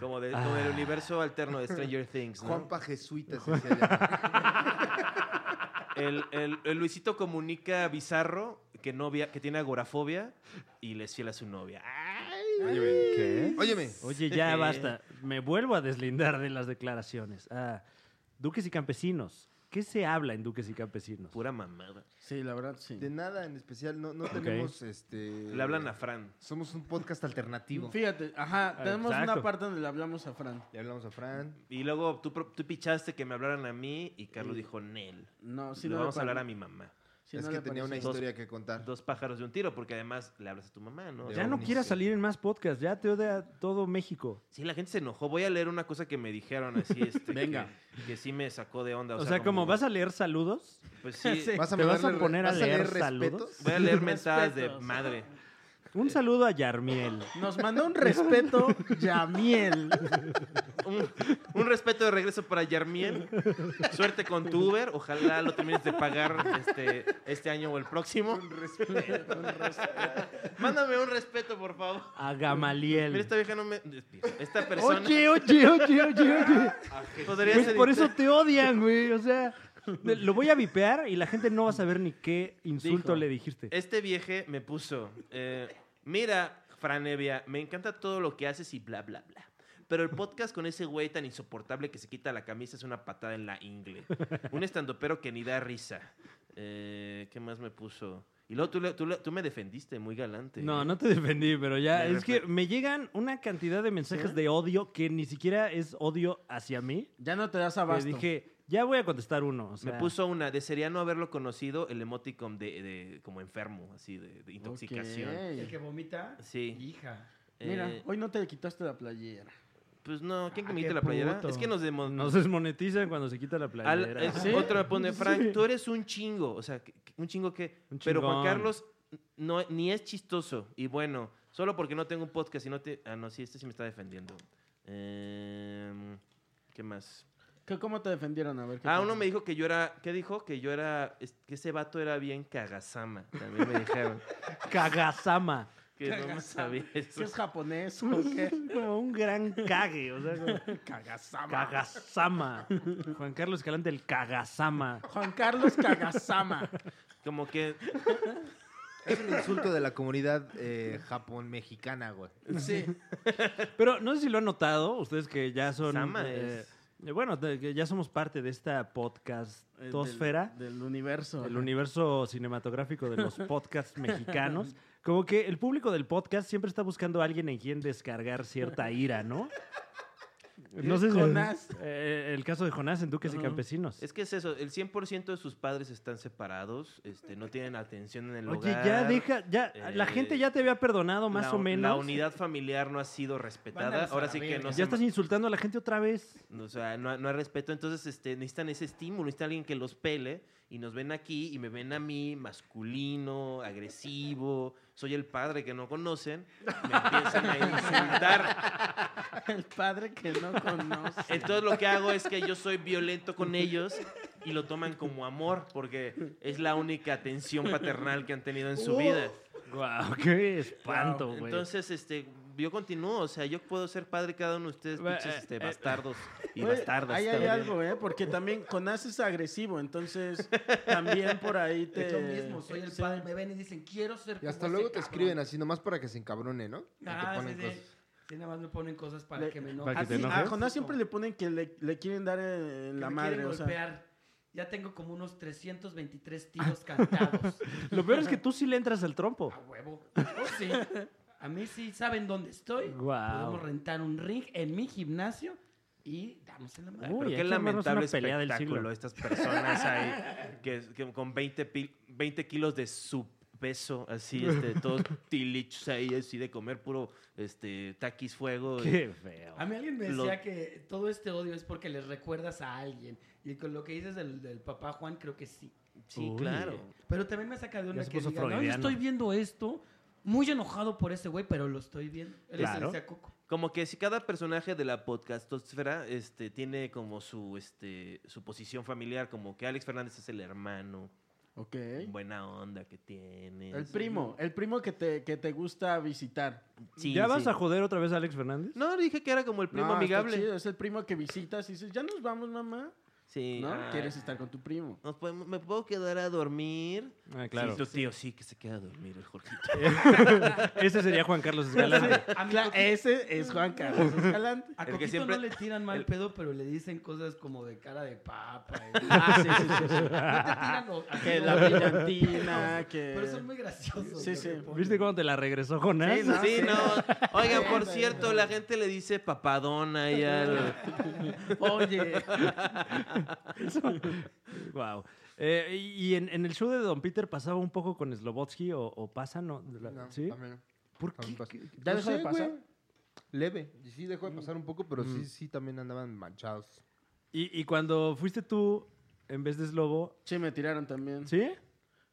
Speaker 1: Como, de, como
Speaker 3: Ah.
Speaker 1: del universo alterno de Stranger Things. ¿no?
Speaker 4: Juanpa Jesuita se hacía llamar.
Speaker 1: El, el- el Luisito comunica bizarro que, novia, que tiene agorafobia y le es fiel a su novia. Ah,
Speaker 4: ¿Qué? Óyeme.
Speaker 3: Oye, ya basta. Me vuelvo a deslindar de las declaraciones. Ah, duques y campesinos. ¿Qué se habla en duques y campesinos?
Speaker 1: Pura mamada.
Speaker 6: Sí, la verdad, sí.
Speaker 4: De nada en especial, no, no
Speaker 3: Ok.
Speaker 4: tenemos este.
Speaker 1: Le hablan a Fran.
Speaker 4: Somos un podcast alternativo.
Speaker 6: Fíjate, ajá,
Speaker 3: Ah,
Speaker 6: tenemos
Speaker 3: exacto.
Speaker 6: una parte donde le hablamos a Fran.
Speaker 4: Le hablamos a Fran.
Speaker 1: Y luego tú, pro- tú pichaste que me hablaran a mí y Carlos dijo Nel.
Speaker 6: No, sí
Speaker 1: le
Speaker 6: no le
Speaker 1: vamos a
Speaker 6: pare-
Speaker 1: hablar a mi mamá.
Speaker 6: sí
Speaker 4: es
Speaker 6: no
Speaker 4: que
Speaker 6: le
Speaker 4: tenía una
Speaker 6: pareció.
Speaker 4: historia que contar.
Speaker 1: Dos pájaros de un tiro, porque además le hablas a tu mamá, ¿no?
Speaker 3: Ya no
Speaker 4: ovnis,
Speaker 3: quieras
Speaker 4: sí.
Speaker 3: salir en más podcasts. Ya te odia todo México.
Speaker 1: Sí, la gente se enojó. Voy a leer una cosa que me dijeron
Speaker 6: (laughs)
Speaker 1: así, este,
Speaker 6: Venga.
Speaker 1: Que, que sí me sacó de onda.
Speaker 3: O, sea, como vas a leer saludos.
Speaker 1: Pues sí,
Speaker 6: (laughs) Sí.
Speaker 3: (laughs)
Speaker 4: ¿Vas a
Speaker 3: ¿Te vas a
Speaker 4: mandarle re-
Speaker 3: poner a
Speaker 4: vas
Speaker 3: leer
Speaker 4: respetos?
Speaker 3: saludos?
Speaker 1: voy a leer mentadas de
Speaker 6: Respetos.
Speaker 1: madre.
Speaker 3: Un saludo a Yarmiel.
Speaker 6: Nos mandó un respeto, Yamiel.
Speaker 1: Un, un respeto de regreso para Yarmiel. Suerte con tu Uber. Ojalá lo termines de pagar este, este año o el próximo. Mándame un respeto, por favor.
Speaker 3: A
Speaker 1: Mira,
Speaker 3: Gamaliel.
Speaker 1: esta vieja no me. Esta persona.
Speaker 3: Oye, oye, oye, oye,
Speaker 1: (laughs)
Speaker 3: oye.
Speaker 1: podría
Speaker 3: Güey,
Speaker 1: ser
Speaker 3: por eso te odian, güey. O sea, lo voy a vipear y la gente no va a saber ni qué insulto
Speaker 1: Dijo.
Speaker 3: le dijiste.
Speaker 1: Este vieje me puso, eh, mira, Franevia, me encanta todo lo que haces y bla, bla, bla. Pero el podcast con ese güey tan insoportable que se quita la camisa es una patada en la ingle. Un estandopero que ni da risa. Eh, ¿Qué más me puso? Y luego tú, le- tú le- tú me defendiste muy galante. ¿eh?
Speaker 3: No, no te defendí, pero ya.
Speaker 1: Me
Speaker 3: Es que
Speaker 1: respeto.
Speaker 3: me llegan una cantidad de mensajes de odio que ni siquiera es odio hacia mí.
Speaker 6: Ya no te das
Speaker 3: Le
Speaker 6: abasto.
Speaker 3: dije, ya voy a contestar uno. o
Speaker 1: Ah, Me
Speaker 3: sea,
Speaker 1: puso una, desearía no haberlo conocido, el emoticon de, de- como enfermo, así, de, de intoxicación.
Speaker 5: El que
Speaker 6: Ok.
Speaker 5: vomita.
Speaker 1: Sí.
Speaker 5: Hija.
Speaker 6: Mira,
Speaker 1: Eh,
Speaker 6: hoy no te quitaste la playera.
Speaker 1: pues no, ¿quién que
Speaker 2: Ah,
Speaker 1: me quite
Speaker 2: qué
Speaker 1: la playera?
Speaker 2: puto.
Speaker 1: Es que nos, demo-
Speaker 3: Nos desmonetizan cuando se quita la
Speaker 1: Al-
Speaker 3: playera.
Speaker 1: es- Otro me pone, Frank, tú eres un chingo. O sea, que- que- un chingo que...
Speaker 3: Un
Speaker 1: pero Juan
Speaker 3: chingón.
Speaker 1: Carlos no, ni es chistoso. Y bueno, solo porque no tengo un podcast y no te... Ah, no, sí, este sí me está defendiendo. Em, ¿Qué más?
Speaker 6: ¿Qué- ¿Cómo te defendieron? A ver. ¿qué
Speaker 1: Ah,
Speaker 6: tal?
Speaker 1: uno me dijo que yo era... ¿Qué dijo? Que yo era... es- Que ese vato era bien cagasama. También me
Speaker 3: (laughs)
Speaker 1: dijeron.
Speaker 3: Kagasama.
Speaker 1: Que no me
Speaker 6: Kagasama.
Speaker 1: sabía eso.
Speaker 6: ¿Qué es japonés? o qué?
Speaker 3: Como un gran cague. O sea, como-
Speaker 6: Kagasama.
Speaker 3: Kagasama. Juan Carlos Escalante, el Kagasama.
Speaker 6: Juan Carlos
Speaker 5: (laughs)
Speaker 6: Kagasama.
Speaker 1: Como que...
Speaker 4: Es un insulto de la comunidad eh, japón-mexicana, güey.
Speaker 1: Sí.
Speaker 3: Pero no sé si lo han notado, ustedes que ya son.
Speaker 1: Sama
Speaker 3: eh,
Speaker 1: es-
Speaker 3: eh, Bueno, de- que ya somos parte de esta
Speaker 1: Eh,
Speaker 3: podcastosfera,
Speaker 6: Del, del universo.
Speaker 3: el universo cinematográfico
Speaker 1: (laughs)
Speaker 3: de los podcasts mexicanos. Como que el público del podcast siempre está buscando a alguien en quien descargar cierta ira, ¿no? No sé si.
Speaker 6: Jonás.
Speaker 3: Eh, el caso de Jonás en Duques y Campesinos.
Speaker 1: Es que es eso. El 100% de sus padres están separados. Este, no tienen atención en el
Speaker 3: Oye,
Speaker 1: hogar.
Speaker 3: ya deja, ya, la
Speaker 1: eh,
Speaker 3: gente ya te había perdonado más
Speaker 1: la,
Speaker 3: o
Speaker 1: un-
Speaker 3: menos.
Speaker 1: La unidad familiar no ha sido respetada.
Speaker 5: Mándalos a
Speaker 1: Ahora
Speaker 5: la
Speaker 1: sí que
Speaker 5: verga.
Speaker 1: no
Speaker 3: ya
Speaker 1: se
Speaker 3: estás insultando a la gente otra vez.
Speaker 1: ma- o sea, no, no hay respeto. Entonces este, necesitan ese estímulo, necesitan alguien que los pele y nos ven aquí y me ven a mí masculino, agresivo. Soy el padre que no conocen. Me empiezan a insultar.
Speaker 6: El padre que no conoce.
Speaker 1: Entonces lo que hago es que yo soy violento con ellos y lo toman como amor porque es la única atención paternal que han tenido en
Speaker 5: Uh.
Speaker 1: su vida.
Speaker 3: Guau, (laughs) qué espanto, güey.
Speaker 1: Entonces, este, yo continúo, o sea, yo puedo ser padre cada uno de ustedes,
Speaker 3: Bueno,
Speaker 1: pinches,
Speaker 3: eh,
Speaker 1: este,
Speaker 3: eh, (laughs)
Speaker 1: bastardos y
Speaker 6: Oye,
Speaker 1: bastardas.
Speaker 6: Ahí hay
Speaker 1: también.
Speaker 6: algo, ¿eh? Porque también Jonás es agresivo, entonces también por ahí
Speaker 5: (laughs)
Speaker 6: te.
Speaker 5: Es lo mismo, soy el
Speaker 6: Sí.
Speaker 5: padre. Me ven y dicen, quiero ser
Speaker 4: Y hasta
Speaker 5: como
Speaker 4: luego
Speaker 5: ese
Speaker 4: te
Speaker 5: cabrón".
Speaker 4: escriben así nomás para que se encabrone, ¿no? Y te
Speaker 5: Ah, sí,
Speaker 4: ponen
Speaker 5: sí.
Speaker 4: cosas.
Speaker 5: Sí, nada más me ponen cosas para
Speaker 6: Le-
Speaker 5: que me enoje.
Speaker 3: para que te
Speaker 6: Así,
Speaker 3: enojes.
Speaker 6: ah, a Jonás siempre le ponen que le, le quieren dar eh,
Speaker 5: Que
Speaker 6: la
Speaker 5: me
Speaker 6: madre,
Speaker 5: quieren
Speaker 6: o sea.
Speaker 5: golpear. Ya tengo como unos 323 tiros
Speaker 3: (laughs)
Speaker 5: cantados.
Speaker 3: Lo peor es que tú sí le entras al trompo.
Speaker 5: A huevo. Oh, sí. A mí sí saben dónde estoy.
Speaker 3: Guau.
Speaker 5: Podemos rentar un ring en mi gimnasio y damos en la
Speaker 1: Ay,
Speaker 5: madre.
Speaker 3: Uy,
Speaker 1: pero
Speaker 3: hay
Speaker 1: qué
Speaker 3: que armarnos
Speaker 1: lamentable
Speaker 3: una pelea del
Speaker 1: espectáculo
Speaker 3: siglo.
Speaker 1: estas personas ahí que, que con 20, pil- 20 kilos de su peso, así,
Speaker 3: (laughs)
Speaker 1: este, todos tilichos ahí, así de comer puro, este, taquis fuego. y-
Speaker 3: Qué feo.
Speaker 5: A mí alguien me
Speaker 1: Lo-
Speaker 5: decía que todo este odio es porque les recuerdas a alguien. Y con lo que dices del, del papá Juan, creo que sí.
Speaker 1: Sí,
Speaker 3: Uy.
Speaker 1: claro.
Speaker 5: Pero también me saca de una
Speaker 3: se
Speaker 5: que
Speaker 3: puso
Speaker 5: diga, no, yo
Speaker 3: freudiano.
Speaker 5: estoy viendo esto, muy enojado por ese güey, pero lo estoy viendo. Él es el
Speaker 3: Claro.
Speaker 5: decía Coco.
Speaker 1: Como que si cada personaje de la podcastosfera este, tiene como su, este, su posición familiar, como que Alex Fernández es el hermano,
Speaker 6: Ok.
Speaker 1: buena onda que tiene.
Speaker 6: El primo, el primo que te, que te gusta visitar.
Speaker 1: Sí,
Speaker 3: ¿Ya
Speaker 1: sí.
Speaker 3: vas a joder otra vez a Alex Fernández?
Speaker 1: No, dije que era como el primo
Speaker 6: No, está
Speaker 1: amigable.
Speaker 6: chido, Es el primo que visitas y dices, ya nos vamos, mamá.
Speaker 1: Sí.
Speaker 6: ¿No?
Speaker 1: ah,
Speaker 6: Quieres estar con tu primo.
Speaker 1: nos podemos- ¿Me puedo quedar a dormir?
Speaker 3: Ah, claro.
Speaker 1: Sí, tu tío sí que se queda a dormir, el Jorgito.
Speaker 3: Ese sería Juan Carlos Escalante.
Speaker 5: A mi
Speaker 6: Cla-
Speaker 5: Coquito-
Speaker 6: ese es Juan
Speaker 5: (laughs)
Speaker 6: Carlos Escalante.
Speaker 5: A
Speaker 1: El que
Speaker 5: Coquito
Speaker 1: siempre-
Speaker 5: no le tiran mal
Speaker 1: el-
Speaker 5: pedo, pero le dicen cosas como de cara de papa. y-
Speaker 6: Ah, sí, sí, sí, sí.
Speaker 5: (laughs) No te tiran o- así
Speaker 6: Que
Speaker 5: no,
Speaker 6: la
Speaker 5: no,
Speaker 6: brillantina,
Speaker 5: (laughs)
Speaker 6: que...
Speaker 5: Pero son muy graciosos.
Speaker 6: Sí,
Speaker 5: lo
Speaker 6: sí.
Speaker 5: que ponen.
Speaker 3: ¿Viste cómo te la regresó Jonás?
Speaker 6: Sí, ¿no?
Speaker 1: Sí, no. Oigan, por
Speaker 6: (laughs) Sí.
Speaker 1: cierto, la gente le dice papadona y al...
Speaker 6: Oye,
Speaker 3: (laughs) Wow. Eh, y en, en el show de Don Peter pasaba un poco con Slobotsky o, o pasa, ¿no? La-
Speaker 4: No,
Speaker 3: ¿Sí?
Speaker 4: también no.
Speaker 3: ¿Por
Speaker 4: También
Speaker 3: qué?
Speaker 4: pasa.
Speaker 6: ¿Ya
Speaker 4: No
Speaker 6: dejó de
Speaker 4: sé,
Speaker 6: pasar?
Speaker 4: güey. Leve. Mm. Y Sí, dejó de pasar un poco, pero sí, sí, también andaban manchados.
Speaker 3: Y, y cuando fuiste tú, en vez de Slobo,
Speaker 6: sí, me tiraron también.
Speaker 3: ¿sí?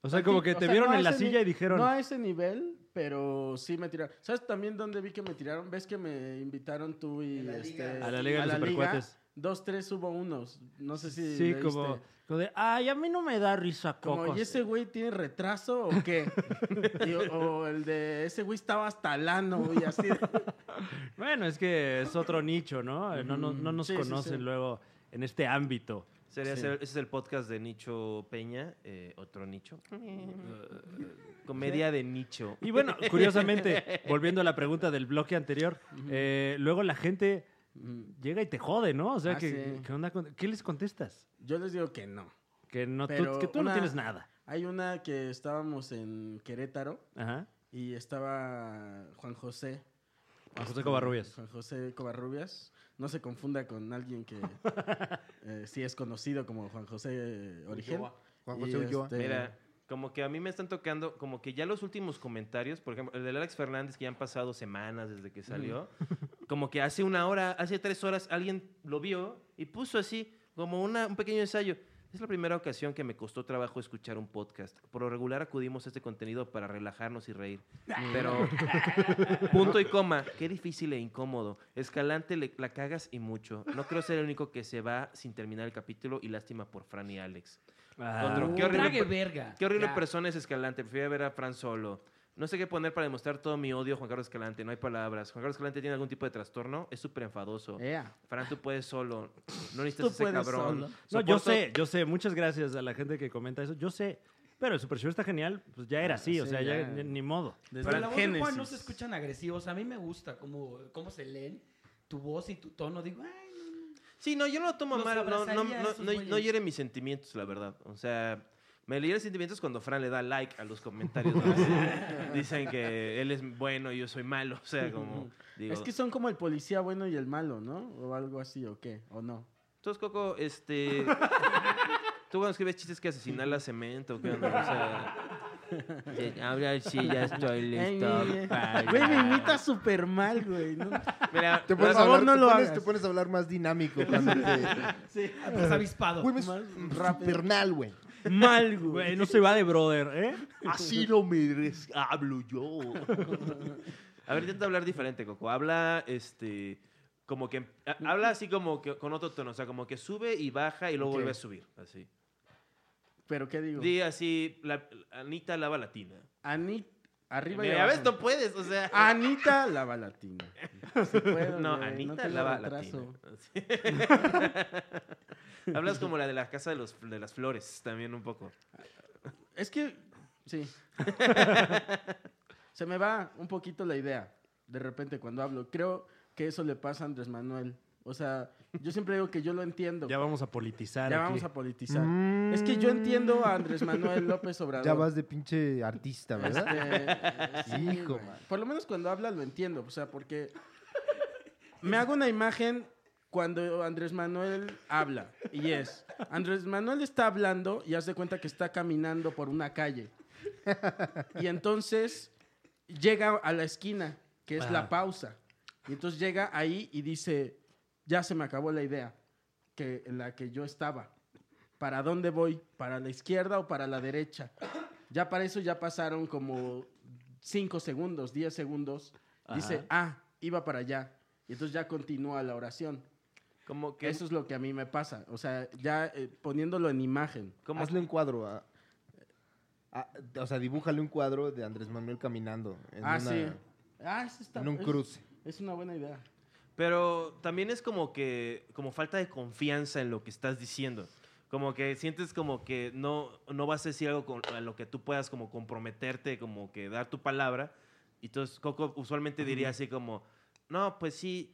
Speaker 3: O sea,
Speaker 6: Tanti-
Speaker 3: como que
Speaker 6: Mm. Ah, o
Speaker 3: te
Speaker 6: sea,
Speaker 3: vieron
Speaker 6: no a
Speaker 3: en la
Speaker 6: ese ni-
Speaker 3: silla y dijeron,
Speaker 6: No a ese nivel, pero sí me tiraron. ¿Sabes también dónde vi que me tiraron? ¿Ves que me invitaron tú y
Speaker 5: En la
Speaker 6: este,
Speaker 5: liga.
Speaker 3: A la Liga de los Supercuates.
Speaker 6: Dos, tres hubo unos. No sé si.
Speaker 3: Sí,
Speaker 6: leíste.
Speaker 3: como, como de, ay, a mí no me da risa
Speaker 6: Como,
Speaker 3: Cocos".
Speaker 6: ¿y ese güey tiene retraso o
Speaker 3: (laughs)
Speaker 6: qué? Y- o el de ese güey estaba hasta lano y
Speaker 3: (laughs)
Speaker 6: así.
Speaker 3: Bueno, es que es otro nicho, ¿no? No, no, no nos
Speaker 6: Sí, sí,
Speaker 3: conocen
Speaker 6: sí.
Speaker 3: luego en este ámbito.
Speaker 1: Sería
Speaker 6: Sí.
Speaker 1: ser- ese es el podcast de Nicho Peña, eh, otro nicho.
Speaker 6: Mm.
Speaker 1: Eh, comedia de nicho.
Speaker 3: Y bueno,
Speaker 6: (laughs)
Speaker 3: curiosamente, volviendo a la pregunta del bloque anterior, eh, luego la gente llega y te jode, ¿no? O sea,
Speaker 6: Ah,
Speaker 3: que,
Speaker 6: sí.
Speaker 3: ¿qué, onda con- ¿qué les contestas?
Speaker 6: Yo les digo que no.
Speaker 3: Que, no, tú,
Speaker 6: Pero
Speaker 3: que tú no
Speaker 6: una-
Speaker 3: tienes nada.
Speaker 6: Hay una que estábamos en Querétaro
Speaker 3: Ajá.
Speaker 6: y estaba Juan José.
Speaker 3: Juan José Covarrubias.
Speaker 6: Juan José Covarrubias. No se confunda con alguien
Speaker 1: (laughs)
Speaker 6: que eh, sí es conocido como Juan José Origen.
Speaker 4: Juan
Speaker 6: Y
Speaker 4: José Ulloa.
Speaker 6: este-
Speaker 1: Mira, como que a mí me están tocando, como que ya los últimos comentarios, por ejemplo, el del Alex Fernández, que ya han pasado semanas desde que salió, como que hace una hora, hace tres horas, alguien lo vio y puso así, como una, un pequeño ensayo. Es la primera ocasión que me costó trabajo escuchar un podcast. Por lo regular acudimos a este contenido para relajarnos y reír. Pero, punto y coma, qué difícil e incómodo. Escalante, le- la cagas y mucho. No creo ser el único que se va sin terminar el capítulo y lástima por Fran y Alex.
Speaker 3: Ah,
Speaker 1: Otro. Qué horrible
Speaker 5: Trague
Speaker 1: per-
Speaker 5: verga.
Speaker 1: Qué horrible
Speaker 5: Ya.
Speaker 1: persona es Escalante. Prefiero ver a Fran solo. No sé qué poner para demostrar todo mi odio a Juan Carlos Escalante. No hay palabras. Juan Carlos Escalante tiene algún tipo de trastorno. Es súper enfadoso.
Speaker 6: Ea.
Speaker 1: Fran, tú puedes solo. No necesitas
Speaker 6: Eh. Tú
Speaker 1: ese
Speaker 6: puedes
Speaker 1: cabrón.
Speaker 6: solo.
Speaker 3: No, yo
Speaker 1: Soporto-
Speaker 3: sé, yo sé. Muchas gracias a la gente que comenta eso. Yo sé. Pero el Super Show está genial. Pues ya era así, o
Speaker 6: sí,
Speaker 3: sea, ya,
Speaker 6: ya.
Speaker 3: ni- ni modo.
Speaker 6: Desde
Speaker 5: Pero
Speaker 6: el
Speaker 5: la voz de Juan no
Speaker 6: Génesis.
Speaker 5: se escuchan agresivos. A mí me gusta cómo, cómo se leen tu voz y tu tono. Digo, ay, no, no".
Speaker 1: Sí, no, yo no lo tomo
Speaker 5: Los
Speaker 1: mal. No, no,
Speaker 5: abrazaría a
Speaker 1: no-
Speaker 5: esos
Speaker 1: no-
Speaker 5: güeyes.
Speaker 1: no hiere mis sentimientos, la verdad. O sea, me hiere sentimientos cuando Fran le da like a los comentarios. ¿no? Dicen que él es bueno y yo soy malo. O sea, como. Digo,
Speaker 6: Es que son como el policía bueno y el malo, ¿no? O algo así, ¿o qué? ¿O no?
Speaker 1: Entonces, Coco, este. Tú cuando escribes chistes que asesinar la cemento, ¿qué onda? O sea. sí, Ahora sí, ya estoy
Speaker 6: Ay,
Speaker 1: listo.
Speaker 6: mire.
Speaker 1: para-
Speaker 6: Güey, me imita súper mal, güey. ¿no?
Speaker 1: Mira,
Speaker 4: Te
Speaker 1: por
Speaker 4: pones, a
Speaker 1: favor,
Speaker 4: hablar,
Speaker 6: no
Speaker 4: te
Speaker 6: lo
Speaker 4: pones-
Speaker 6: hagas.
Speaker 4: te pones a hablar más dinámico
Speaker 6: (laughs)
Speaker 4: cuando te...
Speaker 6: Sí.
Speaker 5: Ah, pues avispado.
Speaker 4: Güey, es supernal, güey.
Speaker 3: Mal, güey. (laughs) No se va de brother, ¿eh?
Speaker 4: Así lo me res- hablo yo.
Speaker 1: A ver, intenta hablar diferente, Coco. Habla, este. Como que. ha- Habla así como que con otro tono. O sea, como que sube y baja y luego
Speaker 6: Ok.
Speaker 1: vuelve a subir. Así.
Speaker 6: ¿Pero qué digo?
Speaker 1: Di así, la- Anita lava latina.
Speaker 6: Anita. Arriba y
Speaker 1: Mira, a
Speaker 6: abajo.
Speaker 1: veces no puedes, o sea.
Speaker 6: Ah, Anita
Speaker 1: (laughs)
Speaker 6: lava latina. Sí puedo,
Speaker 1: No,
Speaker 6: güey,
Speaker 1: Anita
Speaker 6: te lo
Speaker 1: lava
Speaker 6: retraso.
Speaker 1: latina. (laughs) Sí. Hablas como la de la casa de, los, de las flores también un poco.
Speaker 6: Es que, sí. Se me va un poquito la idea de repente cuando hablo. Creo que eso le pasa a Andrés Manuel. O sea, yo siempre digo que yo lo entiendo.
Speaker 3: Ya
Speaker 6: Ya,
Speaker 3: vamos a politizar. aquí.
Speaker 6: vamos a politizar. Es que yo entiendo a Andrés Manuel López Obrador.
Speaker 4: Mm. Ya vas de pinche artista, ¿verdad?
Speaker 6: Este, sí,
Speaker 4: Hijo,
Speaker 6: güey.
Speaker 4: man.
Speaker 6: Por lo menos cuando habla lo entiendo, o sea, porque me hago una imagen cuando Andrés Manuel habla y es Andrés Manuel está hablando y haz de cuenta que está caminando por una calle. Y entonces llega a la esquina, que es la pausa. Y entonces llega ahí y dice, "Ya se me acabó la idea que en la que yo estaba." ¿Para dónde voy? ¿Para la izquierda o para la derecha? Ya para eso ya pasaron como 5 segundos, 10 segundos. Dice, ah, iba para allá. Y entonces ya continúa la oración.
Speaker 1: Como que
Speaker 6: Que eso es lo que a mí me pasa. O sea, ya eh, poniéndolo en imagen.
Speaker 1: como
Speaker 4: Hazle un cuadro. a- a- o sea, dibújale un cuadro de Andrés Manuel caminando. En
Speaker 6: ah,
Speaker 4: una-
Speaker 6: sí. Ah, eso está-
Speaker 4: En un
Speaker 6: es-
Speaker 4: cruce.
Speaker 6: Es, una buena idea.
Speaker 1: Pero también es como que como falta de confianza en lo que estás diciendo. Como que sientes como que no, no vas a decir algo con, a lo que tú puedas como comprometerte, como que dar tu palabra. Y entonces Coco usualmente diría así como, no, pues sí,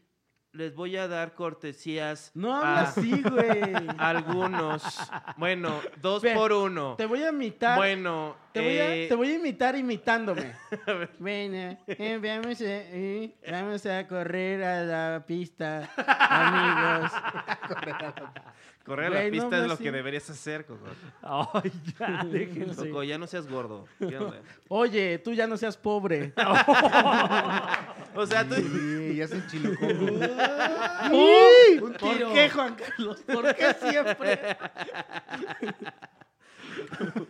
Speaker 1: les voy a dar cortesías
Speaker 4: Ah.
Speaker 6: No habla
Speaker 1: a
Speaker 6: así, güey.
Speaker 4: (laughs)
Speaker 1: algunos. Bueno, dos
Speaker 6: Ve,
Speaker 1: por uno.
Speaker 6: Te voy a imitar.
Speaker 1: Bueno,
Speaker 6: Te voy, a,
Speaker 1: eh,
Speaker 6: te voy a imitar
Speaker 1: (laughs)
Speaker 6: imitándome. Bueno, eh, vamos, a, eh, vamos a correr a
Speaker 1: (laughs)
Speaker 6: la pista, amigos.
Speaker 1: correr a la
Speaker 6: Güey, no
Speaker 1: pista es
Speaker 6: habla
Speaker 1: lo
Speaker 6: así.
Speaker 1: que deberías hacer, Coco.
Speaker 3: Ay,
Speaker 6: (laughs)
Speaker 3: ya, déjenlo.
Speaker 1: Coco, ya no seas gordo. ¿Qué onda?
Speaker 6: Oye, tú ya no
Speaker 1: (laughs)
Speaker 6: seas pobre.
Speaker 1: O sea,
Speaker 6: (laughs)
Speaker 1: tú...
Speaker 4: Y, y hacen chilocongo.
Speaker 6: ¿Por qué, Juan Carlos? ¿Por qué
Speaker 1: (laughs)
Speaker 6: siempre?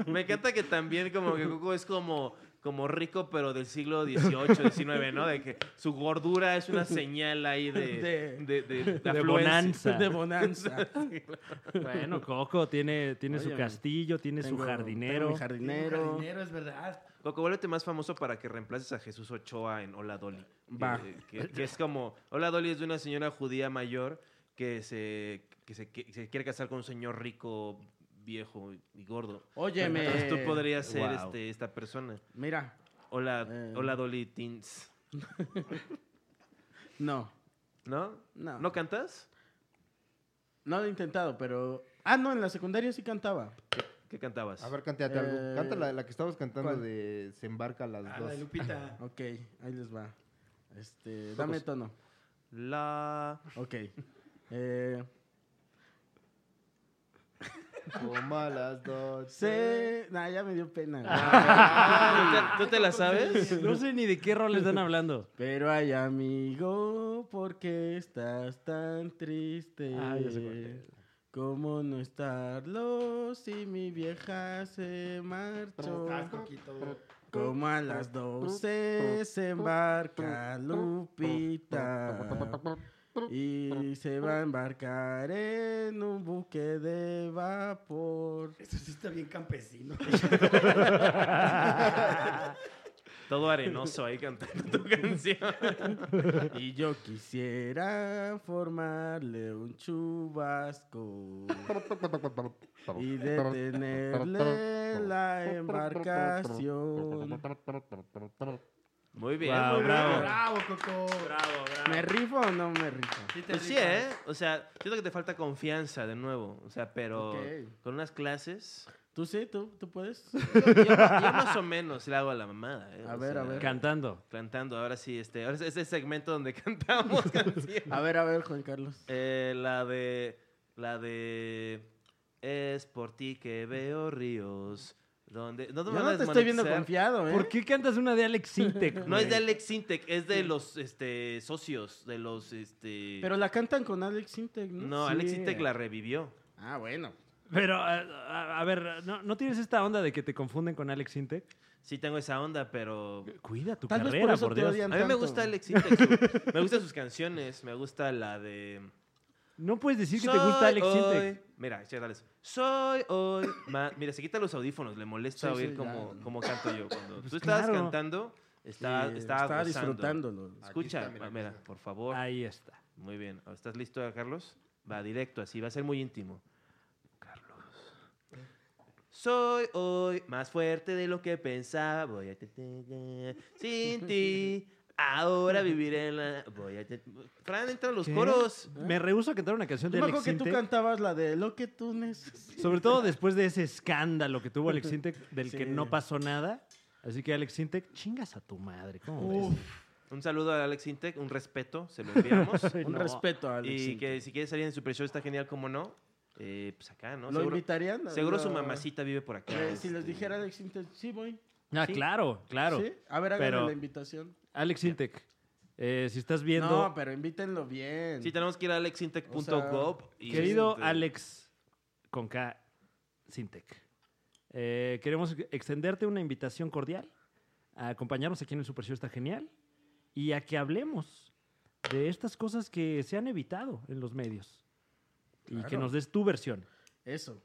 Speaker 1: Me encanta que también como que Coco es como como rico, pero del siglo XVIII, XIX, ¿no? De que su gordura es una señal ahí de,
Speaker 6: (laughs) De-
Speaker 1: de, de, de
Speaker 3: De
Speaker 1: afluencia.
Speaker 3: bonanza.
Speaker 6: De bonanza.
Speaker 1: (laughs)
Speaker 3: Bueno, Coco tiene, tiene su
Speaker 6: Oye,
Speaker 3: castillo, tiene su
Speaker 6: Tengo-
Speaker 3: jardinero.
Speaker 6: tengo mi
Speaker 5: Dinero.
Speaker 6: jardinero.
Speaker 5: es verdad. Ah,
Speaker 1: Coco, vuélvete más famoso para que reemplaces a Jesús Ochoa en Hola Dolly.
Speaker 6: Va.
Speaker 1: Eh, Que, que es como, Hola Dolly es de una señora judía mayor que se, que se, que se quiere casar con un señor rico, viejo y gordo.
Speaker 6: Óyeme.
Speaker 1: Entonces tú podrías ser
Speaker 6: Wow.
Speaker 1: este, esta persona.
Speaker 6: Mira,
Speaker 1: Hola,
Speaker 6: Eh.
Speaker 1: hola Dolly Teens.
Speaker 6: no.
Speaker 1: ¿No?
Speaker 6: No.
Speaker 1: ¿No cantas?
Speaker 6: No lo he intentado, pero. Ah, no, en la secundaria sí cantaba.
Speaker 1: ¿Qué cantabas?
Speaker 4: A ver, cántate
Speaker 6: Eh,
Speaker 4: algo. Canta la, la que estabas cantando
Speaker 6: ¿cuál?
Speaker 4: de Se embarca las
Speaker 5: A Ah, la
Speaker 4: dos.
Speaker 5: de Lupita.
Speaker 6: Ok, ahí les va. Este, dame
Speaker 1: Focus.
Speaker 6: tono.
Speaker 1: La
Speaker 6: Ok. Eh,
Speaker 4: Como a las dos.
Speaker 6: se. Nah, ya me dio pena. güey.
Speaker 3: (laughs) Ah.
Speaker 1: ¿Tú, te, tú te la sabes?
Speaker 3: No sé ni de qué rol están hablando.
Speaker 6: Pero ay, amigo, ¿por qué estás tan triste?
Speaker 3: Ah, ya sé cuál es.
Speaker 6: ¿Cómo no estarlo si mi vieja se marchó?
Speaker 5: Estás coquito.
Speaker 6: Como a las 12 se embarca Lupita y se va a embarcar en un buque de vapor.
Speaker 5: Eso sí está bien
Speaker 6: (laughs)
Speaker 5: campesino.
Speaker 1: Todo arenoso ahí cantando tu (laughs) canción.
Speaker 6: Y yo quisiera formarle un chubasco y detenerle la embarcación.
Speaker 1: Muy bien.
Speaker 3: Guau,
Speaker 1: muy bien.
Speaker 3: bravo.
Speaker 5: Bravo, Coco.
Speaker 6: ¿Me rifo o no me rifo?
Speaker 5: Sí, te
Speaker 1: Pues sí,
Speaker 5: rifas.
Speaker 1: ¿eh? O sea, siento que te falta confianza de nuevo. O sea, pero
Speaker 6: Ok.
Speaker 1: con unas
Speaker 6: (laughs)
Speaker 1: clases.
Speaker 6: ¿Tú sí? ¿Tú, tú puedes?
Speaker 1: Yo, yo más o menos le hago a la mamada. ¿eh?
Speaker 6: A
Speaker 1: O
Speaker 6: ver,
Speaker 1: sea,
Speaker 6: a ver.
Speaker 3: Cantando.
Speaker 1: Cantando, ahora sí, este. Ahora es ese segmento donde (laughs) cantamos
Speaker 6: (laughs)
Speaker 1: canciones.
Speaker 6: A ver, a ver, Juan Carlos.
Speaker 1: Eh, la de. La de. Es por ti que veo ríos. Donde. No
Speaker 6: Yo
Speaker 1: me van
Speaker 6: no
Speaker 1: a
Speaker 6: te estoy viendo
Speaker 1: desmonetizar.
Speaker 6: confiado, ¿eh?
Speaker 3: ¿Por qué cantas una de Alex Sintek?
Speaker 1: No
Speaker 3: güey?
Speaker 1: es de Alex Sintec, es de los este, socios, de los. Este...
Speaker 6: Pero la cantan con Alex Integ, ¿no?
Speaker 1: no, Alex Sintec la revivió.
Speaker 6: Ah, bueno.
Speaker 3: Pero, a, a- a ver, ¿no, no tienes esta onda de que te confunden con Alex Sintek?
Speaker 1: Sí tengo esa onda, pero...
Speaker 3: Cuida tu
Speaker 6: Tal vez
Speaker 3: carrera,
Speaker 6: por eso
Speaker 3: por
Speaker 6: te
Speaker 3: Dios.
Speaker 1: A
Speaker 6: odian
Speaker 1: mí me
Speaker 6: tanto.
Speaker 1: gusta Alex Sintec. su- me gustan sus canciones. Me gusta la de...
Speaker 3: No puedes decir que te
Speaker 1: Soy
Speaker 3: gusta Alex
Speaker 1: hoy-
Speaker 3: Sintek.
Speaker 1: Mira, chécales. Soy hoy... ma- Mira, se quita los audífonos. Le molesta
Speaker 6: Sí,
Speaker 1: oír
Speaker 6: sí,
Speaker 1: como,
Speaker 6: ya.
Speaker 1: como canto yo. Cuando
Speaker 3: Pues
Speaker 1: tú estabas
Speaker 3: claro.
Speaker 1: cantando, está, estaba
Speaker 6: Sí, estaba
Speaker 1: gozando.
Speaker 6: disfrutándolo.
Speaker 1: Escucha,
Speaker 4: Aquí está, mira,
Speaker 1: ma- mira,
Speaker 4: aquí está.
Speaker 1: por favor.
Speaker 3: Ahí está.
Speaker 1: Muy bien. ¿Estás listo, Carlos? Va directo, así va a ser muy íntimo. Carlos. Soy hoy más fuerte de lo que pensaba. Voy a te- te- te- sin ti. Ahora viviré en la. Voy a te- Fran, entra a los
Speaker 3: ¿Qué?
Speaker 6: ¿Eh?
Speaker 1: coros.
Speaker 3: Me rehúso a cantar una canción
Speaker 6: Yo
Speaker 3: de
Speaker 6: me
Speaker 3: Alex
Speaker 6: acuerdo que tú
Speaker 3: Sintek.
Speaker 6: cantabas la de lo que tú necesitas.
Speaker 3: Sobre todo después de ese escándalo que tuvo Alex Sintek, del que
Speaker 6: Sí.
Speaker 3: no pasó nada. Así que Alex Sintek, chingas a tu madre. ¿Cómo ves?
Speaker 1: Un saludo a Alex Intec, un respeto, se lo
Speaker 6: (laughs)
Speaker 1: enviamos.
Speaker 6: Un
Speaker 3: No.
Speaker 6: respeto a Alex
Speaker 1: y
Speaker 6: Integ.
Speaker 1: que si quieres salir en Super Show está genial, como no. Eh, pues acá, ¿no?
Speaker 6: ¿Lo
Speaker 1: Seguro,
Speaker 6: invitarían?
Speaker 1: seguro su
Speaker 6: Lo-
Speaker 1: mamacita vive por acá.
Speaker 6: Eh, si les
Speaker 1: este.
Speaker 6: dijera Alex Integ, sí voy.
Speaker 3: Ah,
Speaker 1: Sí.
Speaker 3: claro, claro.
Speaker 6: ¿Sí? A ver, háganme
Speaker 3: Pero-
Speaker 6: la invitación.
Speaker 3: Alex Sintek, eh, si estás viendo...
Speaker 6: No, pero invítenlo bien.
Speaker 1: Sí, tenemos que ir a alexintec.gov. y,
Speaker 3: Querido
Speaker 1: este,
Speaker 3: Alex con K, Sintec, eh, queremos extenderte una invitación cordial a acompañarnos aquí en el Super Show Está Genial y a que hablemos de estas cosas que se han evitado en los medios y que
Speaker 6: Claro.
Speaker 3: nos des tu versión,
Speaker 6: Eso.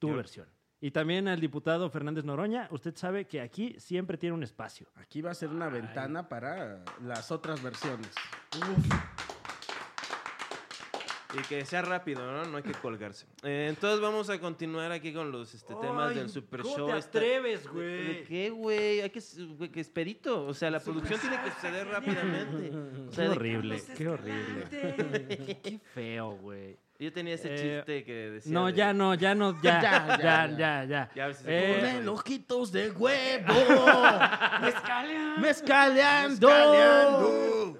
Speaker 3: tu
Speaker 1: Yo-
Speaker 3: versión. Y también al diputado Fernández Noroña, usted sabe que aquí siempre tiene un espacio.
Speaker 6: Aquí va a ser una ventana para las otras versiones.
Speaker 1: Y que sea rápido, ¿no? No hay que colgarse. Eh, entonces vamos a continuar aquí con los este, temas del Super Show. Está- ¿De- ¿De qué, güey? Hay que, s- güey, que esperito. O sea, la producción tiene que suceder rápidamente. O sea, de-
Speaker 3: Qué horrible, qué horrible. Qué feo, güey.
Speaker 1: Yo tenía ese
Speaker 3: Eh,
Speaker 1: chiste que decía.
Speaker 3: No,
Speaker 1: de-
Speaker 3: ya no, ya no,
Speaker 1: (laughs)
Speaker 3: ya,
Speaker 6: Ya,
Speaker 3: ya, ya,
Speaker 6: ya,
Speaker 3: ya.
Speaker 1: Ya, a ver si se
Speaker 3: Eh,
Speaker 1: acuerdan.
Speaker 6: ojitos de huevo. Mezcaleando. Mezcaleando.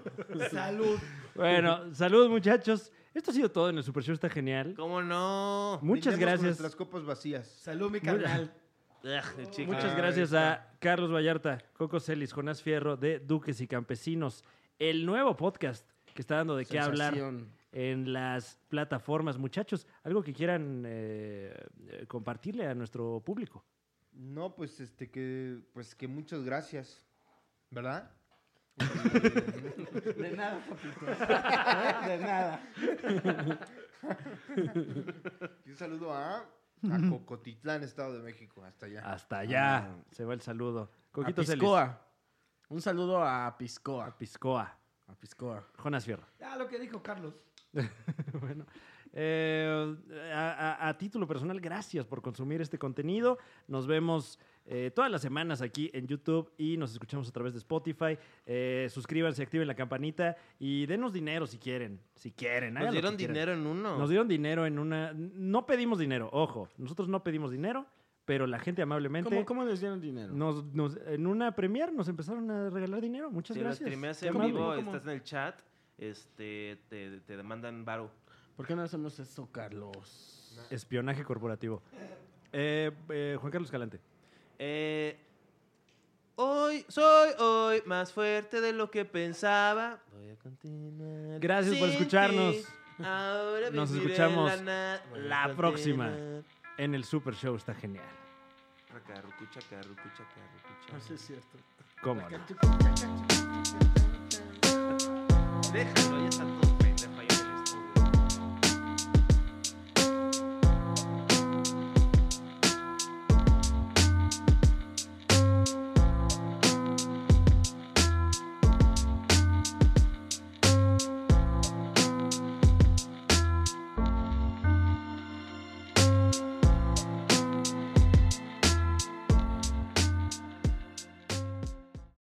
Speaker 5: Salud.
Speaker 3: Bueno, saludos muchachos. Esto ha sido todo en el Super Show, está genial.
Speaker 1: ¿Cómo no?
Speaker 3: Muchas
Speaker 4: Brindemos con
Speaker 3: gracias.
Speaker 4: Nuestras copas vacías.
Speaker 5: Salud, mi carnal.
Speaker 1: Ugh, el chico.
Speaker 3: Muchas gracias a Carlos Vallarta, Coco Celis, Jonás Fierro de Duques y Campesinos, el nuevo podcast que está dando de qué hablar en las plataformas. Muchachos, algo que quieran eh, eh, compartirle a nuestro público.
Speaker 4: No, pues este que pues que muchas gracias. ¿Verdad?
Speaker 5: De nada, papito.
Speaker 6: ¿Eh?
Speaker 5: De nada.
Speaker 4: Y un saludo a, a Cocotitlán, Estado de México, hasta allá.
Speaker 3: Hasta allá. Se va el saludo. Coquito
Speaker 6: Ah. a
Speaker 3: Celis.
Speaker 6: Piscoa. Un saludo a Piscoa.
Speaker 3: Piscoa.
Speaker 6: A Piscoa.
Speaker 3: Jonas Fierro.
Speaker 5: Ah, lo que dijo Carlos.
Speaker 3: (laughs) bueno. eh, a, a- a título personal, gracias por consumir este contenido. Nos vemos eh, todas las semanas aquí en YouTube y nos escuchamos a través de Spotify. Eh, suscríbanse, activen la campanita y denos dinero si quieren. Si quieren. hagan
Speaker 1: Nos
Speaker 3: lo
Speaker 1: dieron
Speaker 3: que quieran.
Speaker 1: dinero en uno.
Speaker 3: Nos dieron dinero en una. No pedimos dinero, ojo. Nosotros no pedimos dinero, pero la gente amablemente.
Speaker 6: ¿Cómo, cómo les dieron dinero?
Speaker 3: Nos, nos- en una premier nos empezaron a regalar dinero. Muchas
Speaker 1: Si lo
Speaker 3: gracias.
Speaker 1: streameas
Speaker 3: Qué
Speaker 1: en
Speaker 3: amable.
Speaker 1: vivo, estás en el chat, este, te, te demandan varo.
Speaker 6: ¿Por qué no hacemos eso, Carlos?
Speaker 3: Espionaje corporativo. Eh, eh, Juan Carlos Calante.
Speaker 1: Eh, hoy, soy hoy más fuerte de lo que pensaba. Voy a continuar.
Speaker 3: Gracias por
Speaker 1: sin
Speaker 3: escucharnos.
Speaker 1: ti. Ahora
Speaker 3: Nos
Speaker 1: viviré
Speaker 3: escuchamos
Speaker 1: la, na- voy a
Speaker 3: la próxima.
Speaker 1: continuar.
Speaker 3: En el Super Show está genial.
Speaker 1: Racarrucucha, carrucucha, carrucucha.
Speaker 6: No, sí es cierto.
Speaker 3: ¿Cómo no?
Speaker 1: Déjalo, ya está todo.